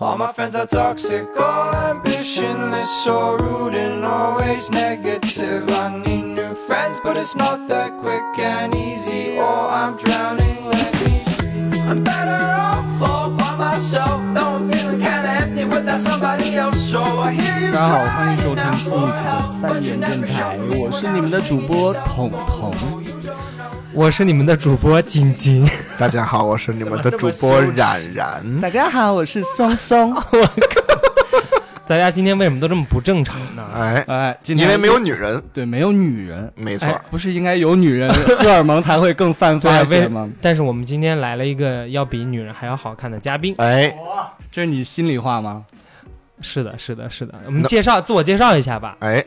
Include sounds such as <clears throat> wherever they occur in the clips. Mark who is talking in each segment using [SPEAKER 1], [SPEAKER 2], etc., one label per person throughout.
[SPEAKER 1] All my friends are toxic, all ambition is so rude and always negative. I need new friends, but it's not that quick and easy, or I'm drowning. Let me. I'm better off all by myself, though I'm feeling kinda empty without somebody else. So I hear you
[SPEAKER 2] 大家好，欢迎
[SPEAKER 1] crying
[SPEAKER 2] 收
[SPEAKER 1] and I'm full
[SPEAKER 2] 听新一期的
[SPEAKER 1] of
[SPEAKER 2] 三
[SPEAKER 1] but you
[SPEAKER 2] 元
[SPEAKER 1] never
[SPEAKER 2] 电台
[SPEAKER 1] show，me
[SPEAKER 2] 我
[SPEAKER 1] what
[SPEAKER 2] 是
[SPEAKER 1] I
[SPEAKER 2] 你们的
[SPEAKER 1] really
[SPEAKER 2] 主
[SPEAKER 1] need,
[SPEAKER 2] 播
[SPEAKER 1] so
[SPEAKER 2] 彤彤。
[SPEAKER 3] 我是你们的主播景景，
[SPEAKER 4] 大家好，我是你们的主
[SPEAKER 2] 怎么
[SPEAKER 4] 播
[SPEAKER 2] 这么羞耻
[SPEAKER 4] 冉冉。
[SPEAKER 2] <laughs> 大家好，我是松松。
[SPEAKER 3] 大家今天为什么都这么不正常呢？
[SPEAKER 4] 哎，
[SPEAKER 2] <laughs> 哎，今天
[SPEAKER 4] 因为没有女人，
[SPEAKER 2] 对没有女人，
[SPEAKER 4] 没错，
[SPEAKER 3] 哎
[SPEAKER 2] 不是应该有女人荷尔蒙才会更泛发
[SPEAKER 3] <laughs> 对，啊
[SPEAKER 2] 一些
[SPEAKER 3] 为
[SPEAKER 2] 吗？
[SPEAKER 3] 但是我们今天来了一个要比女人还要好看的嘉宾。
[SPEAKER 4] 哎，
[SPEAKER 2] 这是你心里话吗？
[SPEAKER 3] 是的，是的，是的。我们
[SPEAKER 4] 那
[SPEAKER 3] 介绍自我介绍一下吧。
[SPEAKER 4] 哎，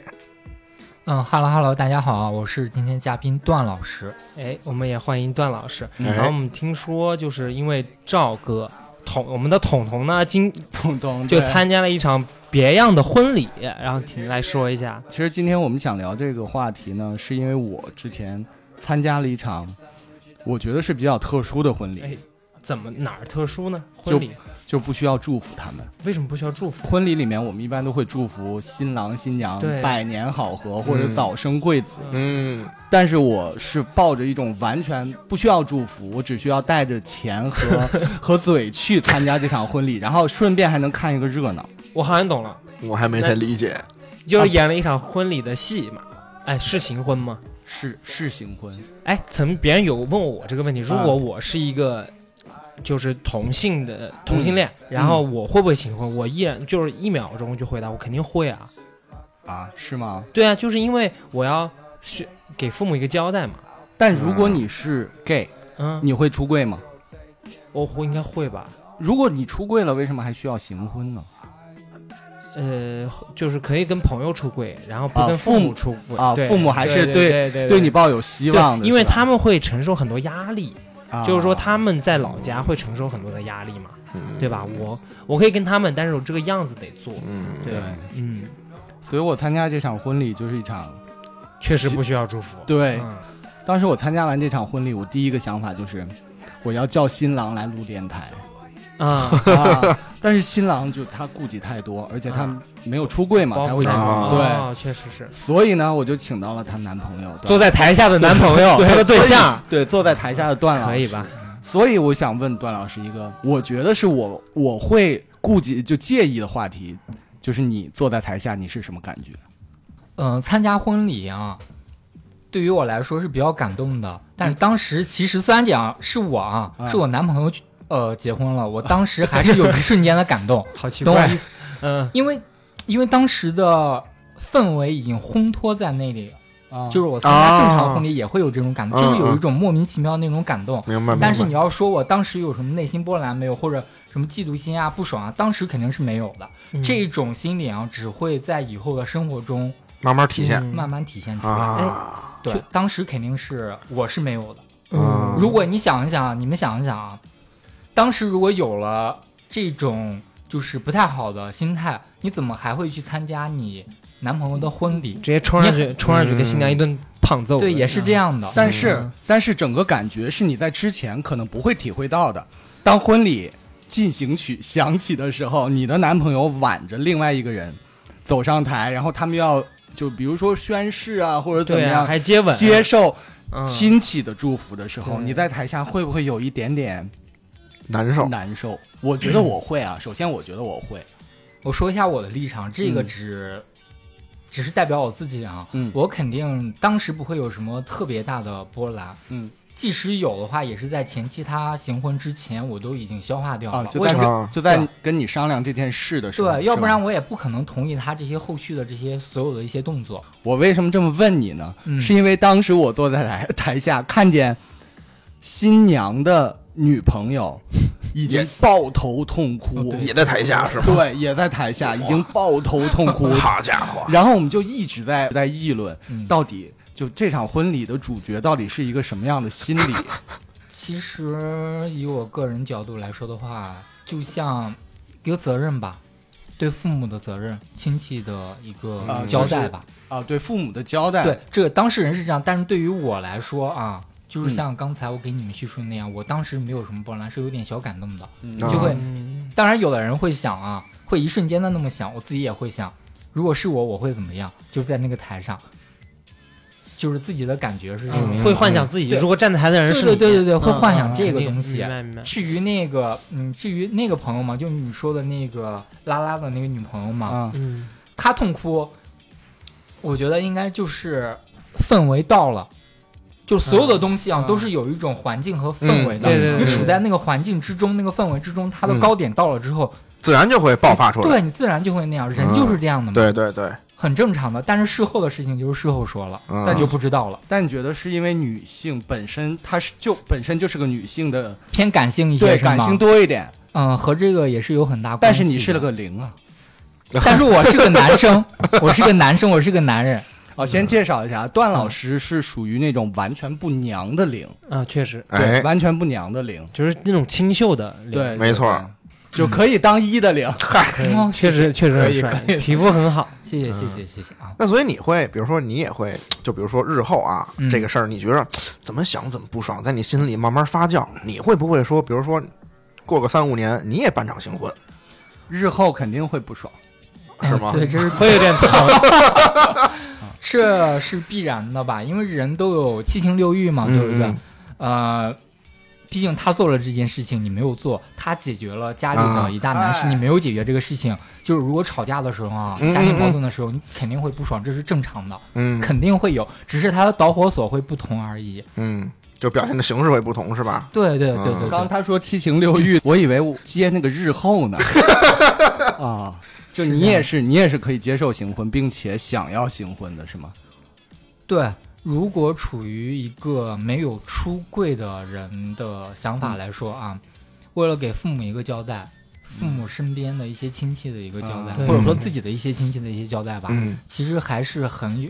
[SPEAKER 5] 嗯哈喽哈喽，大家好，我是今天嘉宾段老师。
[SPEAKER 3] 哎，我们也欢迎段老师。
[SPEAKER 4] 哎
[SPEAKER 3] 然后我们听说，就是因为赵哥统我们的统统呢，今
[SPEAKER 2] 彤彤
[SPEAKER 3] 就
[SPEAKER 2] 对
[SPEAKER 3] 参加了一场别样的婚礼，然后请你来说一下。
[SPEAKER 2] 其实今天我们想聊这个话题呢，是因为我之前参加了一场，我觉得是比较特殊的婚
[SPEAKER 3] 哎
[SPEAKER 2] 礼，，
[SPEAKER 3] 怎么哪儿特殊呢？
[SPEAKER 2] 就
[SPEAKER 3] 婚礼
[SPEAKER 2] 就不需要祝福他们。
[SPEAKER 3] 为什么不需要祝福？
[SPEAKER 2] 婚礼里面，我们一般都会祝福新郎新娘
[SPEAKER 3] 对
[SPEAKER 2] 百年好合或者
[SPEAKER 4] 嗯
[SPEAKER 2] 早生贵子，
[SPEAKER 4] 嗯，
[SPEAKER 2] 但是我是抱着一种完全不需要祝福，我只需要带着钱和 <laughs> 和嘴去参加这场婚礼，然后顺便还能看一个热闹。
[SPEAKER 3] 我好像懂了，
[SPEAKER 4] 我还没太理解。啊
[SPEAKER 3] 就是演了一场婚礼的戏嘛。哎，是行婚吗？
[SPEAKER 2] 是是行婚，
[SPEAKER 3] 哎，曾别人有问我这个问
[SPEAKER 2] 啊
[SPEAKER 3] 题，如果我是一个就是同性的同性恋，
[SPEAKER 2] 嗯
[SPEAKER 3] 然后我会不会行婚？我依然就是一秒钟就回答，我肯定会啊。
[SPEAKER 2] 啊，是吗？
[SPEAKER 3] 对啊，就是因为我要去给父母一个交代嘛。
[SPEAKER 2] 但如果你是 gay，、
[SPEAKER 3] 嗯，
[SPEAKER 2] 你会出柜吗？
[SPEAKER 3] 我会应该会吧。
[SPEAKER 2] 如果你出柜了，为什么还需要行婚呢？
[SPEAKER 3] 呃，就是可以跟朋友出柜，然后不
[SPEAKER 2] 啊
[SPEAKER 3] 跟
[SPEAKER 2] 父
[SPEAKER 3] 母
[SPEAKER 2] 母
[SPEAKER 3] 出柜
[SPEAKER 2] 啊
[SPEAKER 3] 对
[SPEAKER 2] 父母还是
[SPEAKER 3] 对
[SPEAKER 2] 对
[SPEAKER 3] 对对
[SPEAKER 2] 对你抱有希望的，
[SPEAKER 3] 对因为
[SPEAKER 2] 是吧
[SPEAKER 3] 他们会承受很多压力，
[SPEAKER 2] 啊
[SPEAKER 3] 就是说他们在老家会承受很多的压力嘛，
[SPEAKER 4] 嗯
[SPEAKER 3] 对吧？我我可以跟他们，但是我这个样子得做，
[SPEAKER 4] 嗯，
[SPEAKER 2] 对，
[SPEAKER 3] 嗯。
[SPEAKER 2] 所以我参加这场婚礼就是一场。
[SPEAKER 3] 确实不需要祝福。
[SPEAKER 2] 对
[SPEAKER 3] 嗯
[SPEAKER 2] 当时我参加完这场婚礼，我第一个想法就是，我要叫新郎来录电台。
[SPEAKER 3] 啊，啊
[SPEAKER 2] 啊，但是新郎就他顾忌太多，而且他没有出柜嘛，
[SPEAKER 3] 包
[SPEAKER 2] 他
[SPEAKER 3] 括
[SPEAKER 2] 会
[SPEAKER 3] 这
[SPEAKER 2] 想
[SPEAKER 3] 种
[SPEAKER 4] 啊
[SPEAKER 2] 对，
[SPEAKER 3] 哦确实是
[SPEAKER 2] 所以呢，我就请到了她男朋友，
[SPEAKER 3] 坐在台下的男朋友，
[SPEAKER 2] 对
[SPEAKER 3] 他的对象，
[SPEAKER 2] 对坐在台下的段
[SPEAKER 5] 啊
[SPEAKER 2] 老
[SPEAKER 3] 可以
[SPEAKER 2] 师。
[SPEAKER 3] 吧？
[SPEAKER 2] 所以我想问段老师一个，我觉得是我我会顾忌就介意的话题，就是你坐在台下你是什么感觉？
[SPEAKER 5] 嗯、参加婚礼啊，对于我来说是比较感动的。
[SPEAKER 4] 嗯
[SPEAKER 5] 但是当时其实虽然讲是我啊，
[SPEAKER 2] 啊
[SPEAKER 5] 是我男朋友去呃结婚
[SPEAKER 4] <laughs>
[SPEAKER 5] 了，我当时还是有一瞬间的感动，
[SPEAKER 3] 好奇
[SPEAKER 5] 懂我
[SPEAKER 3] 怪，
[SPEAKER 5] 意思？
[SPEAKER 3] 嗯，
[SPEAKER 5] 因为因为当时的氛围已经烘托在那里了，
[SPEAKER 2] 啊
[SPEAKER 5] 就是是我参加正常婚礼也会有这种感动，
[SPEAKER 4] 啊
[SPEAKER 5] 就是有一种莫名其妙的那种感动。
[SPEAKER 4] 明白明白。
[SPEAKER 5] 但是你要说我当时有什么内心波澜没有，或者什么嫉妒心啊、不爽啊，当时肯定是没有的。
[SPEAKER 3] 嗯
[SPEAKER 5] 这种心理啊，只会在以后的生活中
[SPEAKER 4] 慢慢体现
[SPEAKER 3] 嗯
[SPEAKER 5] 慢慢体现出来。
[SPEAKER 4] 啊，
[SPEAKER 3] 就
[SPEAKER 5] 对，当时肯定是我是没有的。
[SPEAKER 4] 嗯
[SPEAKER 5] 如果你想一想，你们想一想啊，当时如果有了这种就是不太好的心态，你怎么还会去参加你男朋友的婚礼？
[SPEAKER 3] 直接冲上去，冲上去给新娘一顿胖揍。
[SPEAKER 5] 嗯对，也是这样的。
[SPEAKER 2] 但
[SPEAKER 3] 嗯
[SPEAKER 2] 是但是整个感觉是你在之前可能不会体会到的，当婚礼进行曲响起的时候，你的男朋友挽着另外一个人走上台，然后他们要就比如说宣誓啊或者怎么
[SPEAKER 3] 对啊，嗯
[SPEAKER 2] 样、
[SPEAKER 3] 还接吻，
[SPEAKER 2] 接受
[SPEAKER 3] 嗯
[SPEAKER 2] 亲戚的祝福的时候，
[SPEAKER 3] 对
[SPEAKER 2] 你在台下会不会有一点点
[SPEAKER 4] 难受。
[SPEAKER 2] 难受？我觉得我会啊，首先我觉得我会，
[SPEAKER 5] 我说一下我的立场，这个
[SPEAKER 2] 嗯
[SPEAKER 5] 只、只是代表我自己啊，
[SPEAKER 2] 嗯
[SPEAKER 5] 我肯定当时不会有什么特别大的波澜，
[SPEAKER 2] 嗯
[SPEAKER 5] 即使有的话，也是在前期他行婚之前，我都已经消化掉了。
[SPEAKER 2] 啊，就
[SPEAKER 5] 哦为
[SPEAKER 2] 在
[SPEAKER 5] 什
[SPEAKER 4] 什
[SPEAKER 5] 么？
[SPEAKER 4] 么
[SPEAKER 2] 就在跟你商量这件事的时候，
[SPEAKER 5] 对，要
[SPEAKER 2] 是
[SPEAKER 5] 不
[SPEAKER 2] 吧
[SPEAKER 5] 然我也不可能同意他这些后续的这些所有的一些动作。
[SPEAKER 2] 我为什么这么问你呢？
[SPEAKER 5] 嗯
[SPEAKER 2] 是因为当时我坐在台台下，看见新娘的女朋
[SPEAKER 5] <laughs>
[SPEAKER 2] 友已经
[SPEAKER 4] 也
[SPEAKER 2] 抱头痛哭，
[SPEAKER 5] 哦对
[SPEAKER 4] 也在台下是吗？
[SPEAKER 2] 对，也在台下已经抱头痛
[SPEAKER 5] <laughs>
[SPEAKER 2] 哭。
[SPEAKER 4] 好家伙，
[SPEAKER 2] 然后我们就一直在在议论，
[SPEAKER 5] 嗯
[SPEAKER 2] 到底就这场婚礼的主角到底是一个什么样的心
[SPEAKER 5] <laughs>
[SPEAKER 2] 理？
[SPEAKER 5] 其实以我个人角度来说的话，就像一个责任吧，对父母的责任、亲戚的一
[SPEAKER 2] 啊
[SPEAKER 5] 个
[SPEAKER 2] 就是
[SPEAKER 5] 交代吧。
[SPEAKER 2] 啊，对父母的交代，
[SPEAKER 5] 对，这个当事人是这样，但是对于我来说啊，就是
[SPEAKER 2] 嗯
[SPEAKER 5] 像刚才我给你们叙述那样，我当时没有什么波澜，是有点小感动的，
[SPEAKER 2] 嗯
[SPEAKER 5] 就会
[SPEAKER 3] 嗯
[SPEAKER 5] 当然，有的人会想啊，会一瞬间的那么想，我自己也会想，如果是我，我会怎么样？就是在那个台上，就是自己的感觉是什么样的？
[SPEAKER 3] 嗯会幻想自己
[SPEAKER 5] 对
[SPEAKER 3] 如果站在台的人是
[SPEAKER 5] 对
[SPEAKER 3] 你，
[SPEAKER 5] 对对对对
[SPEAKER 3] 嗯
[SPEAKER 5] 会幻想
[SPEAKER 3] 嗯
[SPEAKER 5] 这个
[SPEAKER 3] 肯定
[SPEAKER 5] 东西
[SPEAKER 3] 明白明白。
[SPEAKER 5] 至于那个，嗯，至于那个朋友嘛，就你说的那个拉拉的那个女朋友嘛，
[SPEAKER 2] 啊，
[SPEAKER 3] 嗯，
[SPEAKER 5] 她痛哭，我觉得应该就是氛围到了，就所有的东西啊，
[SPEAKER 2] 嗯
[SPEAKER 5] 都是有一种环境和氛围
[SPEAKER 3] 嗯
[SPEAKER 5] 的。
[SPEAKER 3] 对对对
[SPEAKER 5] 你
[SPEAKER 3] 对
[SPEAKER 5] 处在那个环境之中，那个氛围之中，它的高点到了之后，
[SPEAKER 4] 自然就会爆发出来。
[SPEAKER 5] 对你自然就会那样，人
[SPEAKER 3] 嗯
[SPEAKER 5] 就是这样的嘛，
[SPEAKER 4] 对对对，
[SPEAKER 5] 很正常的。但是事后的事情就是事后说了，
[SPEAKER 4] 嗯
[SPEAKER 5] 那就不知道了，
[SPEAKER 2] 但你觉得是因为女性本身她是就本身就是个女性的
[SPEAKER 5] 偏感性一些
[SPEAKER 2] 对
[SPEAKER 5] 是吗？
[SPEAKER 2] 感性多一点，
[SPEAKER 5] 嗯，和这个也是有很大关
[SPEAKER 2] 但
[SPEAKER 5] 系的。
[SPEAKER 2] 是你是了
[SPEAKER 3] <laughs>
[SPEAKER 2] 个零啊。
[SPEAKER 5] 但是我是个男生，我是个男生，我是个男人，
[SPEAKER 2] 哦，先介绍一下，段老师是属于那种完全不娘的零，
[SPEAKER 3] 啊，确实
[SPEAKER 2] 对，
[SPEAKER 4] 哎，
[SPEAKER 2] 完全不娘的零，
[SPEAKER 3] 就是那种清秀的脸，
[SPEAKER 2] 对，
[SPEAKER 4] 没错嗯
[SPEAKER 2] 对，就可以当一的零。
[SPEAKER 3] 可
[SPEAKER 5] 哦
[SPEAKER 3] 以，确实确实
[SPEAKER 5] 可
[SPEAKER 3] 很
[SPEAKER 5] 以
[SPEAKER 3] 帅
[SPEAKER 5] 可以，
[SPEAKER 3] 皮肤很好。
[SPEAKER 5] 谢谢谢谢谢谢啊！
[SPEAKER 4] 那所以你会，比如说你也会，就比如说日后啊，
[SPEAKER 5] 嗯
[SPEAKER 4] 这个事儿你觉得怎么想怎么不爽，在你心里慢慢发酵，你会不会说，比如说过个三五年，你也办场新婚，
[SPEAKER 2] 日后肯定会不爽，
[SPEAKER 4] 是吗？
[SPEAKER 5] 对，这是
[SPEAKER 3] 会有点疼，
[SPEAKER 5] <laughs> 这是必然的吧？因为人都有七情六欲嘛，
[SPEAKER 4] 嗯
[SPEAKER 5] 对不对
[SPEAKER 4] 嗯？
[SPEAKER 5] 呃，毕竟他做了这件事情，你没有做；他解决了家里
[SPEAKER 4] 啊
[SPEAKER 5] 的一大难事，
[SPEAKER 2] 哎
[SPEAKER 5] 你没有解决这个事情。就是如果吵架的时候啊，
[SPEAKER 4] 嗯嗯
[SPEAKER 5] 家庭矛
[SPEAKER 4] 嗯
[SPEAKER 5] 盾的时候，你肯定会不爽，这是正常的，
[SPEAKER 4] 嗯
[SPEAKER 5] 肯定会有，只是它的导火索会不同而已。
[SPEAKER 4] 嗯，就表现的形式会不同，是吧？
[SPEAKER 5] 对对对
[SPEAKER 4] 嗯
[SPEAKER 5] 对
[SPEAKER 2] 刚刚
[SPEAKER 5] 对，
[SPEAKER 2] 他说七情六欲，我以为我接那个日后
[SPEAKER 4] <laughs>
[SPEAKER 2] 呢。啊，就你也是，你也是可以接受行婚，并且想要行婚的是吗？
[SPEAKER 5] 对。如果处于一个没有出柜的人的想法来说啊，为了给父母一个交代，父母身边的一些亲戚的一个交代，
[SPEAKER 3] 嗯
[SPEAKER 5] 或者说自己的一些亲戚的一些交代吧，
[SPEAKER 4] 嗯，
[SPEAKER 5] 其实还是很有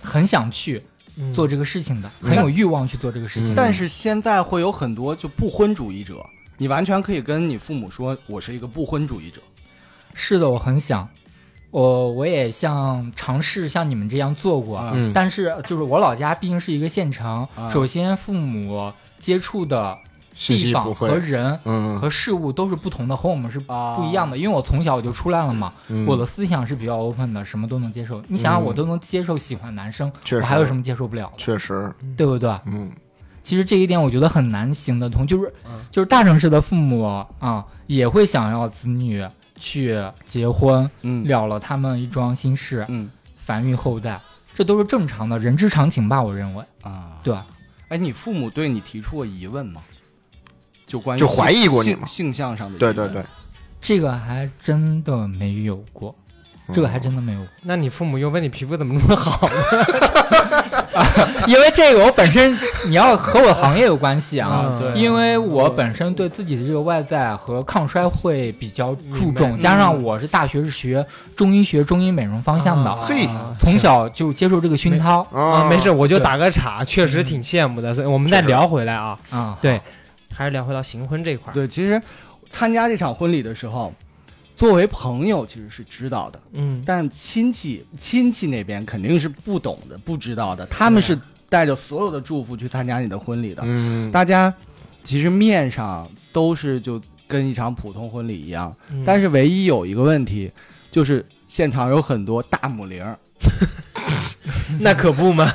[SPEAKER 5] 很想去
[SPEAKER 3] 嗯
[SPEAKER 5] 做这个事情的，很有欲望去做这个
[SPEAKER 4] 嗯
[SPEAKER 5] 事情的。
[SPEAKER 2] 但是现在会有很多就不婚主义者，你完全可以跟你父母说，我是一个不婚主义者。
[SPEAKER 5] 是的，我很想，我我也像尝试像你们这样做过，
[SPEAKER 2] 啊
[SPEAKER 4] 嗯
[SPEAKER 5] 但是就是我老家毕竟是一个县城，
[SPEAKER 2] 啊
[SPEAKER 5] 首先父母接触的
[SPEAKER 4] 信
[SPEAKER 5] 地
[SPEAKER 4] 息
[SPEAKER 5] 方
[SPEAKER 4] 不
[SPEAKER 5] 和
[SPEAKER 4] 会，
[SPEAKER 5] 人
[SPEAKER 4] 嗯
[SPEAKER 5] 和事物都是不同的，和我们是不
[SPEAKER 2] 啊
[SPEAKER 5] 一样的。因为我从小我就出来了嘛，
[SPEAKER 4] 嗯，
[SPEAKER 5] 我的思想是比较 open 的，什么都能接受。你想想，
[SPEAKER 4] 嗯
[SPEAKER 5] 我都能接受喜欢男生，
[SPEAKER 4] 确
[SPEAKER 5] 我
[SPEAKER 4] 实
[SPEAKER 5] 还有什么接受不了的？
[SPEAKER 4] 确实，
[SPEAKER 5] 对不对？
[SPEAKER 4] 嗯
[SPEAKER 5] 其实这一点我觉得很难行得通，就是
[SPEAKER 3] 嗯
[SPEAKER 5] 就是大城市的父母啊，也会想要子女去结婚，
[SPEAKER 2] 嗯
[SPEAKER 5] 了了他们一桩心事，
[SPEAKER 2] 嗯
[SPEAKER 5] 繁育后代，这都是正常的，人之常情吧，我认为，
[SPEAKER 2] 啊，
[SPEAKER 5] 对吧？
[SPEAKER 2] 哎，你父母对你提出过疑问吗？就关于
[SPEAKER 4] 就怀疑过你
[SPEAKER 2] 性
[SPEAKER 4] 吗
[SPEAKER 2] 性向上的疑
[SPEAKER 4] 对
[SPEAKER 2] 问
[SPEAKER 4] 对对，
[SPEAKER 5] 这个还真的没有过，
[SPEAKER 4] 嗯
[SPEAKER 5] 这个还真的没有过。
[SPEAKER 3] 那你父母又问你皮肤怎么那么
[SPEAKER 5] <laughs>
[SPEAKER 3] 好？ <laughs>
[SPEAKER 5] 因为这个我本身，你要和我行业有关系啊。
[SPEAKER 3] 嗯
[SPEAKER 2] 啊，对，
[SPEAKER 5] 因为我本身对自己的这个外在和抗衰会比较注
[SPEAKER 3] 明
[SPEAKER 5] 重，
[SPEAKER 3] 白
[SPEAKER 5] 加上我是大学是学中医学、中医美容方向的，
[SPEAKER 3] 啊
[SPEAKER 4] 嘿
[SPEAKER 5] 从小就接受这个熏陶
[SPEAKER 4] 啊
[SPEAKER 3] 啊，没事，我就
[SPEAKER 5] 对
[SPEAKER 3] 打个岔，确实挺羡慕的。所以我们再
[SPEAKER 4] 确实
[SPEAKER 3] 聊回来啊，
[SPEAKER 5] 啊，
[SPEAKER 3] 对还是聊回到行婚这一块儿。
[SPEAKER 2] 对，其实参加这场婚礼的时候，作为朋友其实是知道的，
[SPEAKER 3] 嗯，
[SPEAKER 2] 但亲戚亲戚那边肯定是不懂的、不知道的，他们是带着所有的祝福去参加你的婚礼的。
[SPEAKER 4] 嗯，
[SPEAKER 2] 大家其实面上都是就跟一场普通婚礼一样，
[SPEAKER 3] 嗯
[SPEAKER 2] <laughs> 但是唯一有一个问题，就是现场有很多大母零儿，
[SPEAKER 3] <laughs> 那可不嘛，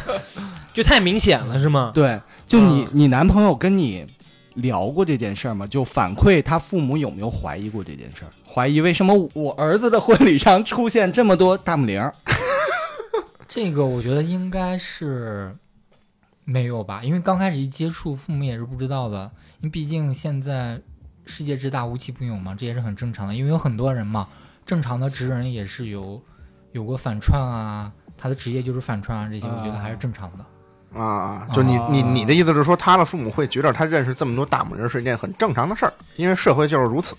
[SPEAKER 3] 就太明显了是
[SPEAKER 5] 啊
[SPEAKER 3] 吗？
[SPEAKER 2] 对，就你、
[SPEAKER 3] 嗯
[SPEAKER 2] 你男朋友跟你聊过这件事儿吗？就反馈他父母有没有怀疑过这件事儿？怀疑为什么我儿子的婚礼上出现这么多大母零儿？
[SPEAKER 5] 这个我觉得应该是没有吧，因为刚开始一接触，父母也是不知道的，因为毕竟现在世界之大无奇不有嘛，这也是很正常的，因为有很多人嘛，正常的职人也是有有过反串啊，他的职业就是反串啊，这些
[SPEAKER 2] 啊
[SPEAKER 5] 我觉得还是正常的。
[SPEAKER 4] 啊，就你
[SPEAKER 2] 啊
[SPEAKER 4] 你你的意思是说，他的父母会觉得他认识这么多大母人是一件很正常的事儿，因为社会就是如此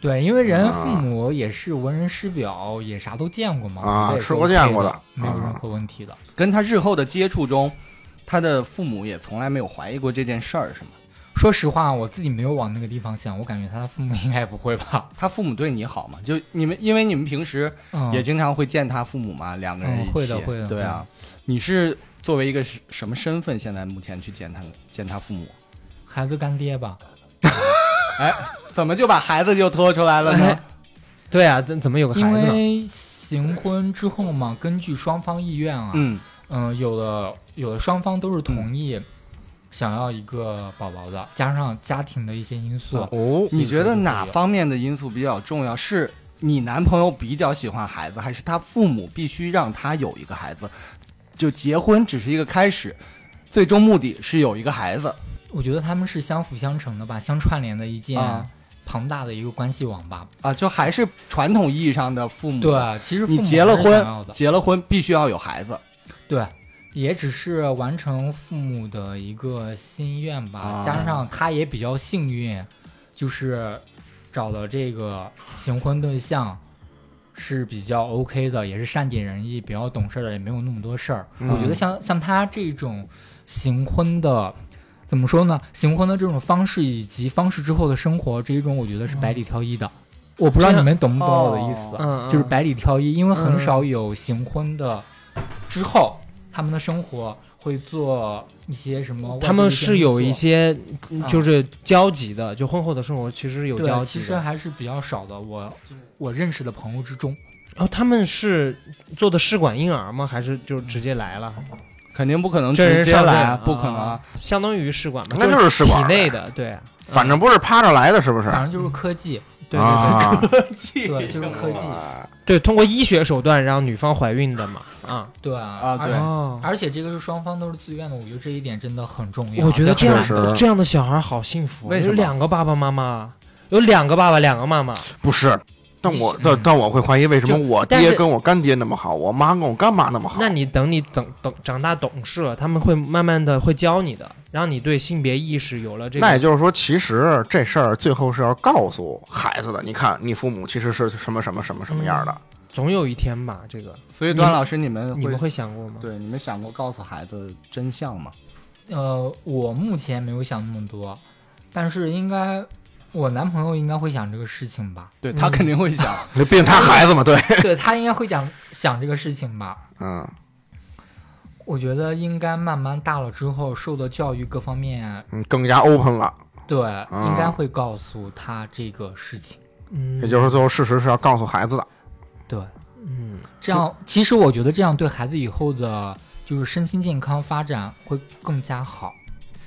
[SPEAKER 5] 对，因为人
[SPEAKER 4] 啊
[SPEAKER 5] 父母也是文人师表，也啥都见过嘛，
[SPEAKER 4] 啊
[SPEAKER 5] 这也是
[SPEAKER 4] 吃过见过
[SPEAKER 5] OK
[SPEAKER 4] 的
[SPEAKER 5] 没有任
[SPEAKER 4] 啊
[SPEAKER 5] 何问题的。
[SPEAKER 2] 跟他日后的接触中，他的父母也从来没有怀疑过这件事儿，是吗？
[SPEAKER 5] 说实话，我自己没有往那个地方想，我感觉他的父母应该也不会吧。
[SPEAKER 2] 他父母对你好吗？就你们，因为你们平时
[SPEAKER 5] 嗯，
[SPEAKER 2] 也经常会见他父母嘛，两个人一起。
[SPEAKER 5] 嗯会的会的
[SPEAKER 2] 对啊，你是作为一个是什么身份？现在目前去见他见他父母？
[SPEAKER 5] 孩子干爹吧。
[SPEAKER 2] 哎，怎么就把孩子就拖出来了
[SPEAKER 5] <laughs>
[SPEAKER 2] 呢？
[SPEAKER 3] 对啊，怎怎么有个
[SPEAKER 5] 因
[SPEAKER 3] 孩子呢？
[SPEAKER 5] 为行婚之后嘛，根据双方意愿啊，
[SPEAKER 2] 嗯，
[SPEAKER 5] 嗯、有的有的双方都是同意想要一个宝宝的，加上家庭的一些因素，
[SPEAKER 2] 嗯
[SPEAKER 4] 哦，
[SPEAKER 2] 你觉得哪方面的因素比较重要？是你男朋友比较喜欢孩子，还是他父母必须让他有一个孩子？就结婚只是一个开始，最终目的是有一个孩子。
[SPEAKER 5] 我觉得他们是相辅相成的吧，相串联的一件
[SPEAKER 2] 啊
[SPEAKER 5] 庞大的一个关系网吧。
[SPEAKER 2] 啊，就还是传统意义上的父母。，
[SPEAKER 5] 对，其实父
[SPEAKER 2] 你
[SPEAKER 5] 母
[SPEAKER 2] 结了
[SPEAKER 5] 还是想要
[SPEAKER 2] 婚，
[SPEAKER 5] 的
[SPEAKER 2] 结了婚必须要有孩子。
[SPEAKER 5] 对，也只是完成父母的一个心愿吧。
[SPEAKER 2] 啊
[SPEAKER 5] 加上他也比较幸运，就是找的这个行婚对象是比较 OK 的，也是善解人意、比较懂事儿的，也没有那么多事儿。
[SPEAKER 4] 嗯
[SPEAKER 5] 我觉得像像他这种行婚的。怎么说呢？行婚的这种方式以及方式之后的生活，这一种我觉得是百里挑一的。嗯我不知
[SPEAKER 3] 这
[SPEAKER 5] 道你
[SPEAKER 3] 样
[SPEAKER 5] 们懂不懂我的意
[SPEAKER 2] 哦
[SPEAKER 5] 思。啊
[SPEAKER 3] 嗯，
[SPEAKER 5] 就是
[SPEAKER 3] 嗯
[SPEAKER 5] 百里挑一，因为很
[SPEAKER 3] 嗯
[SPEAKER 5] 少有行婚的，之后他们的生活会做一些什么外地的工作？
[SPEAKER 3] 他们是有一些
[SPEAKER 5] 啊
[SPEAKER 3] 就是交集的，就婚后的生活其实有交
[SPEAKER 5] 对，
[SPEAKER 3] 集
[SPEAKER 5] 其
[SPEAKER 3] 的。
[SPEAKER 5] 实还是比较少的。我我认识的朋友之中，
[SPEAKER 3] 哦，他们是做的试管婴儿吗？还是就直接来了？
[SPEAKER 2] 肯定不可能
[SPEAKER 3] 真
[SPEAKER 2] 直
[SPEAKER 3] 人
[SPEAKER 2] 接
[SPEAKER 3] 上阵
[SPEAKER 2] 来，不可能
[SPEAKER 3] 啊
[SPEAKER 2] 啊。
[SPEAKER 3] 相当于试管嘛，
[SPEAKER 4] 那就是试管
[SPEAKER 3] 体内的，对啊，
[SPEAKER 4] 反正不是趴着来的，是不是？
[SPEAKER 5] 反正就是科技，
[SPEAKER 3] 对对对、
[SPEAKER 4] 啊，
[SPEAKER 5] 啊对，就是科技，
[SPEAKER 3] 对，通过医学手段让女方怀孕的嘛，啊，
[SPEAKER 5] 对
[SPEAKER 2] 啊
[SPEAKER 5] 而
[SPEAKER 2] 对
[SPEAKER 3] 哦，
[SPEAKER 5] 而且这个是双方都是自愿的，我觉得这一点真的很重要。
[SPEAKER 3] 我觉得这样
[SPEAKER 4] 确实
[SPEAKER 3] 这样的小孩好幸福，
[SPEAKER 2] 为什
[SPEAKER 3] 有
[SPEAKER 2] 么
[SPEAKER 3] 两个爸爸妈妈，有两个爸爸，两个妈妈，
[SPEAKER 4] 不是。但我
[SPEAKER 5] 嗯
[SPEAKER 4] 但但我会怀疑，为什么
[SPEAKER 3] 就
[SPEAKER 4] 我
[SPEAKER 3] 但是
[SPEAKER 4] 爹跟我干爹那么好，我妈跟我干妈那么好？
[SPEAKER 3] 那你等你等等长大懂事了，他们会慢慢的会教你的，让你对性别意识有了这
[SPEAKER 4] 那也
[SPEAKER 3] 个。
[SPEAKER 4] 就是说，其实这事儿最后是要告诉孩子的。你看，你父母其实是什么什么什么什么样的？
[SPEAKER 3] 总有一天吧，这个
[SPEAKER 2] <laughs> 所以段老师，你们
[SPEAKER 3] 你
[SPEAKER 2] 会
[SPEAKER 3] 们会想过吗？
[SPEAKER 2] 对你们想过告诉孩子真相吗？
[SPEAKER 5] 呃，我目前没有想那么多，但是应该我男朋友应该会想这个事情吧。 <laughs>
[SPEAKER 2] 对他
[SPEAKER 3] 嗯
[SPEAKER 2] 肯定会想。
[SPEAKER 4] 那毕竟他孩子
[SPEAKER 3] <laughs>
[SPEAKER 4] 嘛，对，
[SPEAKER 5] 对他应该会讲想这个事情吧。
[SPEAKER 4] 嗯，
[SPEAKER 5] 我觉得应该慢慢大了之后，受的教育各方面，
[SPEAKER 4] 嗯，更加 open 了。
[SPEAKER 5] 对，
[SPEAKER 3] 啊
[SPEAKER 5] 应该会告诉他这个事情。
[SPEAKER 3] 嗯，
[SPEAKER 4] 也就是说，最后事实是要告诉孩子的。
[SPEAKER 5] 对，
[SPEAKER 3] 嗯，
[SPEAKER 5] 这样其实我觉得这样对孩子以后的，就是身心健康发展会更加好。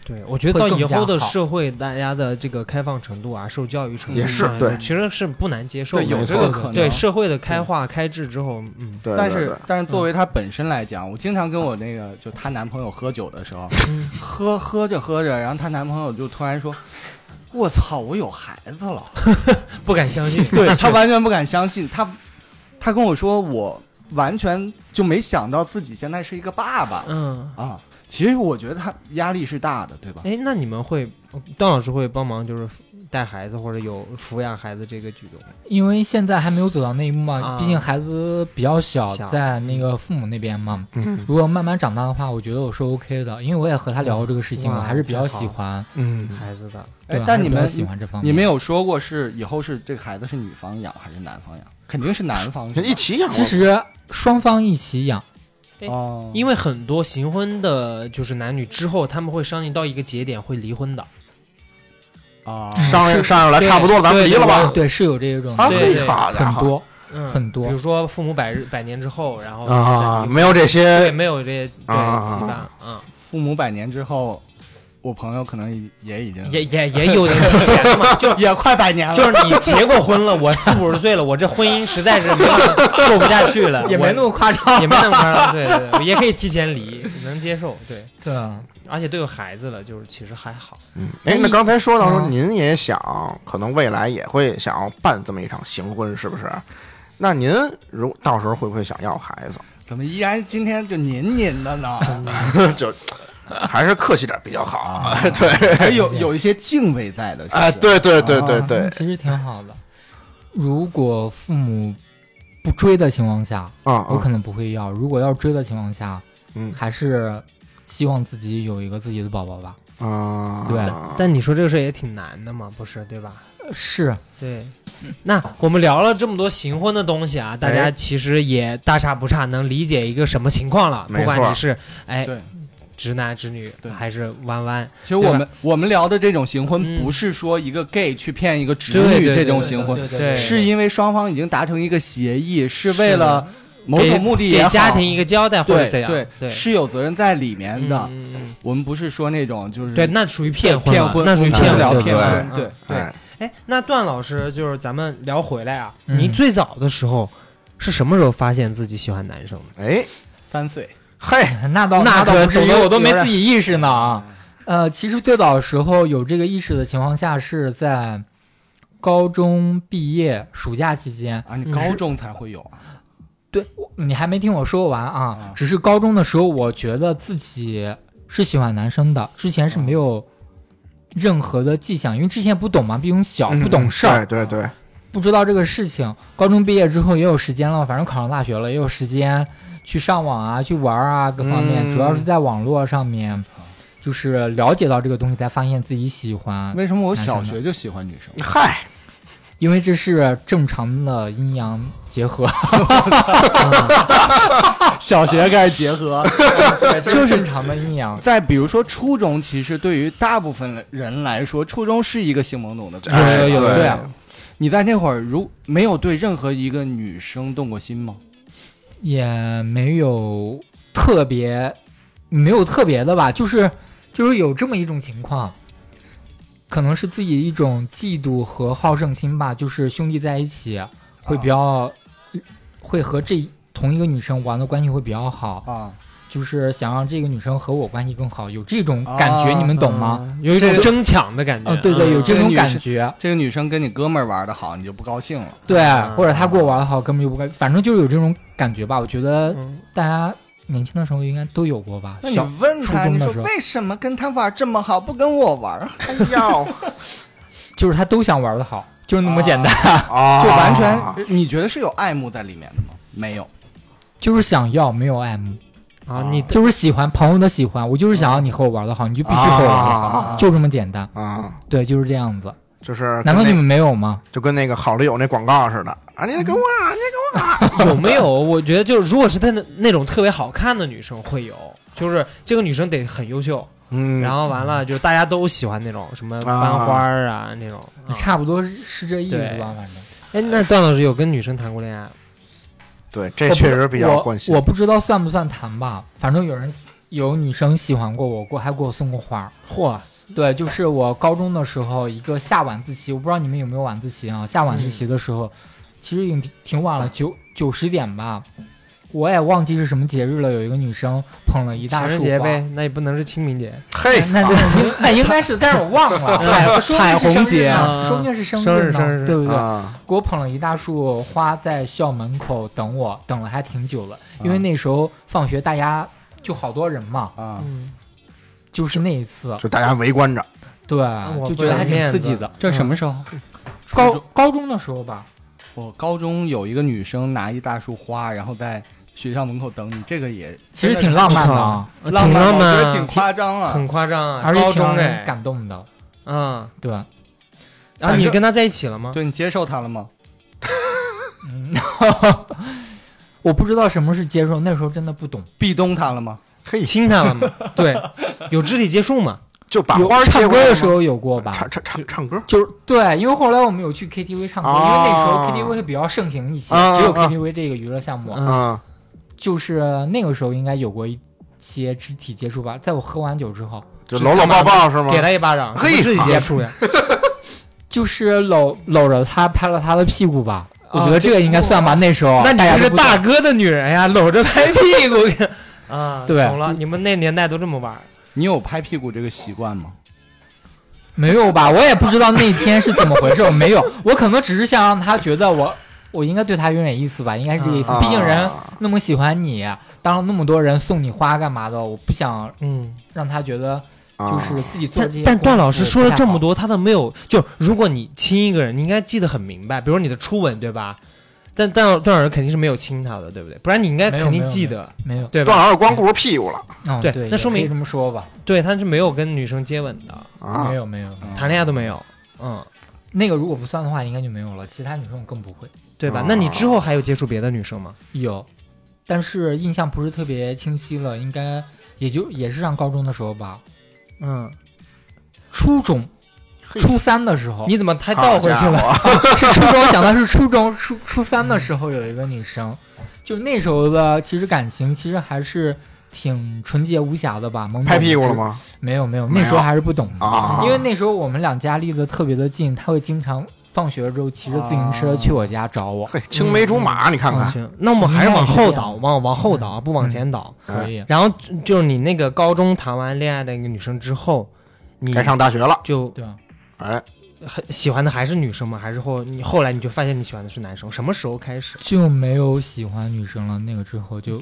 [SPEAKER 3] 对，我觉得到
[SPEAKER 5] 会更
[SPEAKER 3] 以后的
[SPEAKER 5] 加好
[SPEAKER 3] 社会，大家的这个开放程度啊，受教育程度
[SPEAKER 4] 也是
[SPEAKER 3] 啊
[SPEAKER 4] 对
[SPEAKER 3] 其实是不难接受的。
[SPEAKER 2] 对，有
[SPEAKER 4] 没
[SPEAKER 2] 这
[SPEAKER 4] 错
[SPEAKER 2] 个可能。
[SPEAKER 3] 对社会的开化开智之后，嗯，
[SPEAKER 4] <laughs> 对，
[SPEAKER 2] 但
[SPEAKER 4] 对
[SPEAKER 2] 是
[SPEAKER 4] 对
[SPEAKER 2] 但是作为她本身来讲，我经常跟我那个就她男朋友喝酒的时候，
[SPEAKER 3] 嗯
[SPEAKER 2] 喝喝着喝着，然后她男朋友就突然说：“我操，我有孩子
[SPEAKER 5] <laughs>
[SPEAKER 2] 了。。
[SPEAKER 3] <laughs> 不敢相信 <laughs>
[SPEAKER 2] 对他完全不敢相信，他他跟我说我完全就没想到自己现在是一个爸爸
[SPEAKER 3] 嗯，
[SPEAKER 2] 啊。其实我觉得他压力是大的，对吧？
[SPEAKER 3] 哎，那你们会，呃段老师会帮忙就是带孩子或者有抚养孩子这个举动吗？
[SPEAKER 5] 因为现在还没有走到那一步嘛，
[SPEAKER 3] 啊
[SPEAKER 5] 毕竟孩子比较小，
[SPEAKER 3] 小
[SPEAKER 5] 在那个父母那边嘛。
[SPEAKER 4] 嗯
[SPEAKER 5] 如果慢慢长大的话，我觉得我是 OK 的，因为我也和他聊过这个事情，
[SPEAKER 3] 哇
[SPEAKER 5] 我还是比较
[SPEAKER 3] 太好
[SPEAKER 5] 喜欢。
[SPEAKER 4] 嗯，
[SPEAKER 3] 孩子的
[SPEAKER 2] 哎
[SPEAKER 5] 对，
[SPEAKER 2] 但
[SPEAKER 5] 还是
[SPEAKER 2] 你
[SPEAKER 5] 比较
[SPEAKER 2] 们
[SPEAKER 5] 喜欢这啊方面，
[SPEAKER 2] 你们有说过是以后是这个孩子是女方养还是男方养？肯定是男方
[SPEAKER 5] <laughs>
[SPEAKER 2] 是吧
[SPEAKER 4] 一起养。
[SPEAKER 5] 其实双方一起养，
[SPEAKER 2] 哦，
[SPEAKER 3] 因为很多行婚的，就是男女之后，他们会商定到一个节点会离婚的。
[SPEAKER 2] 啊，
[SPEAKER 4] 商量商量来
[SPEAKER 3] 对
[SPEAKER 4] 差不多了，咱们离了吧。
[SPEAKER 5] 对，是有这种
[SPEAKER 4] 啊，
[SPEAKER 3] 对
[SPEAKER 4] 嘿，好家
[SPEAKER 5] 很
[SPEAKER 4] 伙
[SPEAKER 5] 多。
[SPEAKER 3] 嗯，
[SPEAKER 5] 很多
[SPEAKER 3] 比如说父母百日百年之后，然后
[SPEAKER 4] 啊，
[SPEAKER 3] 再离
[SPEAKER 4] 没有这
[SPEAKER 3] 对
[SPEAKER 4] 些，
[SPEAKER 3] 没有这些对
[SPEAKER 4] 啊
[SPEAKER 3] 羁绊啊，
[SPEAKER 2] 父母百年之后，我朋友可能也已经
[SPEAKER 3] 也也也有点提前了嘛，就
[SPEAKER 2] 嗯也快百年了，
[SPEAKER 3] 就是你结过婚了，我四五十岁了，我这婚姻实在是没办法过不下去了，
[SPEAKER 5] <laughs> 也
[SPEAKER 3] 我
[SPEAKER 5] 没那么夸张。
[SPEAKER 3] 也没那么夸张，对对对，也可以提前离，能接受，对，
[SPEAKER 5] 对，啊
[SPEAKER 3] 而且都有孩子了，就是其实还好，
[SPEAKER 4] 嗯，哎，那刚才说到说
[SPEAKER 5] 嗯
[SPEAKER 4] 您也想，可能未来也会想要办这么一场行婚，是不是？那您如到时候会不会想要孩子？
[SPEAKER 2] 怎么依然今天就您您的
[SPEAKER 5] <laughs>
[SPEAKER 2] 呢？
[SPEAKER 4] 就还是客气点比较好。
[SPEAKER 2] 啊
[SPEAKER 4] <laughs> 对，
[SPEAKER 2] 还有有一些敬畏在的，是不是
[SPEAKER 4] 哎，，对对对对对
[SPEAKER 5] 嗯，其实挺好的。如果父母不追的情况下，
[SPEAKER 4] 啊
[SPEAKER 5] 我可
[SPEAKER 4] 啊，
[SPEAKER 5] 能不会要；如果要追的情况下，
[SPEAKER 4] 嗯
[SPEAKER 5] 还是希望自己有一个自己的宝宝吧。
[SPEAKER 4] 啊，
[SPEAKER 5] 对
[SPEAKER 3] 但你说这个事儿也挺难的嘛，不是对吧？
[SPEAKER 5] 是，
[SPEAKER 3] 对， <laughs> 那我们聊了这么多行婚的东西啊，大家
[SPEAKER 4] 哎
[SPEAKER 3] 其实也大差不差，能理解一个什么情况了。
[SPEAKER 4] 没
[SPEAKER 3] 不管
[SPEAKER 4] 错
[SPEAKER 3] 你是哎
[SPEAKER 2] 对
[SPEAKER 3] 直男直女
[SPEAKER 2] 对
[SPEAKER 3] 还是弯弯，
[SPEAKER 2] 其实我们我们聊的这种行婚，不是说一个 gay 去骗一个直女
[SPEAKER 3] 嗯对对
[SPEAKER 2] 这种
[SPEAKER 3] 对
[SPEAKER 2] 行婚，
[SPEAKER 5] 对对
[SPEAKER 3] 对
[SPEAKER 2] 是因为双方已经达成一个协议，是
[SPEAKER 3] 是
[SPEAKER 2] 为
[SPEAKER 3] 的
[SPEAKER 2] 了某种目的
[SPEAKER 3] 给
[SPEAKER 2] 也好，
[SPEAKER 3] 家庭一个交代或者
[SPEAKER 2] 对
[SPEAKER 3] 怎样，
[SPEAKER 2] 对是有责任在里面的。
[SPEAKER 3] 嗯嗯
[SPEAKER 2] 我们不是说那种就是
[SPEAKER 3] 对，那属于骗婚
[SPEAKER 2] 骗
[SPEAKER 3] 嘛，
[SPEAKER 2] 婚，
[SPEAKER 3] 那属于
[SPEAKER 2] 我们
[SPEAKER 3] 骗
[SPEAKER 2] 是聊
[SPEAKER 3] 婚，
[SPEAKER 2] 骗婚，
[SPEAKER 3] 对
[SPEAKER 2] 对，
[SPEAKER 4] 哎，
[SPEAKER 3] 哎，那段老师就是咱们聊回来啊，
[SPEAKER 5] 嗯
[SPEAKER 3] 你最早的时候是什么时候发现自己喜欢男生的？
[SPEAKER 4] 哎，
[SPEAKER 2] 三岁
[SPEAKER 4] 嘿，
[SPEAKER 5] 那倒
[SPEAKER 3] 那
[SPEAKER 5] 倒
[SPEAKER 3] 可
[SPEAKER 5] 不至于，
[SPEAKER 3] 懂得
[SPEAKER 5] 我都没
[SPEAKER 3] 有点
[SPEAKER 5] 自己意识呢啊。呃，其实最早的时候有这个意识的情况下，是在高中毕业暑假期间。
[SPEAKER 2] 啊，你
[SPEAKER 3] 嗯
[SPEAKER 2] 高
[SPEAKER 3] 是
[SPEAKER 2] 中才会有啊，
[SPEAKER 5] 对，我你还没听我说完啊
[SPEAKER 2] 啊。
[SPEAKER 5] 只是高中的时候，我觉得自己是喜欢男生的，之前是
[SPEAKER 4] 啊
[SPEAKER 5] 没有任何的迹象，因为之前不懂嘛，毕竟小不懂事儿，啊
[SPEAKER 4] 嗯对对对，
[SPEAKER 5] 不知道这个事情。高中毕业之后也有时间了，反正考上大学了，也有时间去上网啊，去玩儿啊，各方面，
[SPEAKER 4] 嗯
[SPEAKER 5] 主要是在网络上面，就是了解到这个东西，才发现自己喜
[SPEAKER 3] 嗯
[SPEAKER 5] 欢，
[SPEAKER 2] 为什么我
[SPEAKER 5] 男
[SPEAKER 2] 小
[SPEAKER 5] 生的
[SPEAKER 2] 学就喜欢女
[SPEAKER 3] <laughs>
[SPEAKER 2] 生？
[SPEAKER 4] 嗨，
[SPEAKER 5] <laughs> 因为这是正常的阴阳结合，
[SPEAKER 2] 小学开始结合，
[SPEAKER 4] 哎
[SPEAKER 5] <laughs> 就是正常的阴阳。
[SPEAKER 2] 再比如说初中，其实对于大部分人来说，初中是一个性懵懂的阶段，
[SPEAKER 4] 哎
[SPEAKER 3] 有有有
[SPEAKER 2] 对
[SPEAKER 4] 对
[SPEAKER 2] 啊。你在那会儿如没有对任何一个女生动过心吗？
[SPEAKER 5] 也没有特别，没有特别的吧，就是就是有这么一种情况，可能是自己一种嫉妒和好胜心吧，就是兄弟在一起会比较，会和这同一个女生玩的关系会比较好，
[SPEAKER 2] 啊，
[SPEAKER 5] 就是想让这个女生和我关系更好，有这种感觉，你们懂吗？
[SPEAKER 3] 嗯？有一种
[SPEAKER 2] 这个
[SPEAKER 3] 争抢的感觉。
[SPEAKER 5] 啊，对对，
[SPEAKER 3] 嗯
[SPEAKER 5] 有这
[SPEAKER 2] 这个
[SPEAKER 5] 种
[SPEAKER 2] 女
[SPEAKER 5] 感
[SPEAKER 2] 生
[SPEAKER 5] 觉，
[SPEAKER 2] 这个女生跟你哥们儿玩的好，你就不高兴了。
[SPEAKER 5] 对
[SPEAKER 3] 啊，
[SPEAKER 5] 或者他跟我玩的好，根本就不该，反正就是有这种感觉吧。我觉得
[SPEAKER 3] 嗯
[SPEAKER 5] 大家年轻的时候应该都有过吧。
[SPEAKER 2] 那你
[SPEAKER 5] 小
[SPEAKER 2] 问他，
[SPEAKER 5] 初中
[SPEAKER 2] 你
[SPEAKER 5] 的
[SPEAKER 2] 说
[SPEAKER 5] 时候
[SPEAKER 2] 为什么跟他玩这么好，不跟我玩啊？
[SPEAKER 4] 哎
[SPEAKER 5] <laughs>
[SPEAKER 4] 呦，
[SPEAKER 5] 就是他都想玩的好，就是那么简单，
[SPEAKER 4] 啊，
[SPEAKER 2] 就完全，你觉得是有爱慕在里面的吗？没有，
[SPEAKER 5] <laughs> 就是想要，没有爱慕，
[SPEAKER 3] 啊，你
[SPEAKER 5] 就是喜欢朋友的喜欢，我就是想要你和我玩的好，你就必须和我玩，
[SPEAKER 4] 啊
[SPEAKER 5] 就这么简单。
[SPEAKER 4] 啊，
[SPEAKER 5] 对，就是这样子。
[SPEAKER 4] 就是
[SPEAKER 5] 难
[SPEAKER 4] 跟
[SPEAKER 5] 道你
[SPEAKER 4] 那
[SPEAKER 5] 们没有吗？
[SPEAKER 4] 就跟那个好丽友那广告似的啊，你得跟我啊，你
[SPEAKER 5] <laughs>
[SPEAKER 3] 有没有？我觉得就是，如果是他那那种特别好看的女生会有，就是这个女生得很优秀，
[SPEAKER 4] 嗯，
[SPEAKER 3] 然后完了就大家都喜欢那种什么班花儿啊那种。啊
[SPEAKER 5] 差不多是这意思吧，反正。
[SPEAKER 3] 哎，那段老师有跟女生谈过恋爱吗？
[SPEAKER 4] 对，这确实比较关心
[SPEAKER 5] 我不知道算不算谈吧，反正有人有女生喜欢过我，过还给我送过花儿。
[SPEAKER 3] 嚯，
[SPEAKER 5] 对，就是我高中的时候，一个下晚自习，我不知道你们有没有晚自习啊？下晚自
[SPEAKER 3] 嗯
[SPEAKER 5] 习的时候，其实已经挺挺晚了，九九十点吧，我也忘记是什么节日了。有一个女生捧了一大
[SPEAKER 3] 情
[SPEAKER 5] 束
[SPEAKER 3] 人
[SPEAKER 5] 花，
[SPEAKER 3] 节呗，那也不能是清明节。
[SPEAKER 4] 嘿，
[SPEAKER 3] <laughs>
[SPEAKER 5] 那
[SPEAKER 4] 啊
[SPEAKER 5] 那应那应该是，但是我忘了。
[SPEAKER 2] 彩
[SPEAKER 5] 说不定
[SPEAKER 2] 彩
[SPEAKER 5] 是
[SPEAKER 2] 虹
[SPEAKER 5] 生日
[SPEAKER 2] 节
[SPEAKER 5] 呢
[SPEAKER 3] 啊
[SPEAKER 5] 说不定是生
[SPEAKER 3] 生
[SPEAKER 5] 日
[SPEAKER 3] 日
[SPEAKER 5] 呢
[SPEAKER 3] 生日
[SPEAKER 5] 对不对？
[SPEAKER 4] 啊，
[SPEAKER 5] 给我捧了一大束花在校门口等我，等了还挺久了，因为那时候放学大家就好多人嘛，
[SPEAKER 2] 啊，
[SPEAKER 3] 嗯，
[SPEAKER 5] 就是那一次，
[SPEAKER 4] 就大家围观着，
[SPEAKER 5] 对
[SPEAKER 3] 我，不
[SPEAKER 5] 就觉得
[SPEAKER 3] 要
[SPEAKER 5] 还挺
[SPEAKER 3] 面
[SPEAKER 5] 刺
[SPEAKER 3] 子
[SPEAKER 5] 激的。
[SPEAKER 2] 这什么时候？初
[SPEAKER 5] 高
[SPEAKER 2] 中
[SPEAKER 5] 高中的时候吧，
[SPEAKER 2] 嗯我高中有一个女生拿一大束花，然后在学校门口等你，这个也
[SPEAKER 5] 其实挺浪漫的啊，
[SPEAKER 3] 挺
[SPEAKER 2] 浪漫
[SPEAKER 3] 浪
[SPEAKER 2] 吗，我觉
[SPEAKER 3] 漫
[SPEAKER 2] 得挺
[SPEAKER 3] 啊，
[SPEAKER 2] 夸张啊。
[SPEAKER 3] 很夸张啊，
[SPEAKER 5] <laughs> 而且
[SPEAKER 3] 高
[SPEAKER 5] 挺
[SPEAKER 3] 中
[SPEAKER 5] 让人
[SPEAKER 3] 哎，
[SPEAKER 5] 感动的。
[SPEAKER 3] 嗯，
[SPEAKER 5] 对， <laughs>
[SPEAKER 3] 然后你跟他在一起了吗？
[SPEAKER 2] 对你接受她了吗？
[SPEAKER 5] 嗯，我不知道什么是接受，那时候真的不懂。
[SPEAKER 2] 壁咚她了吗？
[SPEAKER 4] 嘿，
[SPEAKER 3] 亲他了 <laughs> 吗？对，有肢体接触吗？
[SPEAKER 4] 就把
[SPEAKER 5] 有
[SPEAKER 4] 花儿
[SPEAKER 5] 唱
[SPEAKER 4] 接过
[SPEAKER 5] 歌
[SPEAKER 4] 来
[SPEAKER 5] 的
[SPEAKER 4] 吗
[SPEAKER 5] 时候有过吧？
[SPEAKER 4] 唱唱唱唱歌
[SPEAKER 5] 就是对，因为后来我们有去 KTV 唱歌，因为那时候 KTV 比较盛行一些，
[SPEAKER 4] 啊
[SPEAKER 5] 只有
[SPEAKER 4] 啊啊
[SPEAKER 5] KTV 这个娱乐项目。
[SPEAKER 3] 嗯
[SPEAKER 4] 啊，
[SPEAKER 5] 就是那个时候应该有过一些肢体接触吧，在我喝完酒之后，
[SPEAKER 4] 就搂搂抱抱是吗
[SPEAKER 3] 给？他一巴掌，
[SPEAKER 4] 嘿
[SPEAKER 3] 什么肢体接触呀。
[SPEAKER 5] 就是搂搂着他拍了他的屁股吧。我觉
[SPEAKER 3] 啊
[SPEAKER 5] 得这个应该算吧，那时候
[SPEAKER 3] 那你
[SPEAKER 5] 家
[SPEAKER 3] 这是
[SPEAKER 5] 都不懂
[SPEAKER 3] 大哥的女人呀，搂着拍屁股啊，
[SPEAKER 5] 对
[SPEAKER 3] 懂了，你们那年代都这么玩儿。
[SPEAKER 2] 你有拍屁股这个习惯吗？
[SPEAKER 5] 没有吧？我也不知道那天是怎么回事，我没有，
[SPEAKER 3] <laughs>
[SPEAKER 5] 我可能只是想让他觉得我我应该对他有点意思吧，应该是这个意思。
[SPEAKER 4] 啊
[SPEAKER 5] 毕竟人那么喜欢你，当了那么多人送你花干嘛的，我不想
[SPEAKER 3] 嗯，
[SPEAKER 5] 让他觉得就
[SPEAKER 4] 啊
[SPEAKER 5] 是自己做
[SPEAKER 3] 但
[SPEAKER 5] 这些。
[SPEAKER 3] 但段老师说了这么，多，他都没有，就如果你亲一个人，你应该记得很明白，比如你的初吻，对吧？但但段老师肯定是没有亲他的，对不对？不然你应该
[SPEAKER 5] 没有
[SPEAKER 3] 肯
[SPEAKER 5] 没
[SPEAKER 3] 定
[SPEAKER 5] 有
[SPEAKER 3] 记
[SPEAKER 5] 没
[SPEAKER 3] 得，
[SPEAKER 5] 没有，
[SPEAKER 3] 对
[SPEAKER 4] 段
[SPEAKER 3] 吧？
[SPEAKER 4] 老师光顾着屁股了
[SPEAKER 5] 嗯，
[SPEAKER 3] 对那
[SPEAKER 5] 也
[SPEAKER 3] 说明
[SPEAKER 5] 可以这么说吧，
[SPEAKER 3] 对，他是没有跟女生接吻的，
[SPEAKER 4] 啊
[SPEAKER 3] 嗯
[SPEAKER 5] 没，有没有，
[SPEAKER 3] 谈恋爱都没有，嗯，
[SPEAKER 5] 那个如果不算的话，应该就没有了。其他女生我更不会
[SPEAKER 3] 对吧
[SPEAKER 4] 哦？
[SPEAKER 3] 那你之后还有接触别的女生吗？
[SPEAKER 5] 有，但是印象不是特别清晰了，应该也就也是上高中的时候吧，
[SPEAKER 3] 嗯，
[SPEAKER 5] 初中
[SPEAKER 4] 嘿
[SPEAKER 5] 初三的时候，
[SPEAKER 3] 你怎么太
[SPEAKER 4] 好
[SPEAKER 3] 倒回去
[SPEAKER 4] 啊家
[SPEAKER 3] 了？
[SPEAKER 4] 伙，
[SPEAKER 5] 是初中， <laughs> 我想到是初中初初三的时候有一个女生，嗯就那时候的其实感情其实还是挺纯洁无瑕的吧，懵懂
[SPEAKER 4] 拍屁股了
[SPEAKER 5] 无知？
[SPEAKER 4] 吗？
[SPEAKER 5] 没有没有，
[SPEAKER 4] 没有
[SPEAKER 5] 那时候还是不懂的
[SPEAKER 4] 啊
[SPEAKER 5] 因为那时候我们两家离得特别的近，她会经常放学之后骑着自行车
[SPEAKER 4] 啊
[SPEAKER 5] 去我家找我，
[SPEAKER 4] 嘿，青梅竹马，你看
[SPEAKER 3] 我
[SPEAKER 4] 看，
[SPEAKER 3] 去， <laughs> 那我们还是往后倒，
[SPEAKER 5] 嗯
[SPEAKER 3] 往往后倒，不往前倒。
[SPEAKER 4] 哎
[SPEAKER 5] 可以。
[SPEAKER 3] 然后就就是你那个高中谈完恋爱的一个女生之后，你
[SPEAKER 4] 该上大学了，
[SPEAKER 3] 就
[SPEAKER 5] 对啊，
[SPEAKER 4] 哎，
[SPEAKER 3] 很喜欢的还是女生吗？还是后你后来你就发现你喜欢的是男生？什么时候开始？
[SPEAKER 5] 就没有喜欢女生了。那个之后就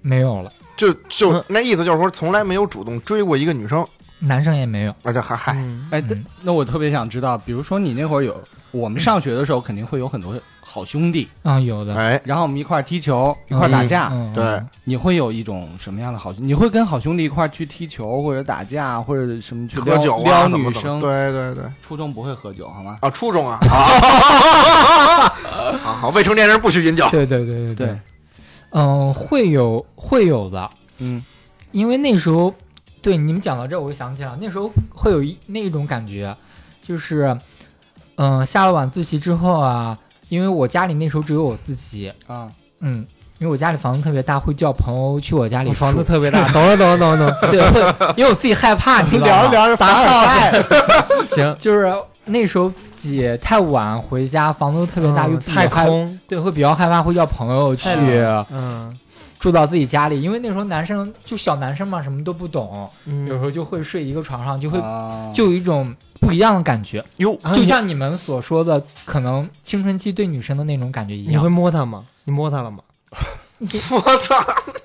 [SPEAKER 5] 没有了，
[SPEAKER 4] 就就
[SPEAKER 3] 嗯
[SPEAKER 4] 那意思就是说，从来没有主动追过一个女生，
[SPEAKER 5] 男生也没有。
[SPEAKER 4] 那就还嗨，
[SPEAKER 3] 嗯，
[SPEAKER 2] 哎，那
[SPEAKER 5] 嗯
[SPEAKER 2] 那我特别想知道，比如说你那会儿有，我们上学的时候肯定会有很多好兄弟，
[SPEAKER 5] 啊，有的。
[SPEAKER 4] 哎，
[SPEAKER 2] 然后我们一块儿踢球，一块儿打架，
[SPEAKER 5] 嗯，
[SPEAKER 4] 对
[SPEAKER 5] 嗯
[SPEAKER 2] 你会有一种什么样的好？你会跟好兄弟一块儿去踢球或者打架或者什么去
[SPEAKER 4] 喝
[SPEAKER 2] 撩
[SPEAKER 4] 酒啊，
[SPEAKER 2] 撩
[SPEAKER 4] 怎
[SPEAKER 2] 女
[SPEAKER 4] 么怎么，
[SPEAKER 2] 生？
[SPEAKER 4] 对对对，
[SPEAKER 2] 初中不会喝酒好吗？
[SPEAKER 4] 啊，初中啊，啊啊，好未成年人不许饮酒，
[SPEAKER 5] 对对对对
[SPEAKER 2] 对，，
[SPEAKER 5] 嗯，会有会有的，
[SPEAKER 2] 嗯，
[SPEAKER 5] 因为那时候，对你们讲到这儿，我就想起了那时候会有一那种感觉，就是，嗯、下了晚自习之后啊，因为我家里那时候只有我自己，
[SPEAKER 2] 啊，
[SPEAKER 5] 嗯，因为我家里房子特别大，会叫朋友去我家里
[SPEAKER 3] 我哦房子
[SPEAKER 5] 住
[SPEAKER 3] 特别
[SPEAKER 5] <laughs>
[SPEAKER 3] 大，懂了懂了懂了懂了。
[SPEAKER 5] 对，会，因为我自己害怕，你知道吗？
[SPEAKER 2] 聊着聊着
[SPEAKER 5] 砸
[SPEAKER 2] 凡尔
[SPEAKER 5] 饭
[SPEAKER 2] 赛，
[SPEAKER 3] 行，
[SPEAKER 5] 就是那时候自己太晚回家，房子又特别大，
[SPEAKER 3] 嗯
[SPEAKER 5] 又自己
[SPEAKER 3] 太
[SPEAKER 5] 害，
[SPEAKER 3] 空，
[SPEAKER 5] 对，会比较害怕，会叫朋友去
[SPEAKER 3] 太冷嗯
[SPEAKER 5] 住到自己家里，因为那时候男生就小男生嘛，什么都不懂，
[SPEAKER 3] 嗯，
[SPEAKER 5] 有时候就会睡一个床上，就会
[SPEAKER 2] 啊
[SPEAKER 5] 就有一种不一样的感觉，
[SPEAKER 4] 哟，
[SPEAKER 3] 啊
[SPEAKER 5] 就
[SPEAKER 3] 你
[SPEAKER 5] 像你们所说的，可能青春期对女生的那种感觉一
[SPEAKER 3] 你
[SPEAKER 5] 样
[SPEAKER 3] 会。摸他吗？你摸他了吗？
[SPEAKER 4] 我操，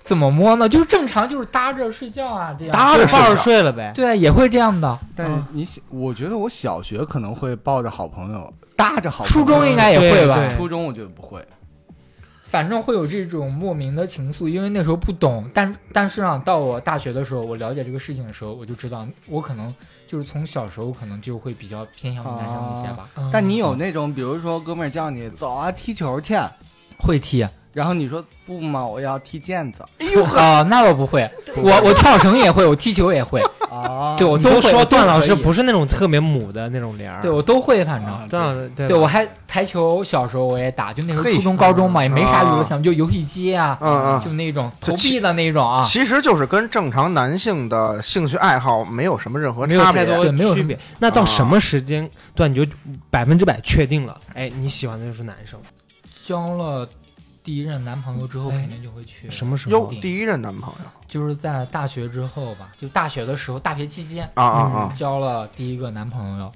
[SPEAKER 5] 怎么摸呢？就是正常，就是搭着睡觉啊，这样
[SPEAKER 4] 搭着睡
[SPEAKER 3] 抱着
[SPEAKER 4] 觉
[SPEAKER 3] 睡了呗。
[SPEAKER 5] 对，也会这样的。
[SPEAKER 2] 但
[SPEAKER 3] 嗯
[SPEAKER 2] 是你小，我觉得我小学可能会抱着好朋友，搭着好朋
[SPEAKER 5] 初
[SPEAKER 2] 友。
[SPEAKER 5] 中应该也会吧
[SPEAKER 3] 对，对
[SPEAKER 2] 初中我觉得不会。
[SPEAKER 5] 反正会有这种莫名的情愫，因为那时候不懂。但但是啊，到我大学的时候，我了解这个事情的时候，我就知道，我可能就是从小时候可能就会比较偏向于男生一些吧，
[SPEAKER 3] 嗯
[SPEAKER 2] 但你有那种，比如说哥们儿叫你走啊踢球去，
[SPEAKER 5] 会踢啊、
[SPEAKER 2] 然后你说不嘛，我要踢毽 <laughs> 子。
[SPEAKER 4] 哎呦呵，
[SPEAKER 5] 那我不会，我我跳绳也会，我踢球也会，
[SPEAKER 2] 啊，
[SPEAKER 5] 就我
[SPEAKER 3] 你
[SPEAKER 5] 会。
[SPEAKER 3] 都说段老师
[SPEAKER 5] 不，
[SPEAKER 3] 不是那种特别母的那种帘儿，
[SPEAKER 5] 对我都会，反正。
[SPEAKER 2] 啊
[SPEAKER 3] 段老师对
[SPEAKER 5] 对，
[SPEAKER 3] 吧嗯
[SPEAKER 5] 我还台球，小时候我也打，就那时候
[SPEAKER 4] 嘿
[SPEAKER 5] 初中、高中嘛，也没啥娱乐项目，就游戏机啊，
[SPEAKER 4] 嗯
[SPEAKER 5] 就那种
[SPEAKER 4] 就
[SPEAKER 5] 投
[SPEAKER 4] 其
[SPEAKER 5] 币的那种啊，
[SPEAKER 4] 其实就是跟正常男性的兴趣爱好没有什么任何
[SPEAKER 3] 没有
[SPEAKER 4] 差
[SPEAKER 3] 太
[SPEAKER 4] 别，
[SPEAKER 3] 多
[SPEAKER 5] 对没有
[SPEAKER 3] 区别。那到什么时间段你就百分之百确定了？哎，你喜欢的就是男生，
[SPEAKER 5] 交了第一任男朋友之后，
[SPEAKER 3] 哎
[SPEAKER 5] 肯定就会去
[SPEAKER 3] 什么时
[SPEAKER 4] 哟
[SPEAKER 3] 候？，
[SPEAKER 4] 第一任男朋友
[SPEAKER 5] 就是在大学之后吧，就大学的时候，大学期间嗯
[SPEAKER 4] 啊啊啊！
[SPEAKER 5] 交了第一个男朋友。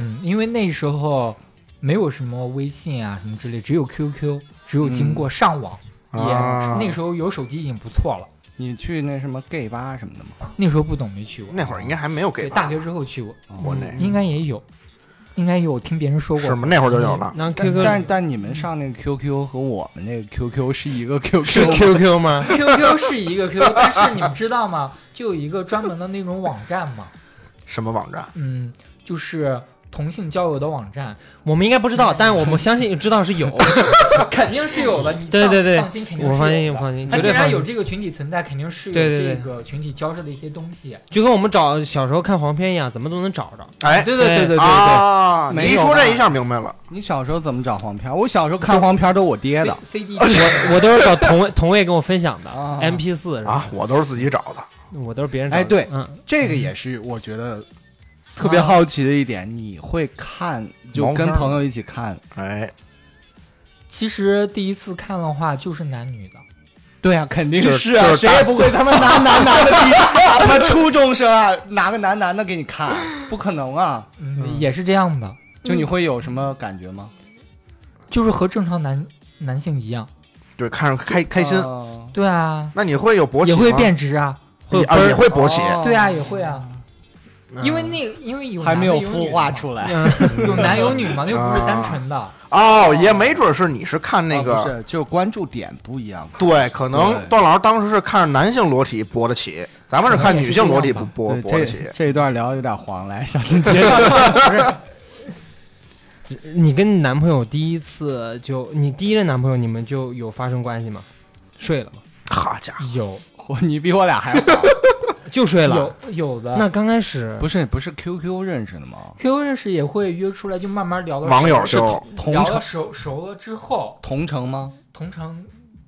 [SPEAKER 5] 嗯，因为那时候没有什么微信啊什么之类，只有 QQ，只有经过上网，
[SPEAKER 4] 嗯啊
[SPEAKER 5] 嗯也那时候有手机已经不错了。
[SPEAKER 2] 你去那什么 gay 吧什么的吗？
[SPEAKER 5] 那时候不懂没去过，
[SPEAKER 4] 那会儿应该还没有给
[SPEAKER 5] 对
[SPEAKER 4] 吧哦
[SPEAKER 5] 大学之后去过，嗯
[SPEAKER 4] 我那
[SPEAKER 5] 应该也有，应该有，我听别人说过。嗯
[SPEAKER 4] 是吗？那会儿就有了，
[SPEAKER 3] 那
[SPEAKER 2] 但但
[SPEAKER 3] QQ
[SPEAKER 2] 但你们上那个 QQ 和我们那个 QQ 是一个 QQ，
[SPEAKER 3] 是 QQ 吗？
[SPEAKER 5] QQ 嗯
[SPEAKER 4] <laughs>
[SPEAKER 5] 是一个 QQ，但是你们知道吗？就有一个专门的那种网站嘛，
[SPEAKER 4] 什么网站？
[SPEAKER 5] 嗯，就是同性交友的网站，
[SPEAKER 3] 我们应该不知道，但我们相信知道是 <laughs> 有。
[SPEAKER 5] <laughs> 肯定是有的。你放
[SPEAKER 3] 对对对
[SPEAKER 5] 放心，肯定
[SPEAKER 3] 我放
[SPEAKER 5] 是
[SPEAKER 3] 心，
[SPEAKER 5] 有
[SPEAKER 3] 我
[SPEAKER 5] 的。
[SPEAKER 3] 放心，
[SPEAKER 5] 它
[SPEAKER 3] 绝
[SPEAKER 5] 既
[SPEAKER 3] 对放
[SPEAKER 5] 然有
[SPEAKER 3] 心。
[SPEAKER 5] 这个群体存在，肯定是有
[SPEAKER 3] 对对
[SPEAKER 5] 这
[SPEAKER 3] 对
[SPEAKER 5] 个群体交涉的一些东西。
[SPEAKER 3] 就跟我们找小时候看黄片一样，怎么都能找着。
[SPEAKER 4] 哎，
[SPEAKER 5] 对对对对对对
[SPEAKER 4] 啊，你
[SPEAKER 2] 没
[SPEAKER 4] 一
[SPEAKER 2] 有
[SPEAKER 4] 说
[SPEAKER 2] 吧
[SPEAKER 4] 这一下明白了，
[SPEAKER 2] <laughs> 你小时候怎么找黄片？我小时候看黄片都我爹的。
[SPEAKER 5] ，C D
[SPEAKER 3] 我我都哦是找同位同位跟我分享的
[SPEAKER 2] 啊
[SPEAKER 3] MP 四，
[SPEAKER 4] 啊，我都是自己找的。
[SPEAKER 3] 我都是别人找的。
[SPEAKER 2] 哎对
[SPEAKER 3] 嗯，
[SPEAKER 2] 这个也是我觉得特别好奇的一点，你会看就
[SPEAKER 4] 毛
[SPEAKER 2] 跟
[SPEAKER 4] 片儿
[SPEAKER 2] 朋友一起看。
[SPEAKER 4] 哎，
[SPEAKER 5] 其实第一次看的话就是男女的，
[SPEAKER 2] 对啊，肯定
[SPEAKER 4] 就是
[SPEAKER 2] 是啊，
[SPEAKER 4] 就是
[SPEAKER 2] 谁也不会 <laughs> 他妈拿男男的比，他妈初中生啊，拿个男男的给你看，不可能啊！
[SPEAKER 5] 嗯，也是这样的，
[SPEAKER 2] 就你会有什么感觉吗？
[SPEAKER 5] 就是和正常男男性一样。
[SPEAKER 4] 对，看着开开心。
[SPEAKER 2] 哦
[SPEAKER 5] 对啊，
[SPEAKER 4] 那你会有勃起
[SPEAKER 5] 也
[SPEAKER 4] 吗？
[SPEAKER 5] 会变直啊，
[SPEAKER 3] 会有
[SPEAKER 4] 啊，
[SPEAKER 3] 嘚儿
[SPEAKER 4] 也会勃起。
[SPEAKER 2] 哦
[SPEAKER 5] 对啊，也会啊，
[SPEAKER 3] 哦嗯
[SPEAKER 5] 因为那个因为有
[SPEAKER 2] 还没
[SPEAKER 5] 男的
[SPEAKER 2] 有
[SPEAKER 5] 有
[SPEAKER 2] 孵
[SPEAKER 5] 女
[SPEAKER 2] 化
[SPEAKER 5] 的嘛
[SPEAKER 2] 出来。
[SPEAKER 3] 嗯
[SPEAKER 5] 有男有女嘛，那又不是
[SPEAKER 3] 啊
[SPEAKER 5] 单纯的。
[SPEAKER 4] 哦，也没准是你是看那
[SPEAKER 2] 啊不
[SPEAKER 4] 个，
[SPEAKER 2] 是，就是关注点不一样。
[SPEAKER 4] 对，可能
[SPEAKER 2] 对
[SPEAKER 4] 段老师当时是看着男性裸体勃得起，咱们是看女性裸体不勃
[SPEAKER 2] 对
[SPEAKER 4] 勃得
[SPEAKER 2] 这
[SPEAKER 4] 起。
[SPEAKER 2] 这一段聊得有点黄，来，小金 <laughs> 接着。
[SPEAKER 3] 你跟你男朋友第一次就你第一任男朋友，你们就有发生关系吗？睡了吗？
[SPEAKER 4] 好家伙，
[SPEAKER 5] 有
[SPEAKER 2] 我你比我俩还好，
[SPEAKER 3] 就睡了。
[SPEAKER 5] 有有的
[SPEAKER 3] 那刚开始
[SPEAKER 2] 不是不是 QQ 认识的吗？
[SPEAKER 5] QQ 认识也会约出来，就慢慢聊到
[SPEAKER 4] 网友
[SPEAKER 2] 是
[SPEAKER 4] 就
[SPEAKER 2] 同
[SPEAKER 5] 聊
[SPEAKER 2] 城
[SPEAKER 5] 到熟熟了之后，
[SPEAKER 2] 同城吗？
[SPEAKER 5] 同城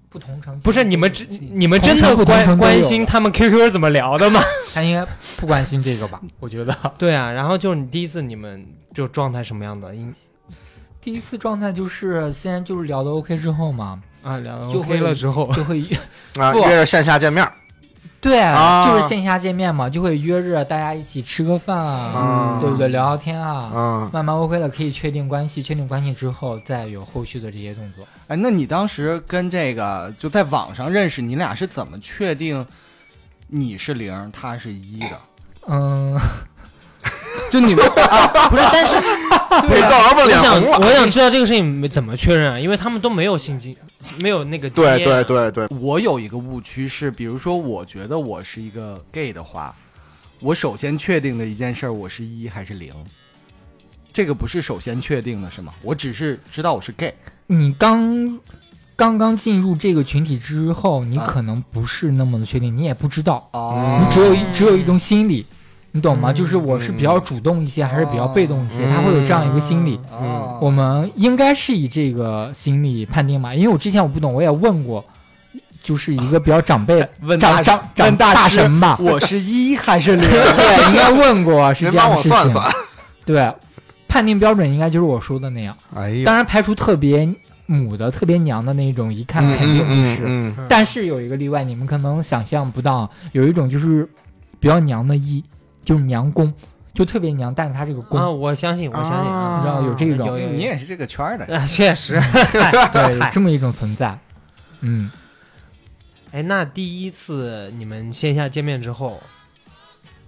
[SPEAKER 5] 不同城，
[SPEAKER 3] 不是你们真你们真
[SPEAKER 5] 同
[SPEAKER 3] 的
[SPEAKER 5] 城不同
[SPEAKER 3] 关
[SPEAKER 5] 城都有
[SPEAKER 3] 关心
[SPEAKER 5] 了
[SPEAKER 3] 他们 QQ 怎么聊的吗？
[SPEAKER 5] 他应该不关心这个吧？我觉得
[SPEAKER 3] 对啊，然后就是你第一次你们就状态什么样的？因
[SPEAKER 5] <laughs> 第一次状态就是先就是聊的 OK 之后嘛，
[SPEAKER 3] 啊，聊得
[SPEAKER 5] 就
[SPEAKER 3] OK
[SPEAKER 5] 会
[SPEAKER 3] 了之后，
[SPEAKER 5] 就会 <laughs>
[SPEAKER 4] 啊
[SPEAKER 5] 不
[SPEAKER 4] 约着线下见面儿
[SPEAKER 5] 对，
[SPEAKER 4] 啊
[SPEAKER 5] 就是线下见面嘛，就会约着大家一起吃个饭啊，
[SPEAKER 4] 啊
[SPEAKER 5] 对不对？聊聊天啊，
[SPEAKER 4] 啊，
[SPEAKER 5] 慢慢 OK 了，可以确定关系，确定关系之后再有后续的这些动作。
[SPEAKER 2] 哎，那你当时跟这个就在网上认识，你俩是怎么确定你是零，他是一的？
[SPEAKER 5] 嗯， <laughs>
[SPEAKER 2] 就你们啊，不是，但是
[SPEAKER 4] 被告老板
[SPEAKER 3] 我
[SPEAKER 4] 脸
[SPEAKER 3] 想
[SPEAKER 4] 红了。
[SPEAKER 3] 我想知道这个事情怎么确认啊？因为他们都没有性经，没有那个经验啊
[SPEAKER 4] 对对，对对，
[SPEAKER 2] 我有一个误区是，比如说，我觉得我是一个 gay 的话，我首先确定的一件事儿，我是一还是零，这个不是首先确定的，是吗？我只是知道我是 gay，
[SPEAKER 5] 你刚刚刚进入这个群体之后，你可能不是那么的确定，你也不知道，
[SPEAKER 2] 哦
[SPEAKER 5] 你只有一只有一种心理，你懂吗？
[SPEAKER 3] 嗯
[SPEAKER 5] 就是我是比较主动一些，还是比较被动一些？他会有这样一个心理。
[SPEAKER 4] 嗯
[SPEAKER 5] 我们应该是以这个心理判定嘛，因为我之前我不懂，我也问过，就是一个比较
[SPEAKER 4] <laughs>
[SPEAKER 5] 长辈
[SPEAKER 3] 嗯
[SPEAKER 2] 问
[SPEAKER 5] 长长长
[SPEAKER 2] 问大师，
[SPEAKER 5] 神吧
[SPEAKER 2] 我是一还是零？
[SPEAKER 5] 对，应该问过是
[SPEAKER 4] 您
[SPEAKER 5] 这样
[SPEAKER 4] 帮
[SPEAKER 5] 的
[SPEAKER 4] 我
[SPEAKER 5] 事
[SPEAKER 4] 算
[SPEAKER 5] 情。
[SPEAKER 4] 算。
[SPEAKER 5] 对，判定标准应该就是我说的那样，
[SPEAKER 4] 哎呀，
[SPEAKER 5] 当然排除特别母的、特别娘的那一种，一看
[SPEAKER 4] 嗯
[SPEAKER 5] 肯定
[SPEAKER 4] 嗯
[SPEAKER 5] 不
[SPEAKER 4] 嗯
[SPEAKER 5] 是。
[SPEAKER 4] 嗯，
[SPEAKER 5] 但是有一个例外，你们可能想象不到，有一种就是比较娘的一，就是娘公，就特别娘，但是她这个公，
[SPEAKER 3] 啊，我相信，我相信啊，
[SPEAKER 5] 你知道有这种
[SPEAKER 3] 有有有
[SPEAKER 2] 你也是这个圈儿的，
[SPEAKER 3] 啊，确实。
[SPEAKER 5] 对，有这么一种存在。嗯，
[SPEAKER 3] 哎，那第一次你们线下见面之后，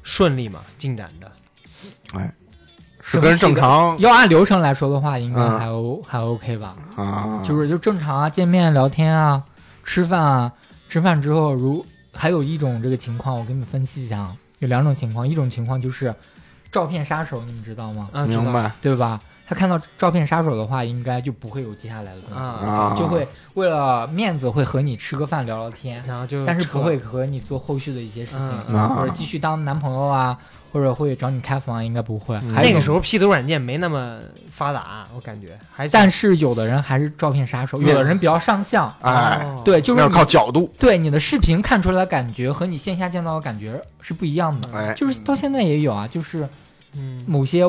[SPEAKER 3] 顺利吗？进展的？
[SPEAKER 4] 是跟正常
[SPEAKER 5] 要按流程来说的话，应该
[SPEAKER 4] 嗯
[SPEAKER 5] 还 O、还 OK 吧，
[SPEAKER 4] 啊，
[SPEAKER 5] 就是就正常啊，见面聊天啊，吃饭啊，吃饭之后如还有一种这个情况，我给你们分析一下啊，有两种情况，一种情况就是照片杀手，你们知道吗？
[SPEAKER 3] 啊，知道
[SPEAKER 4] 明白
[SPEAKER 5] 对吧？他看到照片杀手的话，应该就不会有接下来的动作。
[SPEAKER 3] 啊，
[SPEAKER 4] 啊，
[SPEAKER 5] 就会为了面子会和你吃个饭聊聊天，
[SPEAKER 3] 然后就
[SPEAKER 5] 但是
[SPEAKER 3] 撤
[SPEAKER 5] 不会和你做后续的一些事情，
[SPEAKER 3] 嗯
[SPEAKER 4] 啊
[SPEAKER 5] 或者继续当男朋友啊，或者会找你开房啊，应该不会。
[SPEAKER 4] 嗯
[SPEAKER 5] 还有
[SPEAKER 3] 那个时候 P 图软件没那么发达，我感觉还是
[SPEAKER 5] 但是有的人还是照片杀手，有的人比较上相，
[SPEAKER 4] 哎，
[SPEAKER 3] 哦
[SPEAKER 5] 对，就是
[SPEAKER 4] 那
[SPEAKER 5] 你
[SPEAKER 4] 是靠角度，
[SPEAKER 5] 对你的视频看出来的感觉和你线下见到的感觉是不一样的。
[SPEAKER 4] 哎，
[SPEAKER 5] 就是到现在也有啊，就是
[SPEAKER 3] 嗯，
[SPEAKER 5] 某些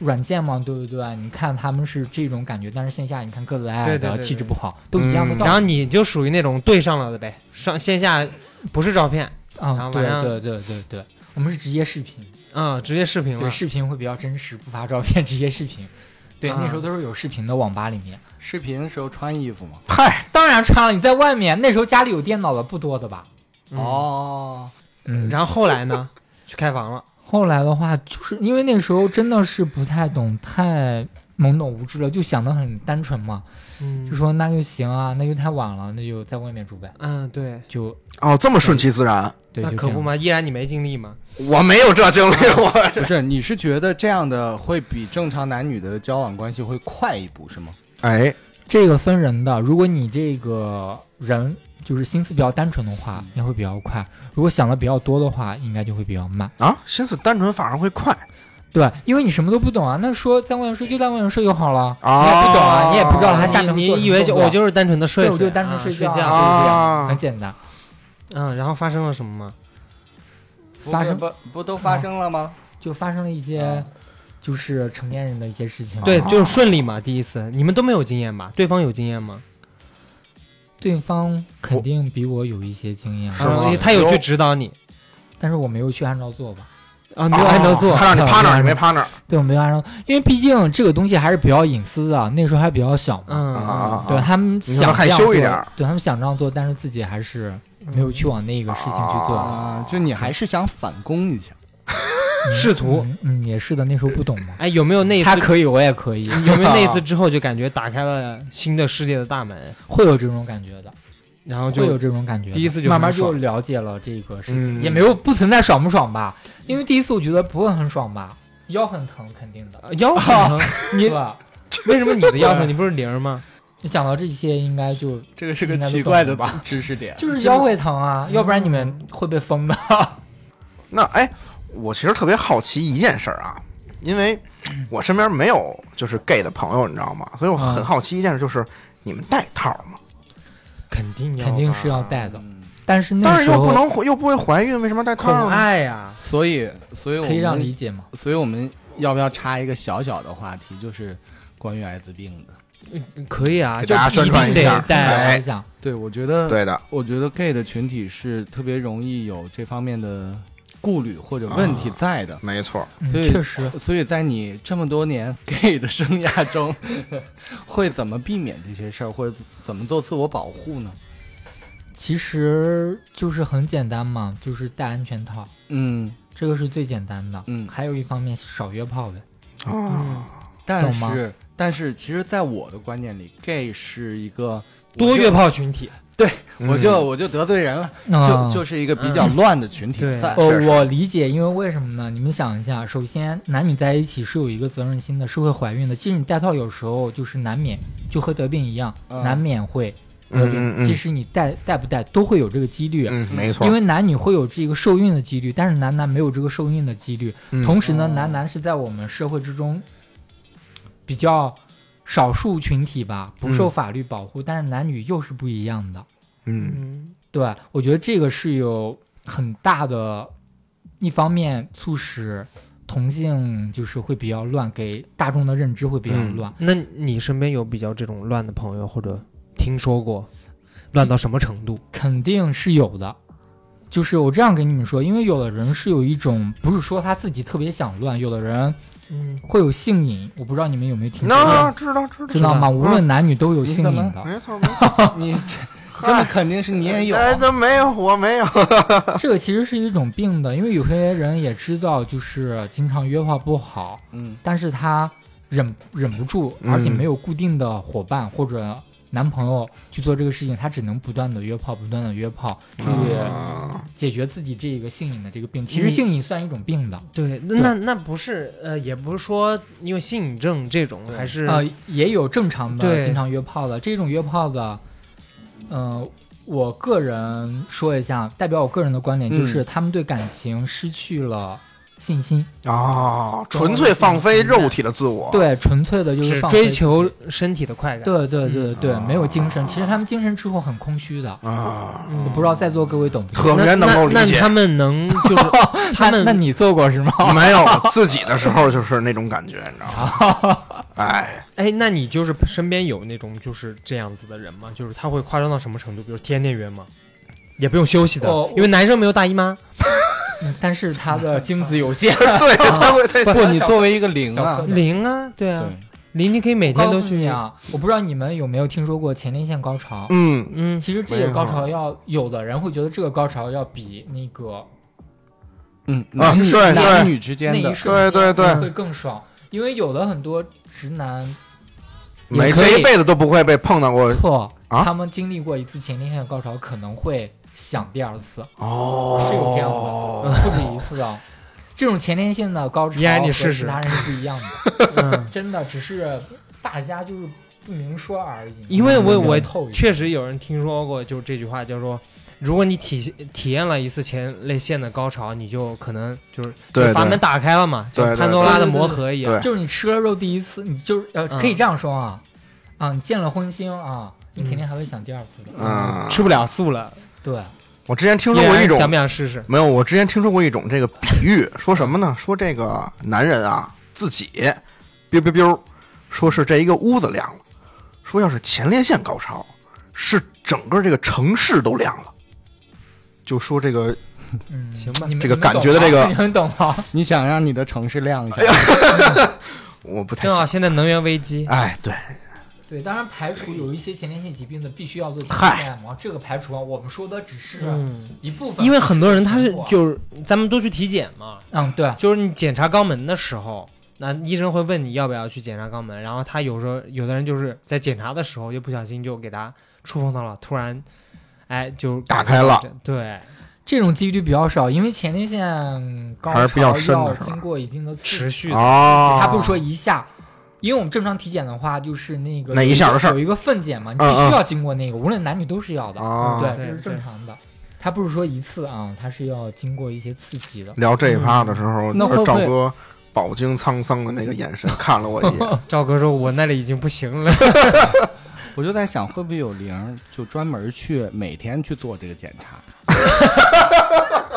[SPEAKER 5] 软件嘛，对不对？你看他们是这种感觉，但是线下你看个子矮
[SPEAKER 3] 对对
[SPEAKER 5] 矮
[SPEAKER 3] 对
[SPEAKER 5] 的，
[SPEAKER 3] 对
[SPEAKER 5] 气质不好，都一样的
[SPEAKER 4] 嗯
[SPEAKER 5] 道
[SPEAKER 3] 然后
[SPEAKER 5] 理
[SPEAKER 3] 你就属于那种对上了的呗，上线下不是照片，然
[SPEAKER 5] 啊
[SPEAKER 3] 后。晚
[SPEAKER 5] 对
[SPEAKER 3] 上
[SPEAKER 5] 对对对对，我们是直接视频。
[SPEAKER 3] 嗯，直接视频
[SPEAKER 5] 对，
[SPEAKER 3] 了。
[SPEAKER 5] 视频会比较真实，不发照片，直接
[SPEAKER 3] <laughs>
[SPEAKER 5] 视频。对，
[SPEAKER 3] 啊
[SPEAKER 5] 那时候都是有视频的，网吧里面。
[SPEAKER 2] 视频的时候穿衣服吗？
[SPEAKER 4] 嗨，
[SPEAKER 5] 当然穿了，你在外面那时候家里有电脑的不多的吧？
[SPEAKER 3] 嗯，
[SPEAKER 2] 哦，
[SPEAKER 5] 嗯，
[SPEAKER 3] 然后后来呢，去开房
[SPEAKER 5] <laughs>
[SPEAKER 3] 了。
[SPEAKER 5] 后来的话，就是因为那时候真的是不太懂，太懵懂无知了，就想的很单纯嘛，
[SPEAKER 3] 嗯
[SPEAKER 5] 就说那就行啊，那就太晚了，那就在外面住呗，
[SPEAKER 3] 嗯，对，
[SPEAKER 5] 就
[SPEAKER 4] 哦，这么顺其自然，
[SPEAKER 5] 对，
[SPEAKER 3] 那
[SPEAKER 5] 就
[SPEAKER 3] 可
[SPEAKER 5] 这
[SPEAKER 3] 不
[SPEAKER 5] 样
[SPEAKER 3] 嘛，依然你没经历嘛。
[SPEAKER 4] 我没有这经历，我
[SPEAKER 5] 嗯
[SPEAKER 2] 不是，你是觉得这样的会比正常男女的交往关系会快一步是吗？
[SPEAKER 4] <laughs> 哎，
[SPEAKER 5] 这个分人的，如果你这个人就是心思比较单纯的话，
[SPEAKER 4] 嗯
[SPEAKER 5] 应该会比较快；如果想的比较多的话，应该就会比较慢。
[SPEAKER 4] 啊，心思单纯反而会快
[SPEAKER 5] 对，因为你什么都不懂啊。那说在外面睡就在外面睡就好了，
[SPEAKER 4] 啊
[SPEAKER 5] 你也不懂啊，你也不知道他下
[SPEAKER 3] 你
[SPEAKER 5] 面会做
[SPEAKER 3] 你
[SPEAKER 5] 什么
[SPEAKER 3] 以为就
[SPEAKER 5] 动作
[SPEAKER 3] 我就是单纯的睡
[SPEAKER 5] 对，
[SPEAKER 3] 睡，
[SPEAKER 5] 我就单
[SPEAKER 3] 啊
[SPEAKER 5] 纯
[SPEAKER 3] 睡
[SPEAKER 5] 觉，
[SPEAKER 3] 觉。
[SPEAKER 5] 啊
[SPEAKER 4] 啊
[SPEAKER 5] 很简单。
[SPEAKER 3] 嗯，然后发生了什么吗？
[SPEAKER 5] 发生
[SPEAKER 2] 不不都发生了吗？
[SPEAKER 5] 就发生了一
[SPEAKER 3] 嗯
[SPEAKER 5] 些就是成年人的一些事情。
[SPEAKER 3] 对，
[SPEAKER 4] 啊
[SPEAKER 3] 就是顺利嘛，第一次，你们都没有经验吧？对方有经验吗？
[SPEAKER 5] 对方肯定比我有一些经验，啊
[SPEAKER 4] 是吗哦
[SPEAKER 3] 嗯他有去指导你
[SPEAKER 5] 但是我没有去按照做吧。
[SPEAKER 3] 啊，没有按照做
[SPEAKER 4] 哦他让你趴那
[SPEAKER 5] 嗯
[SPEAKER 4] 儿，你没趴那儿
[SPEAKER 5] 对，我没有按照，因为毕竟这个东西还是比较隐私的，那时候还比较小嘛。
[SPEAKER 4] 啊
[SPEAKER 3] 嗯，
[SPEAKER 4] 啊，
[SPEAKER 5] 对他们
[SPEAKER 4] 你可能
[SPEAKER 5] 想
[SPEAKER 4] 害
[SPEAKER 5] 这样
[SPEAKER 4] 羞一
[SPEAKER 5] 做
[SPEAKER 4] 点儿
[SPEAKER 5] 对他们想这样做，但是自己还是
[SPEAKER 3] 嗯
[SPEAKER 5] 没有去往那个事情去做。
[SPEAKER 2] 啊，就你还是想反攻一下，
[SPEAKER 3] 试图。
[SPEAKER 5] 嗯嗯，也是的，那时候不懂嘛。
[SPEAKER 3] 哎，有没有 <laughs> 那一次
[SPEAKER 5] 他？可以，我也可
[SPEAKER 3] <laughs>
[SPEAKER 5] 以，
[SPEAKER 3] 有没有那一次之后就感觉打开了新的世界的大门，
[SPEAKER 5] 会有这种感
[SPEAKER 3] <laughs>
[SPEAKER 5] 觉的，
[SPEAKER 3] 然后
[SPEAKER 5] 会有
[SPEAKER 3] 就
[SPEAKER 5] 这种感觉的。
[SPEAKER 3] 第一次就
[SPEAKER 5] 慢慢
[SPEAKER 3] 很
[SPEAKER 5] 就
[SPEAKER 3] 爽
[SPEAKER 5] 了解了这个事情，
[SPEAKER 4] 嗯
[SPEAKER 5] 也没有不存在爽不爽吧？因为第一次我觉得不会很爽吧，腰很疼肯定的，
[SPEAKER 3] <laughs> 呃腰很疼？
[SPEAKER 5] 你吧？
[SPEAKER 3] 为什么你的腰疼？你不是零儿吗？
[SPEAKER 5] 就讲到这些，应该
[SPEAKER 3] <laughs>
[SPEAKER 5] 就
[SPEAKER 2] 这个是个
[SPEAKER 5] 应该都
[SPEAKER 2] 奇怪的
[SPEAKER 5] 懂吧
[SPEAKER 2] 知识
[SPEAKER 5] <laughs>
[SPEAKER 2] 点。
[SPEAKER 5] 就是腰会疼啊，要不然你们
[SPEAKER 3] 嗯
[SPEAKER 5] 会被封的。
[SPEAKER 4] 那哎，我其实特别好奇一件事儿啊，因为我身边没有就是 gay 的朋友，你知道吗？所以我很
[SPEAKER 5] 嗯
[SPEAKER 4] 好奇一件事，就是你们戴套吗？
[SPEAKER 3] 肯定要
[SPEAKER 5] 肯定
[SPEAKER 3] 吧
[SPEAKER 5] 是要戴的，
[SPEAKER 2] 嗯
[SPEAKER 5] 但是那
[SPEAKER 4] 但
[SPEAKER 5] 个
[SPEAKER 4] 是
[SPEAKER 5] 时
[SPEAKER 4] 又不
[SPEAKER 5] 候
[SPEAKER 4] 能又不会怀孕，为什么要戴套
[SPEAKER 3] 宠
[SPEAKER 4] 呢？
[SPEAKER 3] 爱呀、
[SPEAKER 2] 所以，所以我
[SPEAKER 5] 可以让理
[SPEAKER 2] 们，
[SPEAKER 5] 解吗？
[SPEAKER 2] 所以我们要不要插一个小小的话题，就是关于艾滋病的？
[SPEAKER 3] 可以啊，
[SPEAKER 4] 给
[SPEAKER 3] 就
[SPEAKER 4] 大家宣
[SPEAKER 3] 一
[SPEAKER 4] 传
[SPEAKER 3] 定
[SPEAKER 4] 一下
[SPEAKER 3] 得啊
[SPEAKER 4] 哎
[SPEAKER 3] 戴。
[SPEAKER 5] 一下，
[SPEAKER 2] 对，我觉得，
[SPEAKER 4] 对的，
[SPEAKER 2] 我觉得 gay 的群体是特别容易有这方面的顾虑或者问题在的。
[SPEAKER 4] 没错。
[SPEAKER 5] 嗯，
[SPEAKER 2] 所以
[SPEAKER 5] 确实，
[SPEAKER 2] 所以在你这么多年 <laughs> gay 的生涯中， <laughs> 会怎么避免这些事儿，或者怎么做自我保护呢？
[SPEAKER 5] 其实就是很简单嘛，就是戴安全套，
[SPEAKER 2] 嗯，
[SPEAKER 5] 这个是最简单的。
[SPEAKER 2] 嗯
[SPEAKER 5] 还有一方面少约炮呗。
[SPEAKER 3] 嗯
[SPEAKER 4] 啊，
[SPEAKER 2] 但
[SPEAKER 5] 懂吗
[SPEAKER 2] 是但是，其实在我的观念里，gay 是一个
[SPEAKER 3] 多
[SPEAKER 2] 月
[SPEAKER 3] 月炮群体，
[SPEAKER 2] 我就我就得罪人了，就
[SPEAKER 5] 就
[SPEAKER 2] 就是一个比较乱的群体
[SPEAKER 3] 对
[SPEAKER 2] 在。
[SPEAKER 5] 嗯呃
[SPEAKER 4] 确，实
[SPEAKER 5] 我理解，因为为什么呢？你们想一下，首先男女在一起是有一个责任心的，是会怀孕的。即使你戴套，有时候就是难免就和得病一样，
[SPEAKER 2] 嗯
[SPEAKER 5] 难免会得
[SPEAKER 4] 嗯
[SPEAKER 5] 病。
[SPEAKER 4] 嗯嗯
[SPEAKER 5] 即使你戴戴不戴，都会有这个几率。啊
[SPEAKER 4] 嗯，没错
[SPEAKER 5] 因。为男女会有这个受孕的几率，但是男男没有这个受孕的几率。
[SPEAKER 4] 嗯
[SPEAKER 5] 同时呢，
[SPEAKER 2] 哦
[SPEAKER 5] 男男是在我们社会之中比较少数群体吧，不受
[SPEAKER 4] 嗯
[SPEAKER 5] 法律保护，但是男女又是不一样的。
[SPEAKER 4] 嗯，
[SPEAKER 3] 嗯，
[SPEAKER 5] 对，我觉得这个是有很大的，一方面促使同性就是会比较乱，给大众的认知会比较
[SPEAKER 4] 嗯
[SPEAKER 5] 乱。
[SPEAKER 3] 那你身边有比较这种乱的朋友，或者听说过乱到什么程度？
[SPEAKER 5] 肯定是有的。就是我这样跟你们说，因为有的人是有一种，不是说他自己特别想乱，有的人
[SPEAKER 3] 嗯，
[SPEAKER 5] 会有性瘾，我不知道你们有没有听说过，
[SPEAKER 4] 那知道知道
[SPEAKER 5] 知道吗？
[SPEAKER 4] 嗯
[SPEAKER 5] 无论男女都有性瘾
[SPEAKER 2] 你
[SPEAKER 5] 的，
[SPEAKER 4] 没错没错，
[SPEAKER 2] 你这这么肯定是你也有啊，
[SPEAKER 4] 哎，这没有我没有。
[SPEAKER 5] 这个其实是一种病的，因为有些人也知道，就是经常约炮不好，
[SPEAKER 2] 嗯
[SPEAKER 5] 但是他忍忍不住，
[SPEAKER 4] 嗯
[SPEAKER 5] 而且没有固定的伙伴或者男朋友去做这个事情，他只能不断的约炮，不断的约炮去
[SPEAKER 4] 啊嗯
[SPEAKER 5] 解决自己这个性瘾的这个病。其
[SPEAKER 3] 你
[SPEAKER 5] 实性瘾算一种病的，
[SPEAKER 3] 对，那那那不是呃，也不是说因为性瘾症这种，
[SPEAKER 2] 对
[SPEAKER 3] 还是、
[SPEAKER 5] 呃，也有正常的
[SPEAKER 3] 对
[SPEAKER 5] 经常约炮的，这种约炮的，嗯、我个人说一下，代表我个人的观点，
[SPEAKER 2] 嗯
[SPEAKER 5] 就是他们对感情失去了信心，
[SPEAKER 4] 啊，纯粹放飞肉体的自我。
[SPEAKER 5] 对，纯粹的就是
[SPEAKER 3] 只
[SPEAKER 5] 放飞
[SPEAKER 3] 追求身体的快感。
[SPEAKER 5] 对对对对，
[SPEAKER 4] 嗯
[SPEAKER 5] 没有精神。其实他们精神之后很空虚的，
[SPEAKER 4] 啊，
[SPEAKER 3] 嗯
[SPEAKER 5] 我不知道在座各位懂不懂？
[SPEAKER 4] 特别能够理
[SPEAKER 3] 那那那
[SPEAKER 4] 解
[SPEAKER 3] 他。们能就是他们
[SPEAKER 5] 那那你做
[SPEAKER 3] <laughs>
[SPEAKER 5] 过是吗？
[SPEAKER 4] 没有自己的时候就是那种感觉，你知道吗？哎，。
[SPEAKER 3] 哎，那你就是身边有那种就是这样子的人吗？就是他会夸张到什么程度？比如天天约吗？也不用休息的，
[SPEAKER 5] 哦
[SPEAKER 3] 因为男生没有大姨妈。
[SPEAKER 5] 嗯但是他的精子有限
[SPEAKER 4] 对，他会他
[SPEAKER 2] 不，你作为一个零啊
[SPEAKER 5] 小，
[SPEAKER 3] 零啊，对啊，
[SPEAKER 2] 对，
[SPEAKER 3] 零你可以每
[SPEAKER 5] 我告
[SPEAKER 3] <laughs> 天
[SPEAKER 5] 诉
[SPEAKER 3] 都
[SPEAKER 5] 你
[SPEAKER 3] 去。
[SPEAKER 5] 啊， <laughs> 我不知道你们有没有听说过前列腺高潮。
[SPEAKER 4] 嗯，
[SPEAKER 5] <laughs>
[SPEAKER 3] 嗯，
[SPEAKER 5] 其实这个高潮要有的人会觉得这个高潮要比那个
[SPEAKER 2] 嗯，
[SPEAKER 4] 啊
[SPEAKER 2] 男女
[SPEAKER 4] 对
[SPEAKER 2] 男女之间
[SPEAKER 5] 那一
[SPEAKER 2] 的，
[SPEAKER 5] 瞬间
[SPEAKER 4] 对对对
[SPEAKER 5] 会更爽，因为有的很多直男
[SPEAKER 4] 没
[SPEAKER 3] 也可以
[SPEAKER 4] 这一辈子都不会被碰到过
[SPEAKER 5] 错，
[SPEAKER 4] 啊
[SPEAKER 5] 他们经历过一次前列腺高潮可能会想第二次。
[SPEAKER 4] 哦，
[SPEAKER 5] 是有这样的，不止一次啊。这种前列腺的高潮
[SPEAKER 3] 依然你
[SPEAKER 5] 和
[SPEAKER 3] 试试
[SPEAKER 5] 其他人是不一样的，
[SPEAKER 3] 嗯，
[SPEAKER 5] 真的只是大家就是不明说而已。
[SPEAKER 3] 因为我
[SPEAKER 5] 没有
[SPEAKER 3] 我
[SPEAKER 5] 透一下
[SPEAKER 3] 确实有人听说过，就是这句话叫做。如果你体体验了一次前列腺的高潮，你就可能就是
[SPEAKER 4] 对
[SPEAKER 3] 就阀
[SPEAKER 4] 对
[SPEAKER 3] 门打开了嘛，
[SPEAKER 4] 对
[SPEAKER 3] 就
[SPEAKER 4] 对
[SPEAKER 3] 潘多拉的
[SPEAKER 5] 对对
[SPEAKER 3] 魔盒一样。
[SPEAKER 4] 对
[SPEAKER 5] 就是你吃了肉第一次，你就是呃，
[SPEAKER 3] 嗯
[SPEAKER 5] 可以这样说啊，啊，你见了荤腥啊，你
[SPEAKER 3] 嗯
[SPEAKER 5] 肯定还会想第二次的。
[SPEAKER 4] 嗯，
[SPEAKER 3] 吃不了素了，
[SPEAKER 5] 对，
[SPEAKER 4] 我之前听说过一
[SPEAKER 3] 依然
[SPEAKER 4] 种
[SPEAKER 3] 想不想试试？
[SPEAKER 4] 没有，我之前听说过一种这个比喻，说什么呢？说这个男人啊，自己，biu biu biu，说是这一个屋子亮了，说要是前列腺高潮，是整个这个城市都亮了。就说这个，
[SPEAKER 5] 嗯，
[SPEAKER 3] 行吧
[SPEAKER 5] 你们
[SPEAKER 4] 这个
[SPEAKER 5] 你们懂
[SPEAKER 4] 感觉的这个
[SPEAKER 5] 吗 <laughs> 你们懂吗？
[SPEAKER 2] 你想让你的城市亮一下，
[SPEAKER 4] 我不太
[SPEAKER 3] 正好
[SPEAKER 4] 想。
[SPEAKER 3] 现在能源危机，
[SPEAKER 4] 哎，对，
[SPEAKER 5] 对，当然排除有一些前列腺疾病的必须要做前
[SPEAKER 4] 嗨
[SPEAKER 5] 列腺按摩，这个排除啊，我们说的只是
[SPEAKER 3] 嗯，
[SPEAKER 5] 一部分。
[SPEAKER 3] 因为很多人他是就是咱们都去体检嘛，
[SPEAKER 5] 嗯，对，
[SPEAKER 3] 就是你检查肛门的时候，那医生会问你要不要去检查肛门，然后他有时候有的人就是在检查的时候就不小心就给他触碰到了，突然，哎，就
[SPEAKER 4] 打开了，
[SPEAKER 3] 对，
[SPEAKER 5] 这种几率比较少，因为前列腺高
[SPEAKER 4] 还是比较
[SPEAKER 5] 潮
[SPEAKER 4] 深的
[SPEAKER 5] 要
[SPEAKER 4] 是吧啊
[SPEAKER 5] 经过一定的刺激
[SPEAKER 3] 持续的，
[SPEAKER 4] 哦，
[SPEAKER 5] 它不是说一下因为我们正常体检的话，就是那个
[SPEAKER 4] 那一下的事儿
[SPEAKER 5] 有一个粪检嘛，你必
[SPEAKER 4] 嗯嗯
[SPEAKER 5] 须要经过那个，无论男女都是要的，
[SPEAKER 4] 啊
[SPEAKER 5] 对，
[SPEAKER 3] 对
[SPEAKER 5] 这是
[SPEAKER 3] 对
[SPEAKER 5] 正常的。它不是说一次啊，它是要经过一些刺激的。
[SPEAKER 4] 聊这一趴的时候，
[SPEAKER 2] 那会不会
[SPEAKER 4] 赵哥饱经沧桑的那个眼神看了我
[SPEAKER 3] <laughs>
[SPEAKER 4] 一眼，
[SPEAKER 3] 赵哥说：“我那里已经不行了。
[SPEAKER 2] 我就在想，会不会有灵儿就专门去每天去做这个检查？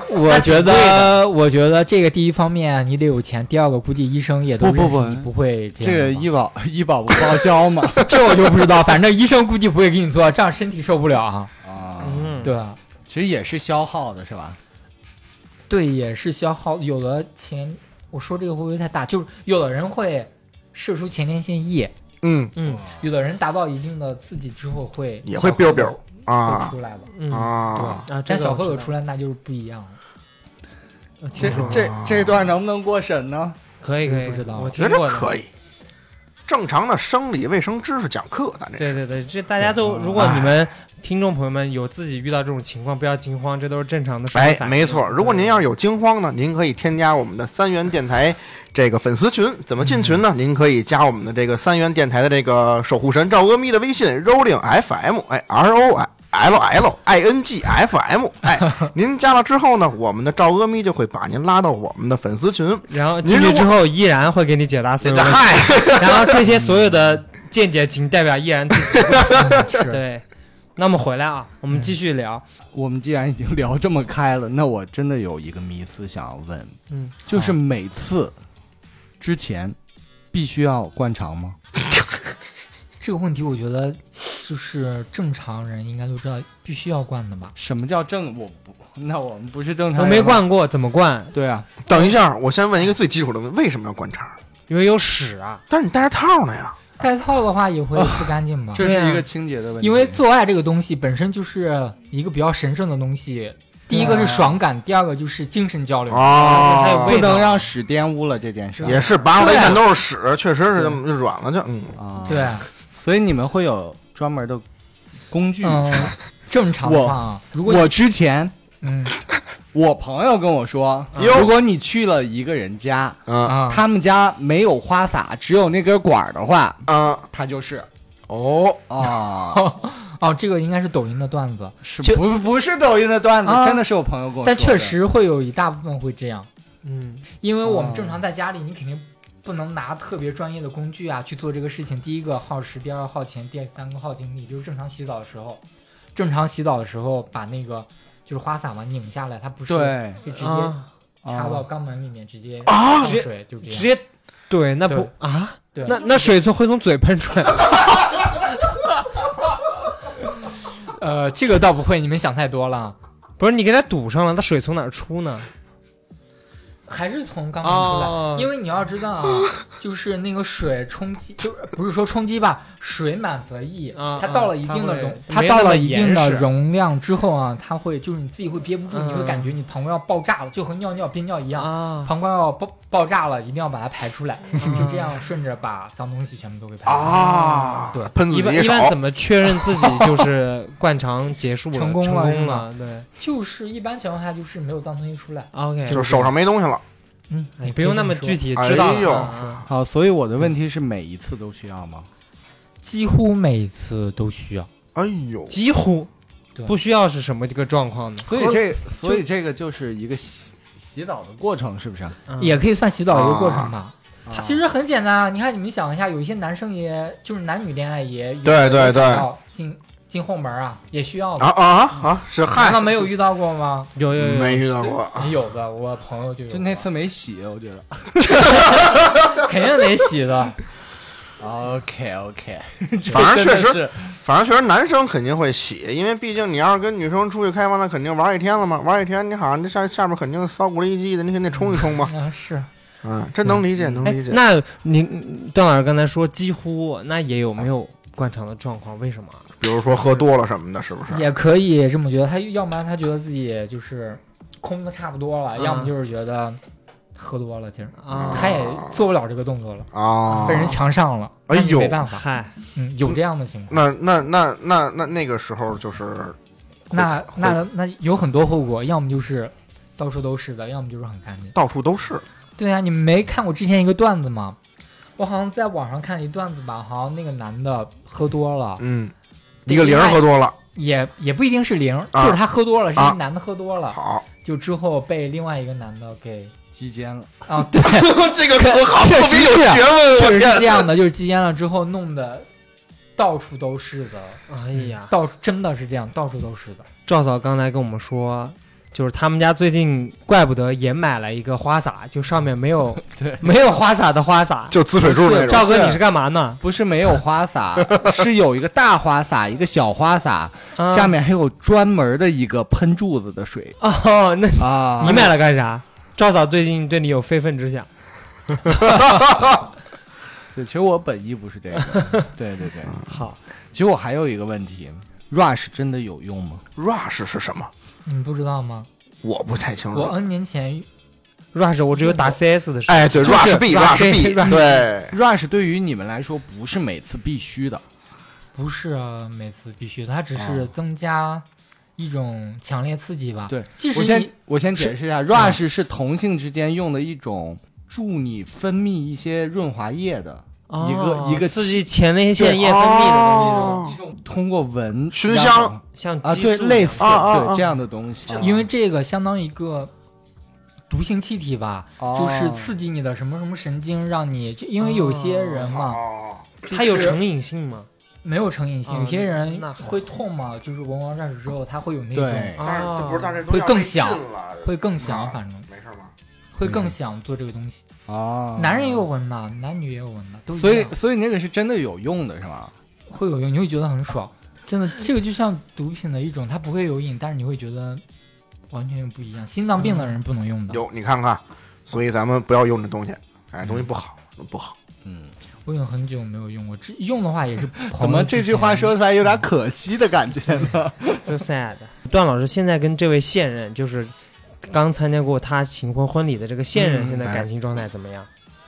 [SPEAKER 5] 我觉得，我觉得这个第一方面啊你得有钱，第二个估计医生也都
[SPEAKER 2] 不不
[SPEAKER 5] 认识
[SPEAKER 2] 不
[SPEAKER 5] 你不会这
[SPEAKER 2] 这个
[SPEAKER 5] 样吧。
[SPEAKER 2] 医保医保不报销吗？ <laughs>
[SPEAKER 5] 这我就不知道，反正医生估计不会给你做，这样身体受不了啊。
[SPEAKER 2] 啊，
[SPEAKER 3] <laughs> 嗯，
[SPEAKER 5] 对，
[SPEAKER 2] 其实也是消耗的，是吧？
[SPEAKER 5] 对，也是消耗。有的前，我说这个会不会太大？就是有的人会射出前列腺液，
[SPEAKER 4] 嗯
[SPEAKER 3] 嗯
[SPEAKER 5] 有的人达到一定的刺激之后会
[SPEAKER 4] 也会 biu biu
[SPEAKER 5] 会
[SPEAKER 4] 啊
[SPEAKER 5] 出来了。
[SPEAKER 3] 嗯
[SPEAKER 4] 啊！
[SPEAKER 5] 对
[SPEAKER 3] 啊这
[SPEAKER 5] 但
[SPEAKER 3] 个
[SPEAKER 5] 小
[SPEAKER 3] 我
[SPEAKER 5] 黑
[SPEAKER 3] 知
[SPEAKER 5] 有
[SPEAKER 3] 道嗯
[SPEAKER 5] 出来那就是不一样了。
[SPEAKER 2] 这这这段能不能过审呢？
[SPEAKER 3] 可以可以，
[SPEAKER 5] 不知道
[SPEAKER 3] 我
[SPEAKER 4] 觉
[SPEAKER 3] 听过
[SPEAKER 4] 得
[SPEAKER 3] 的。
[SPEAKER 4] 可以，正常的生理卫生知识讲课，咱这
[SPEAKER 3] 对对对，嗯这大家都，
[SPEAKER 2] 对
[SPEAKER 3] 如果你们听众朋友们有自己遇到这种情况，不要惊慌，这都是正常的生理
[SPEAKER 4] 哎，
[SPEAKER 3] 反应。
[SPEAKER 4] 没错。如果您要是有惊慌呢，您可以添加我们的三元电台这个粉丝群。怎么进群呢？您可以加我们的这个三元电台的这个守护神赵阿咪的微信 rolling fm，哎，r o l l i n g f m，哎， <laughs> 您加了之后呢，我们的赵阿咪就会把您拉到我们的粉丝群。哎
[SPEAKER 3] 然后
[SPEAKER 4] 您
[SPEAKER 3] 进去
[SPEAKER 4] 如果
[SPEAKER 3] 之后依然会给你解答所有问题，<laughs>
[SPEAKER 4] 嗨，
[SPEAKER 3] 然后这些所有的见解仅代表依然自己。 <laughs>
[SPEAKER 5] 是，
[SPEAKER 3] 对，那么回来啊，我们继续聊。
[SPEAKER 2] 我们既然已经聊这么开了，那我真的有一个迷思想要问，
[SPEAKER 3] 嗯，
[SPEAKER 2] 就是每次之前必须要灌肠吗？
[SPEAKER 5] 这个问题我觉得就是正常人应该都知道，必须要灌的吧。
[SPEAKER 2] 什么叫正？我不，那我们不是正常
[SPEAKER 3] 我
[SPEAKER 2] 人吗
[SPEAKER 3] 没。灌过，怎么灌？
[SPEAKER 2] 对啊，
[SPEAKER 4] <laughs> 等一下，我先问一个最基础的问题：为什么要灌肠？
[SPEAKER 3] 因为有屎啊。
[SPEAKER 4] 但是你戴着套呢呀，
[SPEAKER 5] 戴套的话也会不干净吧？
[SPEAKER 2] 这
[SPEAKER 3] 对啊
[SPEAKER 2] 是一个清洁的问题。
[SPEAKER 5] 因为做爱这个东西本身就是一个比较神圣的东西，第一个是爽感，第二个就是精神交流。
[SPEAKER 3] 还有
[SPEAKER 4] 哦
[SPEAKER 3] 味
[SPEAKER 2] 不能让屎玷污了这件事
[SPEAKER 4] 也是，拔出来一看都是屎，确实是这么就软了就，嗯，
[SPEAKER 2] 啊。
[SPEAKER 5] 对，，
[SPEAKER 2] 所以你们会有专门的工具。
[SPEAKER 5] 嗯，正常的话啊，如果
[SPEAKER 2] <laughs>
[SPEAKER 5] 你
[SPEAKER 2] 我之前
[SPEAKER 5] 嗯
[SPEAKER 2] 我朋友跟我说，
[SPEAKER 4] 哟
[SPEAKER 2] 如果你去了一个人家，
[SPEAKER 4] 嗯
[SPEAKER 5] 啊，
[SPEAKER 2] 他们家没有花洒，只有那根管儿的话，
[SPEAKER 4] 啊，
[SPEAKER 2] 他就是
[SPEAKER 4] 哦，
[SPEAKER 2] 啊，
[SPEAKER 5] 哦，这个应该是抖音的段子，
[SPEAKER 2] 是
[SPEAKER 5] 就
[SPEAKER 2] 不不是抖音的段子，
[SPEAKER 5] 啊
[SPEAKER 2] 真的是我朋友跟我说的。
[SPEAKER 5] 但确实会有一大部分会这样，
[SPEAKER 3] 嗯，
[SPEAKER 5] 因为我们
[SPEAKER 2] 哦
[SPEAKER 5] 正常在家里，你肯定不能拿特别专业的工具啊去做这个事情。第一个耗时，第二个耗钱，第三个耗精力，就是正常洗澡的时候，正常洗澡的时候把那个就是花洒嘛拧下来，它不是
[SPEAKER 2] 对，
[SPEAKER 5] 就直接
[SPEAKER 3] 啊，
[SPEAKER 5] 插到
[SPEAKER 2] 啊
[SPEAKER 5] 肛门里面直接
[SPEAKER 4] 啊
[SPEAKER 5] 放水，就这
[SPEAKER 3] 直
[SPEAKER 5] 样。
[SPEAKER 3] 接对，那不
[SPEAKER 5] 对
[SPEAKER 3] 啊，
[SPEAKER 5] 对，
[SPEAKER 3] 那那水从会从嘴喷出来。 <laughs>
[SPEAKER 5] 呃，这个倒不会，你们想太多了，
[SPEAKER 3] 不是你给它堵上了，它水从哪儿出呢？
[SPEAKER 5] 还是从肛门出来。
[SPEAKER 3] 哦，
[SPEAKER 5] 因为你要知 <laughs> 道啊，就是那个水冲击，就是不是说冲击吧，水满则溢，
[SPEAKER 3] 啊
[SPEAKER 5] 它
[SPEAKER 3] 啊
[SPEAKER 5] 到了一定的容，
[SPEAKER 3] 它
[SPEAKER 5] 它
[SPEAKER 3] 会
[SPEAKER 5] 到了
[SPEAKER 3] 没
[SPEAKER 5] 一
[SPEAKER 3] 那么
[SPEAKER 5] 定的
[SPEAKER 3] 严实
[SPEAKER 5] 容量之后啊，它会就是你自己会憋不住，
[SPEAKER 3] 嗯
[SPEAKER 5] 你会感觉你膀胱要爆炸了，就和尿尿憋尿一样，
[SPEAKER 3] 啊，
[SPEAKER 5] 膀胱要爆爆炸了，一定要把它排出来，
[SPEAKER 3] 嗯
[SPEAKER 5] 就这样顺着把脏东西全部都给排出来，
[SPEAKER 4] 啊，
[SPEAKER 5] 对
[SPEAKER 4] 喷自
[SPEAKER 3] 一
[SPEAKER 4] 己
[SPEAKER 3] 般
[SPEAKER 4] 的
[SPEAKER 3] 一
[SPEAKER 4] 手，
[SPEAKER 3] 般怎么确认自己就是灌肠结束 <laughs> 了
[SPEAKER 5] 成
[SPEAKER 3] 功
[SPEAKER 5] 功了是
[SPEAKER 3] 了？对
[SPEAKER 5] 就是一般情况下就是没有脏东西出来，
[SPEAKER 3] ，OK，
[SPEAKER 4] 就是手上没东西了，
[SPEAKER 5] 嗯，
[SPEAKER 3] 你不用那么具
[SPEAKER 5] 体，
[SPEAKER 3] 体，
[SPEAKER 4] 哎
[SPEAKER 3] 知道
[SPEAKER 4] 呦
[SPEAKER 3] 了啊。
[SPEAKER 2] 好，所以我的问题是每一次都需要吗？
[SPEAKER 5] 几乎每次都需要。
[SPEAKER 4] 哎呦，
[SPEAKER 3] 几乎
[SPEAKER 5] 对
[SPEAKER 3] 不需要是什么这个状况呢？
[SPEAKER 2] 所以这所以这个就是一个洗洗澡的过程，是不啊是？
[SPEAKER 5] 也可以算洗澡一个过程吧。
[SPEAKER 2] 啊
[SPEAKER 5] 嗯其实很简单啊，你看你们想一下，有一些男生也就是男女恋爱也有
[SPEAKER 4] 对对对
[SPEAKER 5] 想要进进后门啊，也需要的
[SPEAKER 4] 啊。啊啊，是
[SPEAKER 5] 难
[SPEAKER 4] 嗨
[SPEAKER 5] 道，没有遇到过吗？
[SPEAKER 3] 有有有
[SPEAKER 4] 没
[SPEAKER 3] 有，
[SPEAKER 4] 遇到过，
[SPEAKER 5] 你有的，我朋啊友就有
[SPEAKER 2] 就那次没洗，我觉得。
[SPEAKER 5] 肯定得洗 <laughs> 的。
[SPEAKER 2] OK <laughs> OK，
[SPEAKER 4] 反正确实
[SPEAKER 2] 是
[SPEAKER 4] 反正确实男生肯定会洗，因为毕竟你要是跟女生出去开房，那肯定玩一天了嘛，玩一天你好像这下下面肯定骚鼓了一激的，你肯定冲一冲
[SPEAKER 5] <laughs>
[SPEAKER 4] 嘛，
[SPEAKER 5] 啊，是
[SPEAKER 4] 嗯，这能理解能
[SPEAKER 3] 哎
[SPEAKER 4] 理，解，
[SPEAKER 3] 那您段老师刚才说几乎，那也有没有灌肠的状况？为什么啊？
[SPEAKER 4] 比如说喝多了什么的，是不是？
[SPEAKER 5] 也可以这么觉得。他要不然他觉得自己就是空的差不多了，
[SPEAKER 3] 啊
[SPEAKER 5] 要么就是觉得喝多了，其实
[SPEAKER 3] 啊，
[SPEAKER 5] 他也做不了这个动作了，
[SPEAKER 4] 啊
[SPEAKER 5] 被，人强上了，
[SPEAKER 4] 哎
[SPEAKER 5] 那你
[SPEAKER 4] 呦
[SPEAKER 5] 没办法，
[SPEAKER 3] 嗨，
[SPEAKER 5] 嗯，有这样的情况。
[SPEAKER 4] 那那那那那那个时候就是
[SPEAKER 5] 那
[SPEAKER 4] 会
[SPEAKER 5] 那那有很多后果，要么就是到处都是的，要么就是很干净。
[SPEAKER 4] 到处都是
[SPEAKER 5] 对啊，你没看过之前一个段子吗？我好像在网上看了一段子吧，好像那个男的喝多了，
[SPEAKER 4] 嗯，一个零儿喝多了，
[SPEAKER 5] 也也不一定是零，
[SPEAKER 4] 啊
[SPEAKER 5] 就是他喝多了，是
[SPEAKER 4] 啊
[SPEAKER 5] 一男的喝多了，
[SPEAKER 4] 好，
[SPEAKER 5] 就之后被另外一个男的
[SPEAKER 4] <laughs>
[SPEAKER 5] 给
[SPEAKER 2] 击奸了，
[SPEAKER 5] 啊，对，
[SPEAKER 4] 这个词好
[SPEAKER 5] 确
[SPEAKER 4] 特
[SPEAKER 5] 实
[SPEAKER 4] 别
[SPEAKER 2] 啊
[SPEAKER 4] 有
[SPEAKER 5] 是啊
[SPEAKER 4] 学问，
[SPEAKER 5] 确
[SPEAKER 4] 我
[SPEAKER 5] 实是
[SPEAKER 4] 天
[SPEAKER 5] 这，样的，就是吸烟了之后弄得到处都是的，
[SPEAKER 3] 哎
[SPEAKER 4] 啊
[SPEAKER 3] 呀，
[SPEAKER 5] 到真的是这样，到处都是的。
[SPEAKER 3] 赵嫂刚才跟我们说，就是他们家最近怪不得也买了一个花洒，就上面没有
[SPEAKER 2] 对
[SPEAKER 3] 没有花洒的花洒。
[SPEAKER 4] 就滋水柱那种，
[SPEAKER 3] 赵哥，你是干嘛呢？
[SPEAKER 2] 不是没有花洒，是有一个大花洒，一个小花洒，
[SPEAKER 3] 啊
[SPEAKER 2] 下面还有专门的一个喷柱子的水
[SPEAKER 3] 哦，那
[SPEAKER 2] 啊。
[SPEAKER 3] 你买了干啥？赵嫂最近对你有非分之想，
[SPEAKER 2] 对，其实我本意不是这个。对对对，
[SPEAKER 3] 好，
[SPEAKER 2] 其实我还有一个问题，rush 真的有用吗？
[SPEAKER 4] rush 是什么？
[SPEAKER 5] 你们不知道吗？
[SPEAKER 4] 我不太清
[SPEAKER 5] 我
[SPEAKER 4] 楚。
[SPEAKER 5] N 年前
[SPEAKER 3] rush 我只有打 CS 的时候，
[SPEAKER 4] 哎，对
[SPEAKER 2] 就是
[SPEAKER 4] ，rush B，rush B，
[SPEAKER 3] rush-
[SPEAKER 4] 对，
[SPEAKER 2] rush 对于你们来说不是每次必须的，
[SPEAKER 5] 不是啊，每次必须的，它只是
[SPEAKER 2] 啊
[SPEAKER 5] 增加一种强烈刺激吧。
[SPEAKER 2] 对，
[SPEAKER 5] 即
[SPEAKER 2] 我
[SPEAKER 5] 使
[SPEAKER 2] 先
[SPEAKER 5] 你
[SPEAKER 2] 我先解释一下，rush 是同性之间用的一种助你分泌一些润滑液的，一个
[SPEAKER 3] 哦
[SPEAKER 2] 一个
[SPEAKER 3] 刺激前列腺液分泌的东西是吧，
[SPEAKER 4] 哦
[SPEAKER 2] 一种通过闻
[SPEAKER 4] 熏
[SPEAKER 2] 让
[SPEAKER 4] 香
[SPEAKER 2] 人
[SPEAKER 3] 像
[SPEAKER 2] 啊，
[SPEAKER 3] 激素
[SPEAKER 2] 对，
[SPEAKER 3] 一样
[SPEAKER 2] 类似
[SPEAKER 4] 啊啊啊
[SPEAKER 2] 对这样的东西，
[SPEAKER 5] 因为这个相当于一个毒性气体吧，就
[SPEAKER 2] 哦
[SPEAKER 5] 是刺激你的什么什么神经，让你就因为有些人
[SPEAKER 2] 啊
[SPEAKER 5] 嘛、
[SPEAKER 4] 哦，
[SPEAKER 3] 它有成瘾性吗？
[SPEAKER 5] 没有成瘾性，
[SPEAKER 3] 啊
[SPEAKER 5] 有些人
[SPEAKER 3] 那那还好
[SPEAKER 5] 会痛嘛，就是闻完上手之后，他会有那种
[SPEAKER 2] 对
[SPEAKER 4] 哦但是
[SPEAKER 3] 啊，
[SPEAKER 4] 不是，但是
[SPEAKER 5] 会更响会更
[SPEAKER 4] 啊
[SPEAKER 5] 想，反正
[SPEAKER 4] 没事吗？
[SPEAKER 5] 会更想做这个东西。
[SPEAKER 2] 哦，
[SPEAKER 5] 男人也有闻嘛，男女也有闻嘛，都一
[SPEAKER 2] 所以
[SPEAKER 5] 样
[SPEAKER 2] 所以那个是真的有用的是吗？
[SPEAKER 5] 会有用，你会觉得很爽。真的，这个就像毒品的一种，它不会有瘾，但是你会觉得完全不一样。心脏病的人不能用的。
[SPEAKER 4] 有你看看，所以咱们不要用这东西，哎，东西不好，不好。
[SPEAKER 2] 嗯，
[SPEAKER 5] 我已经很久没有用过，只用的话也是朋友
[SPEAKER 2] 怎么这句话说
[SPEAKER 5] 之
[SPEAKER 2] 出来有点可惜的感觉呢？
[SPEAKER 3] so sad。段老师现在跟这位现任，就是刚参加过他行婚婚礼的这个现任，
[SPEAKER 5] 嗯
[SPEAKER 3] 现在
[SPEAKER 4] 哎
[SPEAKER 3] 感情状态怎么样？
[SPEAKER 5] 前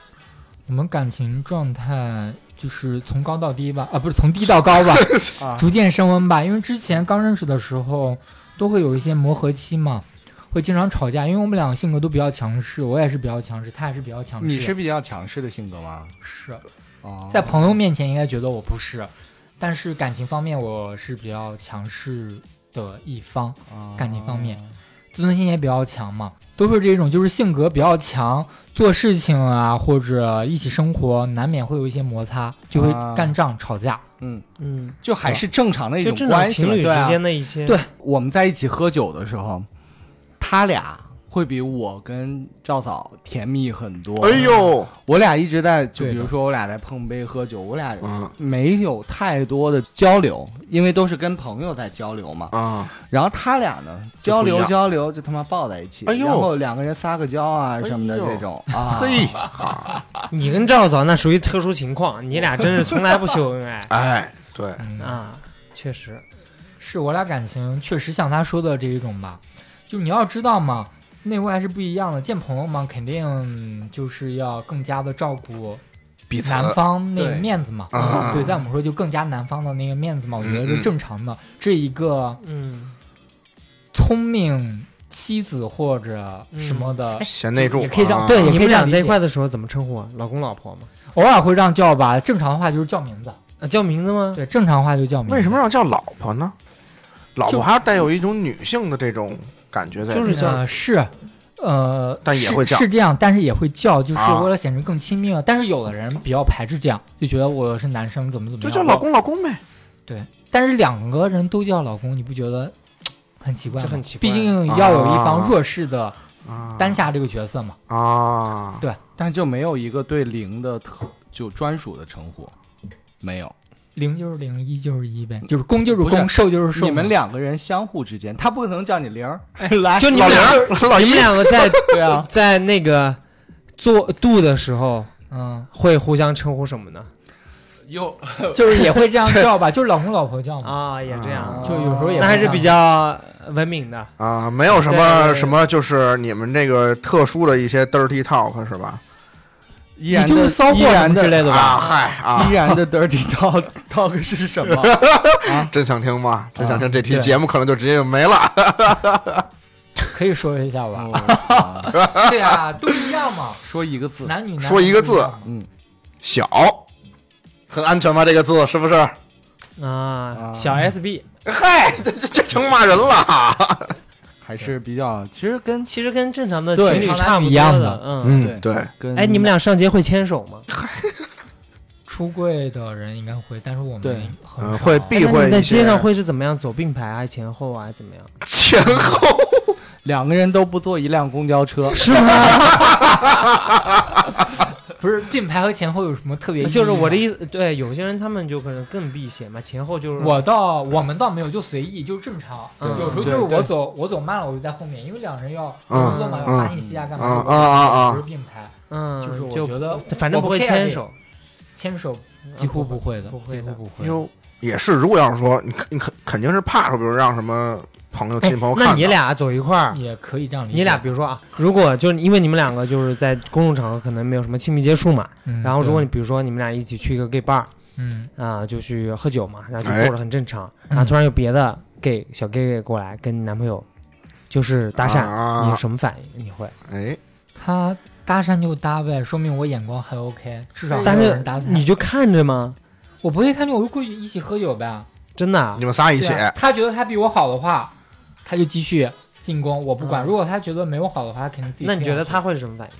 [SPEAKER 5] 我们感情状态就是从高到低吧，啊，不是从低到高吧，
[SPEAKER 2] <laughs> 啊，
[SPEAKER 5] 逐渐升温吧。因为之前刚认识的时候，都会有一些磨合期嘛，会经常吵架。因为我们两个性格都比较强势，我也是比较强势，他啊也是比较强势。
[SPEAKER 2] 你是比较强势的性格吗？
[SPEAKER 5] 是啊
[SPEAKER 2] 哦，
[SPEAKER 5] 在朋友面前应该觉得我不是，但是感情方面我是比较强势的一方。
[SPEAKER 2] 哦
[SPEAKER 5] 感情方面，自尊心也比较强嘛，都是这种，就是性格比较强，做事情啊或者一起生活，难免会有一些摩擦，就会
[SPEAKER 2] 啊
[SPEAKER 5] 干仗、吵架。
[SPEAKER 2] 嗯，
[SPEAKER 3] 嗯，
[SPEAKER 2] 就还是正常的一
[SPEAKER 3] 就
[SPEAKER 2] 种
[SPEAKER 3] 这种
[SPEAKER 2] 关系嘛
[SPEAKER 3] 情侣
[SPEAKER 2] 对啊
[SPEAKER 3] 之间的一些，
[SPEAKER 2] 对，我们在一起喝酒的时候，他俩会比我跟赵嫂甜蜜很多。
[SPEAKER 4] 哎，呦，
[SPEAKER 2] 我俩一直在，就
[SPEAKER 5] 对
[SPEAKER 2] 比
[SPEAKER 5] 的
[SPEAKER 2] 如说我俩在碰杯喝酒，我俩
[SPEAKER 4] 嗯
[SPEAKER 2] 没有太多的交流，因为都是跟朋友在交流嘛。
[SPEAKER 4] 啊，
[SPEAKER 2] 然后他俩呢，
[SPEAKER 4] 就
[SPEAKER 2] 交
[SPEAKER 4] 不一
[SPEAKER 2] 流
[SPEAKER 4] 样
[SPEAKER 2] 交流就他妈抱在一起，
[SPEAKER 4] 哎呦
[SPEAKER 2] 然后两个人撒个娇啊
[SPEAKER 4] 哎
[SPEAKER 2] 什么的
[SPEAKER 4] 呦
[SPEAKER 2] 这种、啊，
[SPEAKER 4] 嘿，
[SPEAKER 3] 你跟赵嫂那属于特殊情况，你俩真是从来不秀恩爱
[SPEAKER 4] <laughs> 哎，对，
[SPEAKER 5] 嗯，
[SPEAKER 3] 啊，确实，
[SPEAKER 5] 是我俩感情确实像他说的这一种吧，就是你要知道嘛，内外是不一样的。见朋友嘛，肯定就是要更加的照顾
[SPEAKER 4] 彼此
[SPEAKER 5] 男方那个
[SPEAKER 2] 对
[SPEAKER 5] 面子嘛。
[SPEAKER 4] 啊嗯
[SPEAKER 5] 对，在我们说就更加男方的那个面子嘛，我觉得是正常的。这一个
[SPEAKER 3] 嗯，
[SPEAKER 5] 聪明妻子或者什
[SPEAKER 4] 嗯
[SPEAKER 5] 么的，
[SPEAKER 4] 贤内助
[SPEAKER 5] 也可以让
[SPEAKER 4] 啊
[SPEAKER 5] 对，也
[SPEAKER 3] 你
[SPEAKER 5] 可以
[SPEAKER 3] 们
[SPEAKER 5] 让
[SPEAKER 3] 俩
[SPEAKER 5] 理
[SPEAKER 3] 在一
[SPEAKER 5] 解
[SPEAKER 3] 块的时候怎么称呼啊？老公老婆吗？
[SPEAKER 5] 偶尔会让叫吧，正常的话就是叫名字，
[SPEAKER 3] 啊，叫名字吗？
[SPEAKER 5] 对，正常话就叫名
[SPEAKER 4] 嗯
[SPEAKER 5] 字。
[SPEAKER 4] 为什么？让叫老婆呢？老
[SPEAKER 5] 就
[SPEAKER 4] 婆还带有一种女性的这种感觉在里
[SPEAKER 3] 就
[SPEAKER 4] 面，
[SPEAKER 3] 是叫
[SPEAKER 5] 呃，是，呃，
[SPEAKER 4] 但也会叫
[SPEAKER 5] 是，是这样，但是也会叫，就是
[SPEAKER 4] 啊
[SPEAKER 5] 为了显示更亲密嘛。但是有的人比较排斥这样，就觉得我是男生，怎么怎么
[SPEAKER 4] 就
[SPEAKER 5] 样，
[SPEAKER 4] 叫老。公老公呗。
[SPEAKER 5] 对，但是两个人都叫老公，你不觉得嘖很奇怪吗？
[SPEAKER 3] 这很奇怪
[SPEAKER 5] 毕竟要有一
[SPEAKER 4] 啊
[SPEAKER 5] 方弱势的
[SPEAKER 4] 啊，
[SPEAKER 5] 担下这个角色嘛。
[SPEAKER 4] 啊，
[SPEAKER 2] 但就没有一个对零的特就专属的称呼，没有。
[SPEAKER 5] 零就是零，一就是一呗，就是攻就是
[SPEAKER 2] 不
[SPEAKER 5] 攻，
[SPEAKER 2] 是
[SPEAKER 5] 受就是受嘛。
[SPEAKER 2] 你们两个人相互之间，他不可能叫你玲儿，来
[SPEAKER 3] 就你
[SPEAKER 4] 老
[SPEAKER 3] 们
[SPEAKER 4] 林
[SPEAKER 3] 俩，
[SPEAKER 4] 儿老
[SPEAKER 3] 你们
[SPEAKER 4] 一
[SPEAKER 3] 两个在
[SPEAKER 2] 对啊，
[SPEAKER 3] 在那个做度的时候
[SPEAKER 5] 嗯，
[SPEAKER 3] 会互相称呼什么呢？
[SPEAKER 2] 又
[SPEAKER 5] 就是也会这样叫吧，就是老公老婆叫嘛，
[SPEAKER 3] 啊，也这样，
[SPEAKER 4] 啊
[SPEAKER 5] 就有时候也
[SPEAKER 3] 那还
[SPEAKER 5] 会
[SPEAKER 3] 是
[SPEAKER 5] 这样
[SPEAKER 3] 比较文明的。
[SPEAKER 4] 啊，没有什
[SPEAKER 3] 对
[SPEAKER 4] 么
[SPEAKER 3] 对对
[SPEAKER 4] 什么，就是你们这个特殊的一些 dirty talk 是吧？
[SPEAKER 2] 依然
[SPEAKER 5] 你就是
[SPEAKER 2] 的
[SPEAKER 5] 骚货
[SPEAKER 2] 依然
[SPEAKER 5] 什么
[SPEAKER 2] 的
[SPEAKER 5] 之类的吧
[SPEAKER 4] 啊，嗨啊
[SPEAKER 2] 依，然的 dirty talk <laughs> talk 是什么？
[SPEAKER 4] 真想听
[SPEAKER 3] 啊
[SPEAKER 4] 吗？真想听，这期
[SPEAKER 5] 对
[SPEAKER 4] 节目可能就直接就没了。
[SPEAKER 5] 可以说一下吧。
[SPEAKER 2] 哦
[SPEAKER 5] 对啊，都一样嘛，
[SPEAKER 2] 说一个字，
[SPEAKER 5] 男女
[SPEAKER 4] 说一个字
[SPEAKER 5] 男女不一样嘛
[SPEAKER 2] 嗯，
[SPEAKER 4] 小，很安全吧？这个字是不是？
[SPEAKER 3] 啊，小 SB
[SPEAKER 4] 嗨，这这这成骂人了。
[SPEAKER 2] 还是比较，其实跟
[SPEAKER 3] 其实跟正常的
[SPEAKER 2] 对
[SPEAKER 3] 情侣
[SPEAKER 5] 长
[SPEAKER 3] 差
[SPEAKER 5] 男
[SPEAKER 3] 不
[SPEAKER 5] 女
[SPEAKER 3] 多
[SPEAKER 5] 一样
[SPEAKER 3] 的
[SPEAKER 5] 的，
[SPEAKER 3] 嗯。
[SPEAKER 4] 嗯，
[SPEAKER 2] 对
[SPEAKER 4] 对，
[SPEAKER 2] 跟
[SPEAKER 3] 哎，你们俩上街会牵手吗？
[SPEAKER 5] 出柜的人应该会，但是我
[SPEAKER 2] 对
[SPEAKER 5] 们很
[SPEAKER 4] 嗯，
[SPEAKER 5] 少
[SPEAKER 4] 会避
[SPEAKER 3] 哎那你
[SPEAKER 4] 讳
[SPEAKER 3] 们
[SPEAKER 4] 一
[SPEAKER 3] 在
[SPEAKER 4] 些
[SPEAKER 3] 街上会是怎么样？左并排啊，前后啊，怎么样？
[SPEAKER 4] 前后。
[SPEAKER 3] 哎
[SPEAKER 2] 两个人都不坐一辆公交车，
[SPEAKER 3] 是吗？
[SPEAKER 5] 不是并排和前后有什么特别意义吗？
[SPEAKER 3] 呃就是我的意思，对，有些人他们就可能更避嫌嘛，前后就是
[SPEAKER 5] 我倒我们倒没有，就随意，就是正常。
[SPEAKER 3] 对
[SPEAKER 5] 有时候就
[SPEAKER 2] 对
[SPEAKER 5] 是
[SPEAKER 2] 对
[SPEAKER 5] 我走我走慢了，我就在后面，因为两人要
[SPEAKER 4] 嗯
[SPEAKER 5] 工作嘛，要
[SPEAKER 4] 嗯
[SPEAKER 5] 发信息啊，干嘛
[SPEAKER 4] 啊
[SPEAKER 5] 的？
[SPEAKER 4] 啊啊
[SPEAKER 5] 不是
[SPEAKER 4] 啊！
[SPEAKER 5] 并排，
[SPEAKER 3] 嗯，
[SPEAKER 5] 就是我
[SPEAKER 3] 就
[SPEAKER 5] 觉得
[SPEAKER 3] 反正
[SPEAKER 5] 我
[SPEAKER 3] 不会
[SPEAKER 5] care
[SPEAKER 3] 牵
[SPEAKER 5] 这
[SPEAKER 3] 手，
[SPEAKER 5] 牵手几乎呃不会的，
[SPEAKER 3] 不会
[SPEAKER 5] 几乎
[SPEAKER 3] 的
[SPEAKER 5] 不会。
[SPEAKER 4] 哟，也是，如果要是说你肯你肯肯定是怕，说比如让什么朋友、亲戚朋友看到
[SPEAKER 3] 哎那你俩走一块儿，
[SPEAKER 5] 也可以这样理解。
[SPEAKER 3] 你俩比如说啊，如果就是因为你们两个就是在公众场合可能没有什么亲密接触嘛，
[SPEAKER 5] 嗯，
[SPEAKER 3] 然后如果你
[SPEAKER 5] 对
[SPEAKER 3] 比如说你们俩一起去一个 gay bar
[SPEAKER 5] 嗯
[SPEAKER 3] 啊，就去喝酒嘛，然后就
[SPEAKER 4] 哎
[SPEAKER 3] 坐着很正常，然后突然有别的 gay 小 gay 过来跟你男朋友就是搭讪，
[SPEAKER 4] 啊
[SPEAKER 3] 你有什么反应？你会？
[SPEAKER 4] 哎，
[SPEAKER 5] 他搭讪就搭呗，说明我眼光还 OK，至少
[SPEAKER 3] 但
[SPEAKER 5] 还有
[SPEAKER 3] 是
[SPEAKER 5] 人搭
[SPEAKER 3] 你
[SPEAKER 5] 讪。
[SPEAKER 3] 就看着吗？
[SPEAKER 5] 我不会看见，我就过去一起喝酒呗。
[SPEAKER 3] 真的啊
[SPEAKER 4] 你们仨一
[SPEAKER 5] 对
[SPEAKER 4] 起，
[SPEAKER 5] 啊他觉得他比我好的话，他就继续进攻，我不管。
[SPEAKER 3] 嗯
[SPEAKER 5] 如果他觉得没我好的话，他肯定自己。
[SPEAKER 3] 那你觉得他？会是什么反应？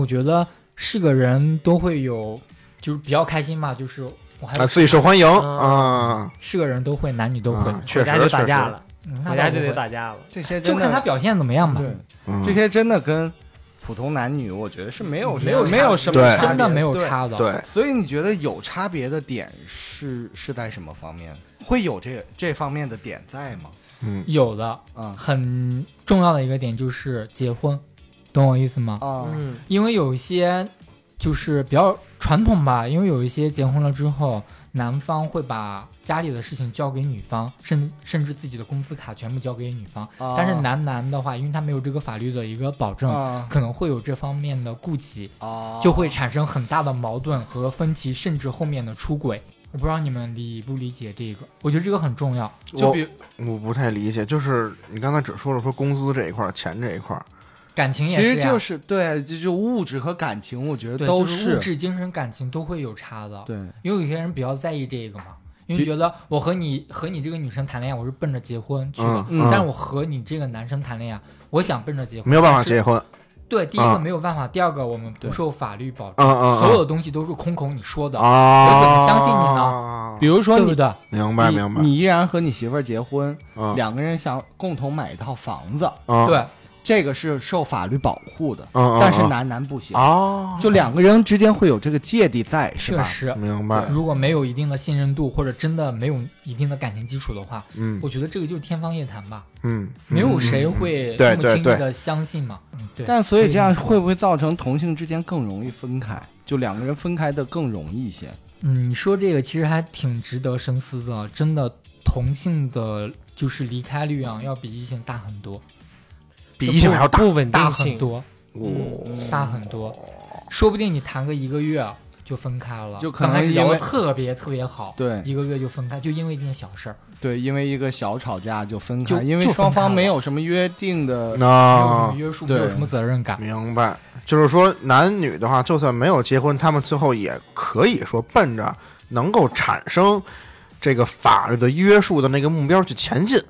[SPEAKER 5] 我觉得是个人都会有，就是比较开心嘛，就是我还
[SPEAKER 4] 啊，
[SPEAKER 5] 有
[SPEAKER 4] 自己受欢迎
[SPEAKER 3] 啊
[SPEAKER 4] 啊，
[SPEAKER 5] 是个人都会，男女都会。
[SPEAKER 4] 啊确
[SPEAKER 3] 回家就
[SPEAKER 4] 实
[SPEAKER 3] 打
[SPEAKER 4] 确
[SPEAKER 3] 架
[SPEAKER 4] 实，
[SPEAKER 3] 了，
[SPEAKER 5] 嗯
[SPEAKER 3] 回
[SPEAKER 5] 那
[SPEAKER 3] 家
[SPEAKER 5] 倒
[SPEAKER 3] 就
[SPEAKER 5] 不
[SPEAKER 3] 得
[SPEAKER 5] 会，
[SPEAKER 3] 打架了。
[SPEAKER 2] 这些真
[SPEAKER 5] 就看他
[SPEAKER 2] 的
[SPEAKER 5] 表现怎么样吧。
[SPEAKER 2] 对
[SPEAKER 4] 嗯
[SPEAKER 2] 这些真的跟普通男女，我觉得是没有
[SPEAKER 5] 没有
[SPEAKER 2] 没有什么
[SPEAKER 4] 对
[SPEAKER 2] 差别
[SPEAKER 5] 真的没有。
[SPEAKER 2] 对
[SPEAKER 5] 差的。
[SPEAKER 4] 对，
[SPEAKER 2] 所以你觉得有差别的点是是在什么方面？会有这这方面的点在吗？
[SPEAKER 4] 嗯
[SPEAKER 5] 有的
[SPEAKER 2] 啊
[SPEAKER 5] 很重要的一个点就是结婚，懂我意思吗？
[SPEAKER 2] 啊
[SPEAKER 3] 嗯，
[SPEAKER 5] 因为有一些就是比较传统吧，因为有一些结婚了之后，男方会把家里的事情交给女方，甚甚至自己的工资卡全部交给女方。
[SPEAKER 2] 啊
[SPEAKER 5] 但是男男的话，因为他没有这个法律的一个保证，
[SPEAKER 2] 啊
[SPEAKER 5] 可能会有这方面的顾忌，
[SPEAKER 2] 啊
[SPEAKER 5] 就会产生很大的矛盾和分歧，甚至后面的出轨。我不知道你们理不理解这个，我觉得这个很重要。
[SPEAKER 2] 就
[SPEAKER 4] 我
[SPEAKER 2] 比
[SPEAKER 4] 我不太理解，就是你刚才只说了说工资这一块儿，钱这一块儿，
[SPEAKER 5] 感情也
[SPEAKER 2] 其实
[SPEAKER 5] 呀
[SPEAKER 2] 就是对，就就物质和感情，我觉得
[SPEAKER 5] 对，
[SPEAKER 2] 都
[SPEAKER 5] 就是物质、精神、感情都会有差的。
[SPEAKER 2] 对
[SPEAKER 5] 因为有些人比较在意这个嘛，因
[SPEAKER 2] 比
[SPEAKER 5] 为觉得我和你和你这个女生谈恋爱，我是奔着结婚去的
[SPEAKER 4] 嗯，，
[SPEAKER 2] 嗯
[SPEAKER 5] 但是
[SPEAKER 4] 嗯，
[SPEAKER 5] 我和你这个男生谈恋爱，我想奔着结婚，
[SPEAKER 4] 没有办法
[SPEAKER 5] 但
[SPEAKER 4] 结
[SPEAKER 5] 是。
[SPEAKER 4] 婚，
[SPEAKER 5] 对，第一个
[SPEAKER 4] 嗯
[SPEAKER 5] 没有办法，第二个我们不
[SPEAKER 2] 对
[SPEAKER 5] 受法律保障，
[SPEAKER 4] 嗯嗯，
[SPEAKER 5] 所有的东西都是空口你说的，
[SPEAKER 4] 啊，
[SPEAKER 5] 我怎么相信你
[SPEAKER 4] 呢
[SPEAKER 2] 比如说
[SPEAKER 5] 对
[SPEAKER 2] 你
[SPEAKER 5] 不对？
[SPEAKER 4] 明白
[SPEAKER 2] 你
[SPEAKER 4] 明白，
[SPEAKER 2] 你依然和你媳妇儿结婚，
[SPEAKER 4] 啊
[SPEAKER 2] 两个人想共同买一套房子，
[SPEAKER 4] 啊
[SPEAKER 5] 对，
[SPEAKER 2] 这个是受法律保护的，
[SPEAKER 4] 嗯，
[SPEAKER 2] 但是男男不行，
[SPEAKER 4] 啊，
[SPEAKER 2] 就两个人之间会有这个芥蒂在，是
[SPEAKER 5] 确
[SPEAKER 2] 吧？
[SPEAKER 5] 实，
[SPEAKER 4] 明白，
[SPEAKER 5] 如果没有一定的信任度，或者真的没有一定的感情基础的话，
[SPEAKER 4] 嗯
[SPEAKER 5] 我觉得这个就是天方夜谭吧，
[SPEAKER 4] 嗯，
[SPEAKER 5] 没有
[SPEAKER 4] 嗯
[SPEAKER 5] 谁
[SPEAKER 4] 嗯
[SPEAKER 5] 会
[SPEAKER 4] 对
[SPEAKER 5] 那么
[SPEAKER 4] 对
[SPEAKER 5] 轻易
[SPEAKER 4] 对
[SPEAKER 5] 的相信嘛。嗯，对。
[SPEAKER 2] 但所以这样
[SPEAKER 5] 所以
[SPEAKER 2] 会不会造成同性之间更容易分开？就两个人分开的更容易一些？
[SPEAKER 5] 嗯，你说这个其实还挺值得深思的，真的同性的就是离开率啊，要比异性大很多，
[SPEAKER 4] 比异性还要大，
[SPEAKER 3] 不稳
[SPEAKER 5] 大
[SPEAKER 3] 定
[SPEAKER 5] 很
[SPEAKER 3] 性，
[SPEAKER 5] 多，
[SPEAKER 4] 哦
[SPEAKER 5] 大很多，说不定你谈个一个月就分开了，
[SPEAKER 2] 就可能
[SPEAKER 5] 刚开始聊
[SPEAKER 2] 因
[SPEAKER 5] 的
[SPEAKER 2] 为
[SPEAKER 5] 特别特别好，
[SPEAKER 2] 对
[SPEAKER 5] 一个月就分开，就因为一件小事儿，
[SPEAKER 2] 对，因为一个小吵架就分
[SPEAKER 5] 就
[SPEAKER 2] 开，因为
[SPEAKER 5] 就分
[SPEAKER 2] 双
[SPEAKER 5] 开
[SPEAKER 2] 方
[SPEAKER 5] 了
[SPEAKER 2] 没有什么约定的，
[SPEAKER 5] 没有什
[SPEAKER 4] 那
[SPEAKER 5] 么约束，没
[SPEAKER 2] 对
[SPEAKER 5] 有什么责任感，
[SPEAKER 4] 明白，就是说男女的话，就算没有结婚，他们最后也可以说奔着能够产生这个法律的约束的那个目标去前进。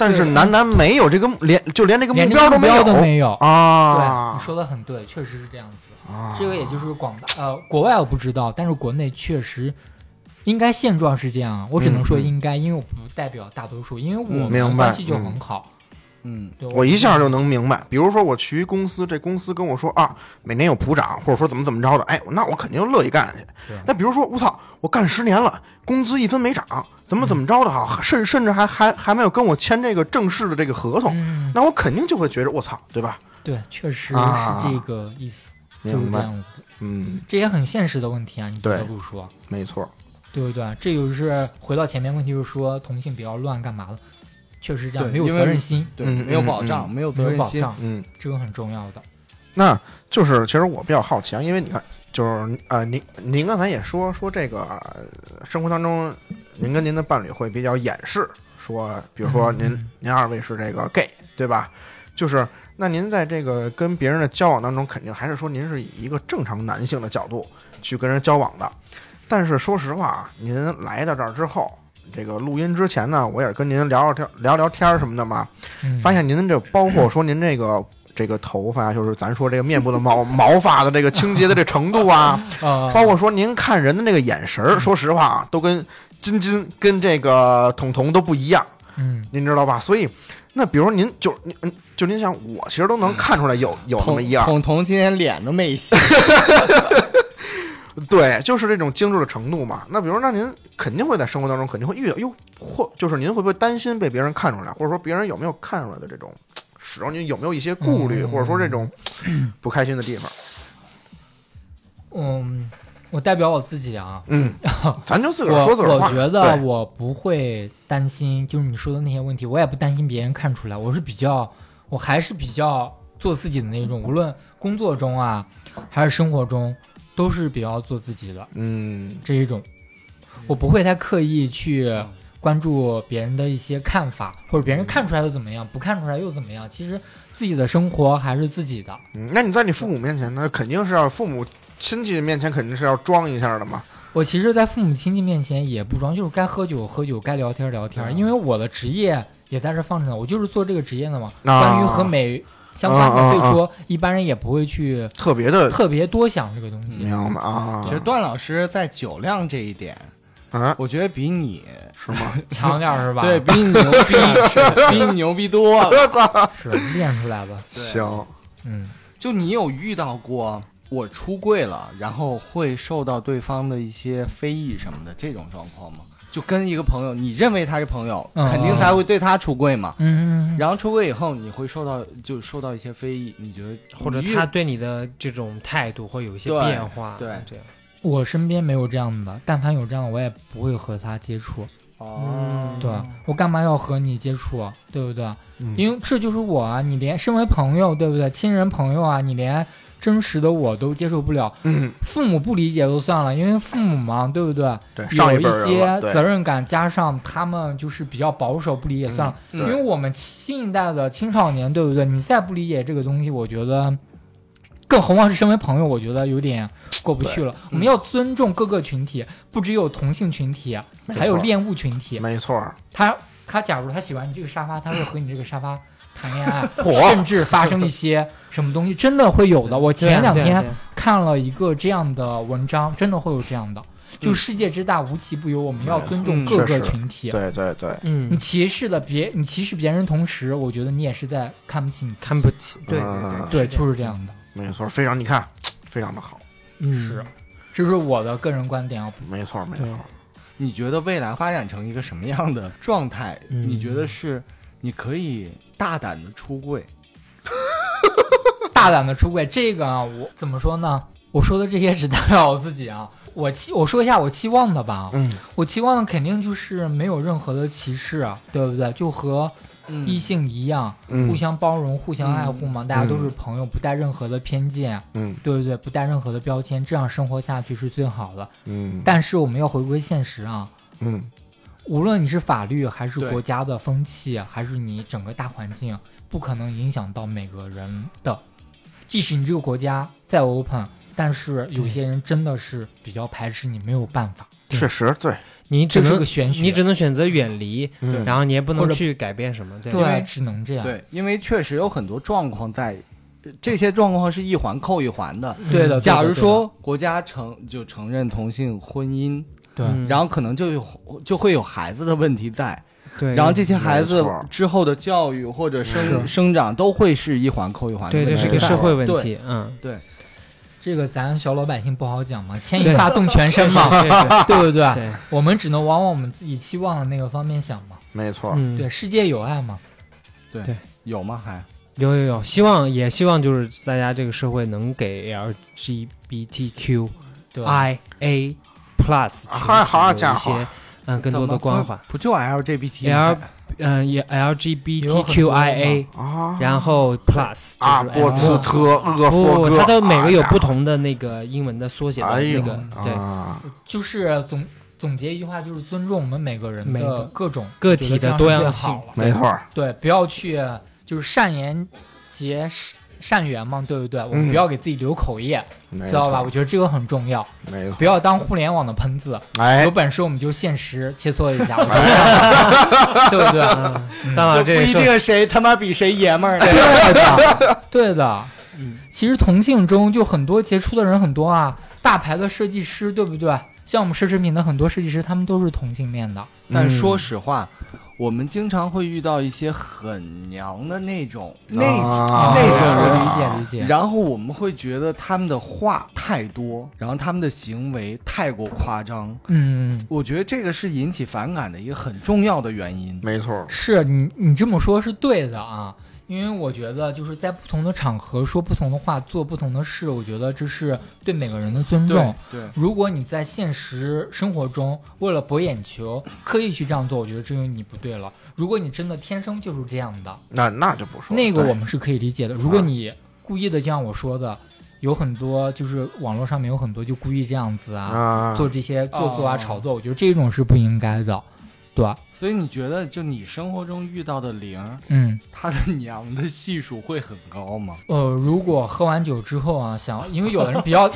[SPEAKER 4] 但是
[SPEAKER 5] 对
[SPEAKER 4] 男男没有这个目连，就连这个
[SPEAKER 5] 连
[SPEAKER 4] 目
[SPEAKER 5] 这个
[SPEAKER 4] 标
[SPEAKER 5] 目
[SPEAKER 4] 没
[SPEAKER 5] 标都
[SPEAKER 4] 有
[SPEAKER 5] 没有。对，
[SPEAKER 4] 啊
[SPEAKER 5] 你！说的很对，确实是这样子。
[SPEAKER 4] 啊
[SPEAKER 5] 这个也就是广大呃，国外我不知道，但是国内确实应该现状是这样。我只能说
[SPEAKER 4] 嗯嗯
[SPEAKER 5] 应该，因为我不代表大多数，因为我
[SPEAKER 2] 嗯
[SPEAKER 5] 们
[SPEAKER 4] 明白
[SPEAKER 5] 关系就很好。
[SPEAKER 2] 嗯，
[SPEAKER 5] 对
[SPEAKER 4] 我一下就能明白。比如说我去一公司，这公司跟我说啊，每年有普涨，或者说怎么怎么着的，哎，那我肯定乐意干去
[SPEAKER 5] 对。
[SPEAKER 4] 那比如说，我操，我干十年了，工资一分没涨，怎么怎么着的哈，甚甚至还还还没有跟我签这个正式的这个合同，
[SPEAKER 5] 嗯，
[SPEAKER 4] 那我肯定就会觉着我操，对吧？
[SPEAKER 5] 对，确实
[SPEAKER 4] 啊
[SPEAKER 5] 是这个意思，就是
[SPEAKER 4] 明
[SPEAKER 5] 这
[SPEAKER 4] 白，
[SPEAKER 5] 样子。
[SPEAKER 4] 嗯，
[SPEAKER 5] 这也很现实的问题啊，你不
[SPEAKER 4] 对
[SPEAKER 5] 得不说，
[SPEAKER 4] 没错，
[SPEAKER 5] 对不对？这就是回到前面问题，就是说同性比较乱，干嘛的？确实这样，
[SPEAKER 2] 对
[SPEAKER 5] 没有
[SPEAKER 2] 因为
[SPEAKER 5] 责任心，
[SPEAKER 2] 对，
[SPEAKER 4] 嗯
[SPEAKER 2] 没有
[SPEAKER 4] 嗯
[SPEAKER 2] 保
[SPEAKER 4] 嗯
[SPEAKER 2] 障，没有
[SPEAKER 5] 没
[SPEAKER 2] 责
[SPEAKER 5] 有
[SPEAKER 2] 任
[SPEAKER 5] 保
[SPEAKER 2] 心，
[SPEAKER 5] 障，
[SPEAKER 4] 嗯，
[SPEAKER 5] 这个很重要的。
[SPEAKER 4] 那就是其实我比较好奇啊，因为你看，就是呃，您您刚才也说说这个呃生活当中，您跟您的伴侣会比较掩饰，说比如说您、
[SPEAKER 5] 嗯
[SPEAKER 4] 您二位是这个 gay 对吧？就是那您在这个跟别人的交往当中，肯定还是说您是以一个正常男性的角度去跟人交往的。但是说实话啊，您来到这儿之后，这个录音之前呢，我也是跟您聊聊天、聊聊天儿什么的嘛，
[SPEAKER 5] 嗯
[SPEAKER 4] 发现您这包括说您这个。这个头发就是咱说这个面部的毛毛发的这个清洁的这程度
[SPEAKER 2] <laughs>
[SPEAKER 4] 啊，
[SPEAKER 2] 嗯
[SPEAKER 5] 啊，
[SPEAKER 4] 包括说您看人的那个眼神儿，说实话啊，都跟金金跟这个彤彤都不一样。
[SPEAKER 5] 嗯，
[SPEAKER 4] 您知道吧？所以，那比如您就是您，嗯就您想，我其实都能看出来有有那么一啊
[SPEAKER 2] 嗯
[SPEAKER 4] 样，
[SPEAKER 2] 彤彤今天脸都没
[SPEAKER 4] <laughs>
[SPEAKER 2] 洗，
[SPEAKER 4] 对，就是这种精致的程度嘛。那比如，那您肯定会在生活当中肯定会遇到，哟，或就是您会不会担心被别人看出来，或者说别人有没有看出来的这种，始终您有没有一些顾虑，
[SPEAKER 5] 嗯
[SPEAKER 4] 或者说这
[SPEAKER 5] <clears throat>
[SPEAKER 4] 种不开心的地方？
[SPEAKER 5] 嗯，我代表我自己啊， <laughs>
[SPEAKER 4] 嗯，咱就自个儿
[SPEAKER 5] 我
[SPEAKER 4] 说自个儿话。
[SPEAKER 5] 我觉得
[SPEAKER 4] 对
[SPEAKER 5] 我不会担心，就是你说的那些问题，我也不担心别人看出来。我是比较，我还是比较做自己的那种，无论工作中啊，还是生活中，都是比较做自己的
[SPEAKER 4] 嗯
[SPEAKER 5] 这一种。我不会太刻意去关注别人的一些看法，或者别
[SPEAKER 4] 嗯
[SPEAKER 5] 人看出来又怎么样，不看出来又怎么样。其实自己的生活还是自己的。
[SPEAKER 4] 嗯，那你在你父母面前，那肯定是要父母亲戚面前肯定是要装一下的嘛。
[SPEAKER 5] 我其实，在父母亲戚面前也不装，就是该喝酒喝酒，该聊天聊天，
[SPEAKER 4] 嗯
[SPEAKER 5] 因为我的职业也在这放着呢，我就是做这个职业的嘛。
[SPEAKER 4] 啊
[SPEAKER 5] 关于和美相关的，
[SPEAKER 4] 啊啊
[SPEAKER 5] 所以说一般人也不会去
[SPEAKER 4] 特别的，
[SPEAKER 5] 特别多想这个东西
[SPEAKER 4] 明。白吗啊？
[SPEAKER 2] 其实段老师在酒量这一点，
[SPEAKER 4] 啊，
[SPEAKER 2] 我觉得比你
[SPEAKER 4] 是吗？
[SPEAKER 5] 强点儿
[SPEAKER 4] <laughs>
[SPEAKER 5] 是吧？
[SPEAKER 2] 对，比你牛逼，比你牛逼多了。
[SPEAKER 5] 是练出来的。
[SPEAKER 2] 对
[SPEAKER 4] 行，
[SPEAKER 5] 嗯，
[SPEAKER 2] 就你有遇到过我出柜了，然后会受到对方的一些非议什么的这种状况吗？就跟一个朋友，你认为他是朋友，
[SPEAKER 5] 嗯
[SPEAKER 2] 肯定才会对他出柜嘛。
[SPEAKER 5] 嗯，嗯嗯
[SPEAKER 2] 然后出柜以后，你会受到就受到一些非议，你觉得
[SPEAKER 3] 或者
[SPEAKER 2] 你遇
[SPEAKER 3] 他对你的这种态度会有一些
[SPEAKER 2] 对
[SPEAKER 3] 变化，
[SPEAKER 2] 对
[SPEAKER 3] 这样。
[SPEAKER 5] 我身边没有这样的，但凡有这样的，我也不会和他接触。
[SPEAKER 2] 哦，
[SPEAKER 5] 对
[SPEAKER 4] 嗯
[SPEAKER 5] 我干嘛要和你接触啊，对不对？
[SPEAKER 3] 嗯
[SPEAKER 5] 因为这就是我啊，你连身为朋友，对不对？亲人朋友啊，你连真实的我都接受不了。
[SPEAKER 4] 嗯，
[SPEAKER 5] 父母不理解就算了，因为父母嘛，对不对？
[SPEAKER 4] 对，上
[SPEAKER 5] 有
[SPEAKER 4] 辈
[SPEAKER 5] 一
[SPEAKER 4] 儿人
[SPEAKER 5] 些
[SPEAKER 4] 了，
[SPEAKER 5] 责
[SPEAKER 4] 对，
[SPEAKER 5] 任感，加上他们就是比较保守，不理解算了。
[SPEAKER 2] 嗯
[SPEAKER 5] 因
[SPEAKER 2] 对
[SPEAKER 5] 为我们新一代的青少年，对不对？你再不理解这个东西，我觉得，更何况是身为朋友，我觉得有点过不去了。我们要尊重各个群体，不只有同性群体，
[SPEAKER 4] 没
[SPEAKER 5] 还有
[SPEAKER 4] 错
[SPEAKER 5] 恋物群体。
[SPEAKER 4] 没错儿，
[SPEAKER 5] 他他假如他喜欢你这个沙发，他会和你这个沙发谈恋
[SPEAKER 3] <laughs>
[SPEAKER 5] 爱
[SPEAKER 4] 火，
[SPEAKER 5] 甚至发生一些什么东西，真的会有的。我前两
[SPEAKER 3] 对啊
[SPEAKER 5] 天
[SPEAKER 3] 对啊
[SPEAKER 5] 看了一个这样的文章，真的会有这样的。就世界之大无奇不有，我们要尊重
[SPEAKER 3] 嗯
[SPEAKER 5] 各
[SPEAKER 4] 确
[SPEAKER 5] 个
[SPEAKER 4] 实
[SPEAKER 5] 群体。
[SPEAKER 4] 对对对，
[SPEAKER 5] 你
[SPEAKER 3] 嗯，
[SPEAKER 5] 歧视了别，你歧视别人，同时我觉得你也是在看不起你自己。
[SPEAKER 3] 看不起，对
[SPEAKER 4] 嗯
[SPEAKER 5] 对，
[SPEAKER 3] 样
[SPEAKER 5] 就是这样的。
[SPEAKER 4] 没错儿，非常你看，非常的好，
[SPEAKER 3] 嗯
[SPEAKER 5] 是这是我的个人观点啊。
[SPEAKER 4] 没错儿没错儿，
[SPEAKER 2] 你觉得未来发展成一个什么样的状态？
[SPEAKER 3] 嗯
[SPEAKER 2] 你觉得是你可以大胆的出柜，
[SPEAKER 5] 大胆的出柜，这个啊，我怎么说呢？我说的这些只代表我自己啊。我期我说一下我期望的吧啊。
[SPEAKER 4] 嗯，
[SPEAKER 5] 我期望的肯定就是没有任何的歧视啊，对不对？就和
[SPEAKER 2] 嗯
[SPEAKER 5] 异性一样，
[SPEAKER 4] 嗯
[SPEAKER 5] 互相包容、互相爱护嘛，大家都是朋友，不带任何的偏见，
[SPEAKER 4] 嗯
[SPEAKER 5] 对不对？不带任何的标签，这样生活下去是最好的。
[SPEAKER 4] 嗯
[SPEAKER 5] 但是我们要回归现实啊，
[SPEAKER 4] 嗯
[SPEAKER 5] 无论你是法律还是
[SPEAKER 2] 对
[SPEAKER 5] 国家的风气，啊还是你整个大环境，啊不可能影响到每个人的。即使你这个国家再 open，但是有些人真的是比较排斥你，没有办法，
[SPEAKER 4] 确实对，
[SPEAKER 3] 你只
[SPEAKER 5] 这是
[SPEAKER 3] 能
[SPEAKER 5] 个玄学。
[SPEAKER 3] 你只能选择远离，
[SPEAKER 4] 嗯
[SPEAKER 3] 然后你也不能
[SPEAKER 5] 或者
[SPEAKER 3] 去改变什么，对吧
[SPEAKER 2] 因
[SPEAKER 5] 对
[SPEAKER 2] 为，
[SPEAKER 5] 只能这样。
[SPEAKER 2] 对，因为确实有很多状况在，呃这些状况是一环扣一环嗯的。
[SPEAKER 5] 对
[SPEAKER 3] 呃
[SPEAKER 5] 的。对的
[SPEAKER 2] 假如
[SPEAKER 5] 对的
[SPEAKER 2] 说国家承就承认同性婚姻，
[SPEAKER 5] 对，
[SPEAKER 3] 嗯
[SPEAKER 2] 然后可能就有就会有孩子的问题在，
[SPEAKER 3] 对，
[SPEAKER 2] 然后这些孩
[SPEAKER 4] 没
[SPEAKER 2] 子
[SPEAKER 4] 错
[SPEAKER 2] 之后的教育或者生
[SPEAKER 4] 是
[SPEAKER 2] 生长都会是一环扣一环的
[SPEAKER 3] 对
[SPEAKER 2] 问题
[SPEAKER 3] 这
[SPEAKER 2] 在。
[SPEAKER 3] 是一个
[SPEAKER 4] 对
[SPEAKER 3] 社会问
[SPEAKER 2] 对
[SPEAKER 3] 题，嗯，
[SPEAKER 5] 这个咱小老百姓不好讲嘛，牵一发动全身嘛，
[SPEAKER 3] 对对对
[SPEAKER 5] 对不对？
[SPEAKER 3] 对，
[SPEAKER 5] 我们只能往往我们自己期望的那个方面想嘛。
[SPEAKER 4] 没错儿，
[SPEAKER 3] 嗯，
[SPEAKER 5] 对，世界有爱嘛。
[SPEAKER 2] 有吗？还
[SPEAKER 3] 有有有，希望也希望就是大家这个社会能给 LGBTQI
[SPEAKER 5] 对，
[SPEAKER 3] A plus
[SPEAKER 4] 嗨好家
[SPEAKER 3] 一
[SPEAKER 4] 伙
[SPEAKER 3] 些嗯更多的关怀，
[SPEAKER 2] 不就 LGBT 吗
[SPEAKER 3] L 嗯也
[SPEAKER 5] 有
[SPEAKER 3] LGBTQIA，
[SPEAKER 4] 啊
[SPEAKER 3] 然后 plus
[SPEAKER 4] 啊
[SPEAKER 3] 就是
[SPEAKER 4] 波
[SPEAKER 3] L
[SPEAKER 4] 茨特厄
[SPEAKER 3] 不
[SPEAKER 4] 夫
[SPEAKER 3] 不，
[SPEAKER 4] 哥，
[SPEAKER 3] 它都每个有不
[SPEAKER 4] 啊
[SPEAKER 3] 同的那个英文的缩写的
[SPEAKER 4] 哎
[SPEAKER 3] 那
[SPEAKER 4] 呦
[SPEAKER 3] 个，对
[SPEAKER 4] 啊，
[SPEAKER 5] 就是总总结一句话，就是尊重我们每个人
[SPEAKER 3] 每
[SPEAKER 5] 的
[SPEAKER 3] 个
[SPEAKER 5] 各种
[SPEAKER 3] 个体的多样性
[SPEAKER 5] 我觉得这样是
[SPEAKER 4] 没
[SPEAKER 5] 最好了
[SPEAKER 4] 错儿，
[SPEAKER 5] 对，不要去就是善言结善缘嘛，对不对？我们不要给自己留口业，
[SPEAKER 4] 没
[SPEAKER 5] 知道吧？我
[SPEAKER 4] 错？
[SPEAKER 5] 觉得这个很重要，
[SPEAKER 4] 没错。
[SPEAKER 5] 不要当互联网的喷子，
[SPEAKER 4] 哎
[SPEAKER 5] 有，本事我们就现实切磋一下，我觉得 <laughs> 对不对？嗯
[SPEAKER 3] 当然
[SPEAKER 2] 就不
[SPEAKER 3] 啊这
[SPEAKER 2] 一
[SPEAKER 3] 说
[SPEAKER 2] 定谁他妈比谁爷们儿。
[SPEAKER 5] 对的，对的。
[SPEAKER 3] 嗯，
[SPEAKER 5] 其实同性中就很多杰出的人很多啊，大牌的设计师，对不对？像我们奢侈品的很多设计师，他们都是同性恋的。
[SPEAKER 2] <laughs>
[SPEAKER 3] 嗯
[SPEAKER 2] 但说实话，我们经常会遇到一些很娘的那种
[SPEAKER 3] 哦
[SPEAKER 2] 那种，
[SPEAKER 4] 啊
[SPEAKER 2] 那种人
[SPEAKER 5] 我理解理解。
[SPEAKER 2] 然后我们会觉得他们的话太多，然后他们的行为太过夸张。
[SPEAKER 5] 嗯，
[SPEAKER 2] 我觉得这个是引起反感的一个很重要的原因。
[SPEAKER 4] 没错，
[SPEAKER 5] 是你你这么说是对的啊，因为我觉得就是在不同的场合说不同的话，做不同的事，我觉得这是对每个人的尊重。
[SPEAKER 2] 对，
[SPEAKER 5] 如果你在现实生活中为了博眼球，刻意去这样做，我觉得这就你不对了。如果你真的天生就是这样的，
[SPEAKER 4] 那那就不说
[SPEAKER 5] 那个
[SPEAKER 4] 对嗯
[SPEAKER 5] 我们是可以理解的。如果你故意的，就像我说的，有很多就是网络上面有很多就故意这样子啊，
[SPEAKER 4] 啊，
[SPEAKER 5] 做这些做作啊、
[SPEAKER 2] 哦
[SPEAKER 5] 炒作，我觉得这种是不应该的，对吧？
[SPEAKER 2] 所以你觉得就你生活中遇到的灵儿，
[SPEAKER 5] 嗯，
[SPEAKER 2] 她的娘的系数会很高吗？
[SPEAKER 5] 呃，如果喝完酒之后啊，想因为有的人
[SPEAKER 4] <laughs>
[SPEAKER 5] 比较，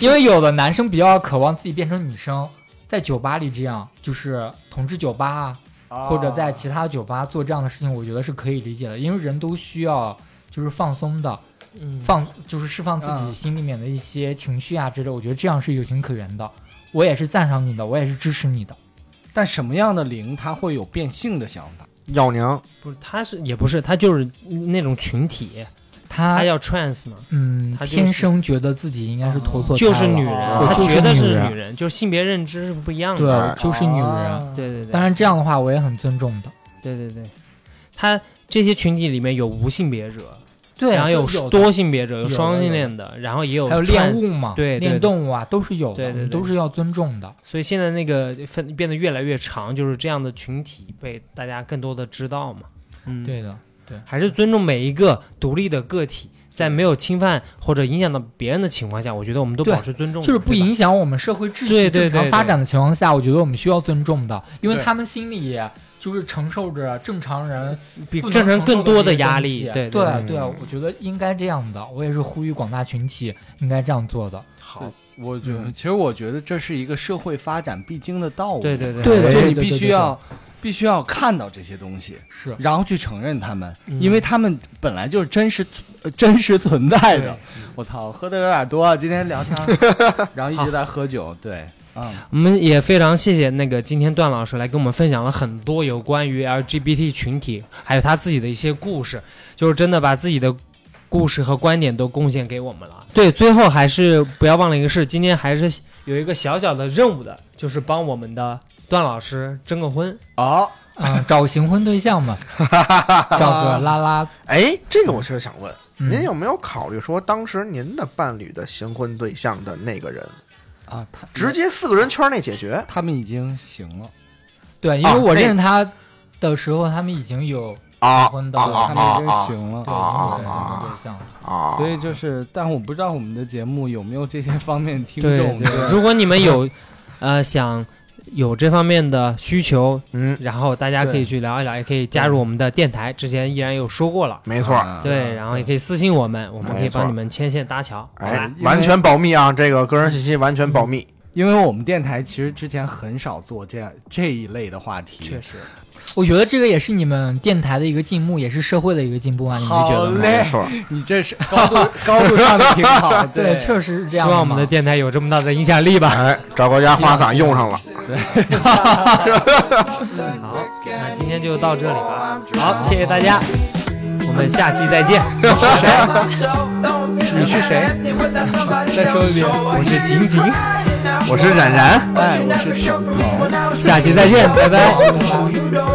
[SPEAKER 5] 因为有的男生比较渴望自己变成女生，在酒吧里这样，就是同志酒吧啊，
[SPEAKER 4] 哦
[SPEAKER 5] 或者在其他酒吧做这样的事情，我觉得是可以理解的，因为人都需要就是放松的。
[SPEAKER 3] 嗯
[SPEAKER 5] 放就是释放自己
[SPEAKER 2] 嗯
[SPEAKER 5] 心里面的一些情绪啊之类，我觉得这样是有情可原的。我也是赞赏你的，我也是支持你的。
[SPEAKER 2] 但什么样的灵她会有变性的想法？
[SPEAKER 4] 药娘
[SPEAKER 3] 不是，他是也不是，他就是那种群体，
[SPEAKER 5] 他
[SPEAKER 3] 他要 trans 嘛，
[SPEAKER 5] 嗯，
[SPEAKER 3] 他就是
[SPEAKER 5] 天生觉得自己应该是驼座胎
[SPEAKER 3] 就是
[SPEAKER 5] 了
[SPEAKER 3] 女人，
[SPEAKER 2] 哦
[SPEAKER 3] 他
[SPEAKER 5] 对就是
[SPEAKER 3] 觉得
[SPEAKER 5] 女
[SPEAKER 3] 是
[SPEAKER 5] 人
[SPEAKER 3] 女人，就是性别认知是不一样的。
[SPEAKER 5] 对，就是女人。
[SPEAKER 2] 啊
[SPEAKER 3] 对对对，
[SPEAKER 5] 当然这样的话，我也很尊重的。
[SPEAKER 3] 对对对，他这些群体里面有无性别者，
[SPEAKER 5] 对，
[SPEAKER 3] 然后
[SPEAKER 5] 有
[SPEAKER 3] 有
[SPEAKER 5] 的
[SPEAKER 3] 多性别者，有
[SPEAKER 5] 有的
[SPEAKER 3] 双性恋的，然后也有
[SPEAKER 5] 还有
[SPEAKER 3] trans
[SPEAKER 5] 恋物嘛，
[SPEAKER 3] 对对
[SPEAKER 5] 恋
[SPEAKER 3] 对
[SPEAKER 5] 动物啊，都是有的，
[SPEAKER 3] 对对
[SPEAKER 5] 我们
[SPEAKER 3] 对
[SPEAKER 5] 都是要尊重的。
[SPEAKER 3] 所以现在那个分变得越来越长，就是这样的群体被大家更多的知道嘛。嗯，，
[SPEAKER 5] 对的，
[SPEAKER 3] 还是尊重每一个独立的个体，在没有侵犯或者影响到别人的情况下，我觉得我们都
[SPEAKER 5] 对
[SPEAKER 3] 保持尊重，
[SPEAKER 5] 就是不
[SPEAKER 3] 对吧
[SPEAKER 5] 影响我们社会秩序
[SPEAKER 3] 对
[SPEAKER 5] 正
[SPEAKER 3] 对
[SPEAKER 5] 常
[SPEAKER 3] 对
[SPEAKER 5] 发
[SPEAKER 3] 对
[SPEAKER 5] 展的情况下，我觉得我们需要尊重的，因为
[SPEAKER 2] 对
[SPEAKER 5] 他们心里就是承受着正常人
[SPEAKER 3] 比
[SPEAKER 5] 不能
[SPEAKER 3] 正常
[SPEAKER 5] 承受
[SPEAKER 3] 更多的
[SPEAKER 5] 这些
[SPEAKER 3] 压
[SPEAKER 5] 东
[SPEAKER 3] 力。
[SPEAKER 5] 西
[SPEAKER 3] 对
[SPEAKER 5] 对
[SPEAKER 3] 对，
[SPEAKER 4] 对
[SPEAKER 5] 对我觉得应该这样的。我也是呼吁广大群体应该这样做的。
[SPEAKER 3] 好，
[SPEAKER 2] 我觉得，
[SPEAKER 5] 嗯
[SPEAKER 2] 其实我觉得这是一个社会发展必经的道路。
[SPEAKER 3] 对对对
[SPEAKER 5] 对的
[SPEAKER 2] 就你
[SPEAKER 5] 对
[SPEAKER 2] 必
[SPEAKER 5] 对
[SPEAKER 2] 须
[SPEAKER 5] 对
[SPEAKER 2] 要，必须要看到这些东西，
[SPEAKER 5] 是
[SPEAKER 2] 然后去承认他们，
[SPEAKER 3] 嗯
[SPEAKER 2] 因为他们本来就是真实、呃真实存在的。我操，喝的有点多，啊今天
[SPEAKER 3] 嗯
[SPEAKER 2] 聊天儿，然后一直在喝酒。对，嗯，
[SPEAKER 3] 我们也非常谢谢那个今天段老师来跟我们分享了很多有关于 LGBT 群体，还有他自己的一些故事，就是真的把自己的故事和观点都贡献给我们了。对，最后还是不要忘了一个事，今天还是有一个小小的任务的，就是帮我们的段老师征个婚。
[SPEAKER 2] 好，
[SPEAKER 5] 嗯，找个行婚对象嘛，
[SPEAKER 3] <laughs>
[SPEAKER 5] 找个拉拉。
[SPEAKER 4] 哎，这个我其实想问，
[SPEAKER 5] 嗯
[SPEAKER 4] 您有没有考虑说，当时您的伴侣的行婚对象的那个人，
[SPEAKER 2] 啊，他
[SPEAKER 4] 直接四个人圈内解决？
[SPEAKER 2] 他们已经行了，
[SPEAKER 5] 对，因为
[SPEAKER 4] 啊
[SPEAKER 3] 哦
[SPEAKER 5] 我
[SPEAKER 4] 那
[SPEAKER 5] 认识他的时候，他们已经有
[SPEAKER 4] 啊
[SPEAKER 5] 结婚的
[SPEAKER 4] 啊
[SPEAKER 3] 哦
[SPEAKER 2] 他
[SPEAKER 4] 啊
[SPEAKER 2] 们已经
[SPEAKER 4] 啊
[SPEAKER 2] 行了。
[SPEAKER 5] 对已经有
[SPEAKER 4] 啊
[SPEAKER 5] 行
[SPEAKER 4] 啊
[SPEAKER 5] 婚对象了。
[SPEAKER 4] 啊！
[SPEAKER 2] 所以就是，但我不知道我们的节目有没有这些方面听
[SPEAKER 3] 对
[SPEAKER 2] 众。
[SPEAKER 3] 对，如果你们有，呃，想有这方面的需求，
[SPEAKER 4] 嗯，
[SPEAKER 3] 然后大家可
[SPEAKER 2] 对
[SPEAKER 3] 以去聊一聊，也可以加入我们的电台，之前依然有说过了。
[SPEAKER 4] 没错，
[SPEAKER 2] 啊
[SPEAKER 3] 对，然后也可以私信我们，我们可以
[SPEAKER 4] 哎没错
[SPEAKER 3] 帮你们牵线搭桥，好
[SPEAKER 4] 哎
[SPEAKER 3] 吧？，
[SPEAKER 2] 因为
[SPEAKER 4] 完全保密啊，这个个人信息完全保密。
[SPEAKER 2] 因为我们电台其实之前很少做这样这一类的话题，
[SPEAKER 3] 确实，
[SPEAKER 5] 我觉得这个也是你们电台的一个进步，也是社会的一个进步啊，你们觉得
[SPEAKER 2] 好
[SPEAKER 5] 吗？
[SPEAKER 2] 嘞
[SPEAKER 4] 没错，
[SPEAKER 2] 你这是高度高度上的挺
[SPEAKER 3] <laughs>
[SPEAKER 2] 好，
[SPEAKER 5] 对，确实是这
[SPEAKER 3] 希
[SPEAKER 5] 样嘛。
[SPEAKER 3] 望我们的电台有这么大的影响力吧。
[SPEAKER 4] 哎，赵国家花洒用上了。
[SPEAKER 3] <laughs> 好，那今天就到这里吧。 <laughs> 好，谢谢大家，我们下期再 <laughs> 见。
[SPEAKER 1] 你是谁？再
[SPEAKER 2] 说一遍
[SPEAKER 1] 我是景景，
[SPEAKER 4] 我是冉冉。
[SPEAKER 2] 哎我是沈
[SPEAKER 1] 腾
[SPEAKER 3] 下期再见拜拜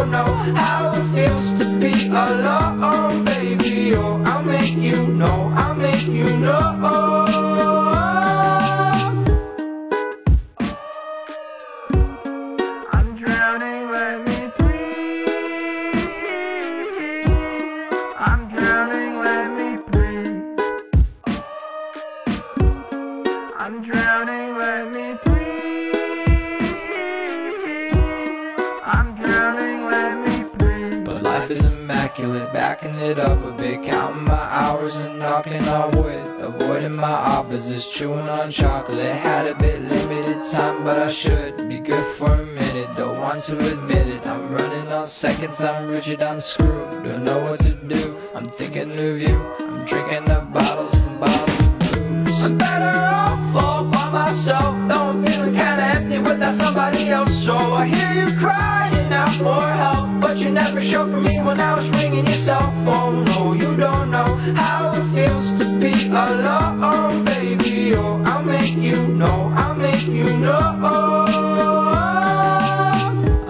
[SPEAKER 1] I'm drowning, let me breathe. I'm drowning, let me breathe. I'm drowning, let me breathe. I'm drowning, let me breathe. But life life is immaculate. Backing it up a bit, counting my hours and knocking on wood. Avoiding my opposites, chewing on chocolate. Had a bit limited time, but I should be good for a minute. Don't want to admit it. I'm running on seconds, I'm rigid, I'm screwed. Don't know what to do. I'm thinking of you. I'm drinking up bottles and bottles. I'm better off all by myself. Though I'm feeling kinda empty without somebody else. So I hear you crying out for help. But you never showed for me when I was ringing your cell phone. No, you don't know how it feels to be alone, baby. Oh, I'll make you know, I'll make you know.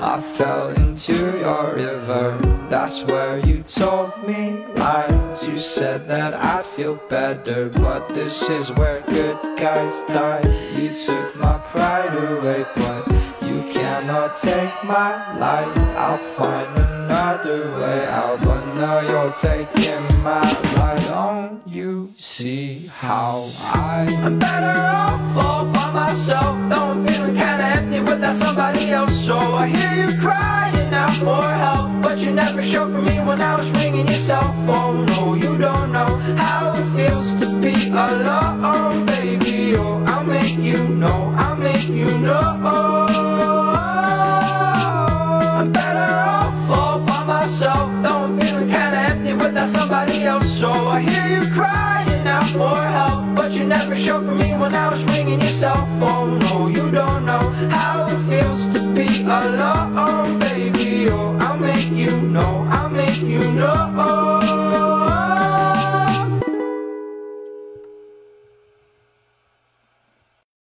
[SPEAKER 1] I fell into your river. That's where you told me lies. You said that I'd feel better, but this is where good guys die. You took my pride away, but you cannot take my life. I'll find another way out, but now you're taking my life. Don't you see how I? I'm better off all by myself. Though I'm feeling kinda empty without somebody else, so I hear you crying out for help. But you never showed for me when I was ringing your cell phone. No, you don't know how it feels to be alone, baby. Oh, I'll make you know, I'll make you know. I'm better off all by myself. Though I'm feeling kinda empty without somebody else. So I hear you crying out for help. But you never showed for me when I was ringing your cell phone. No, you don't know how it feels to be alone, Oh,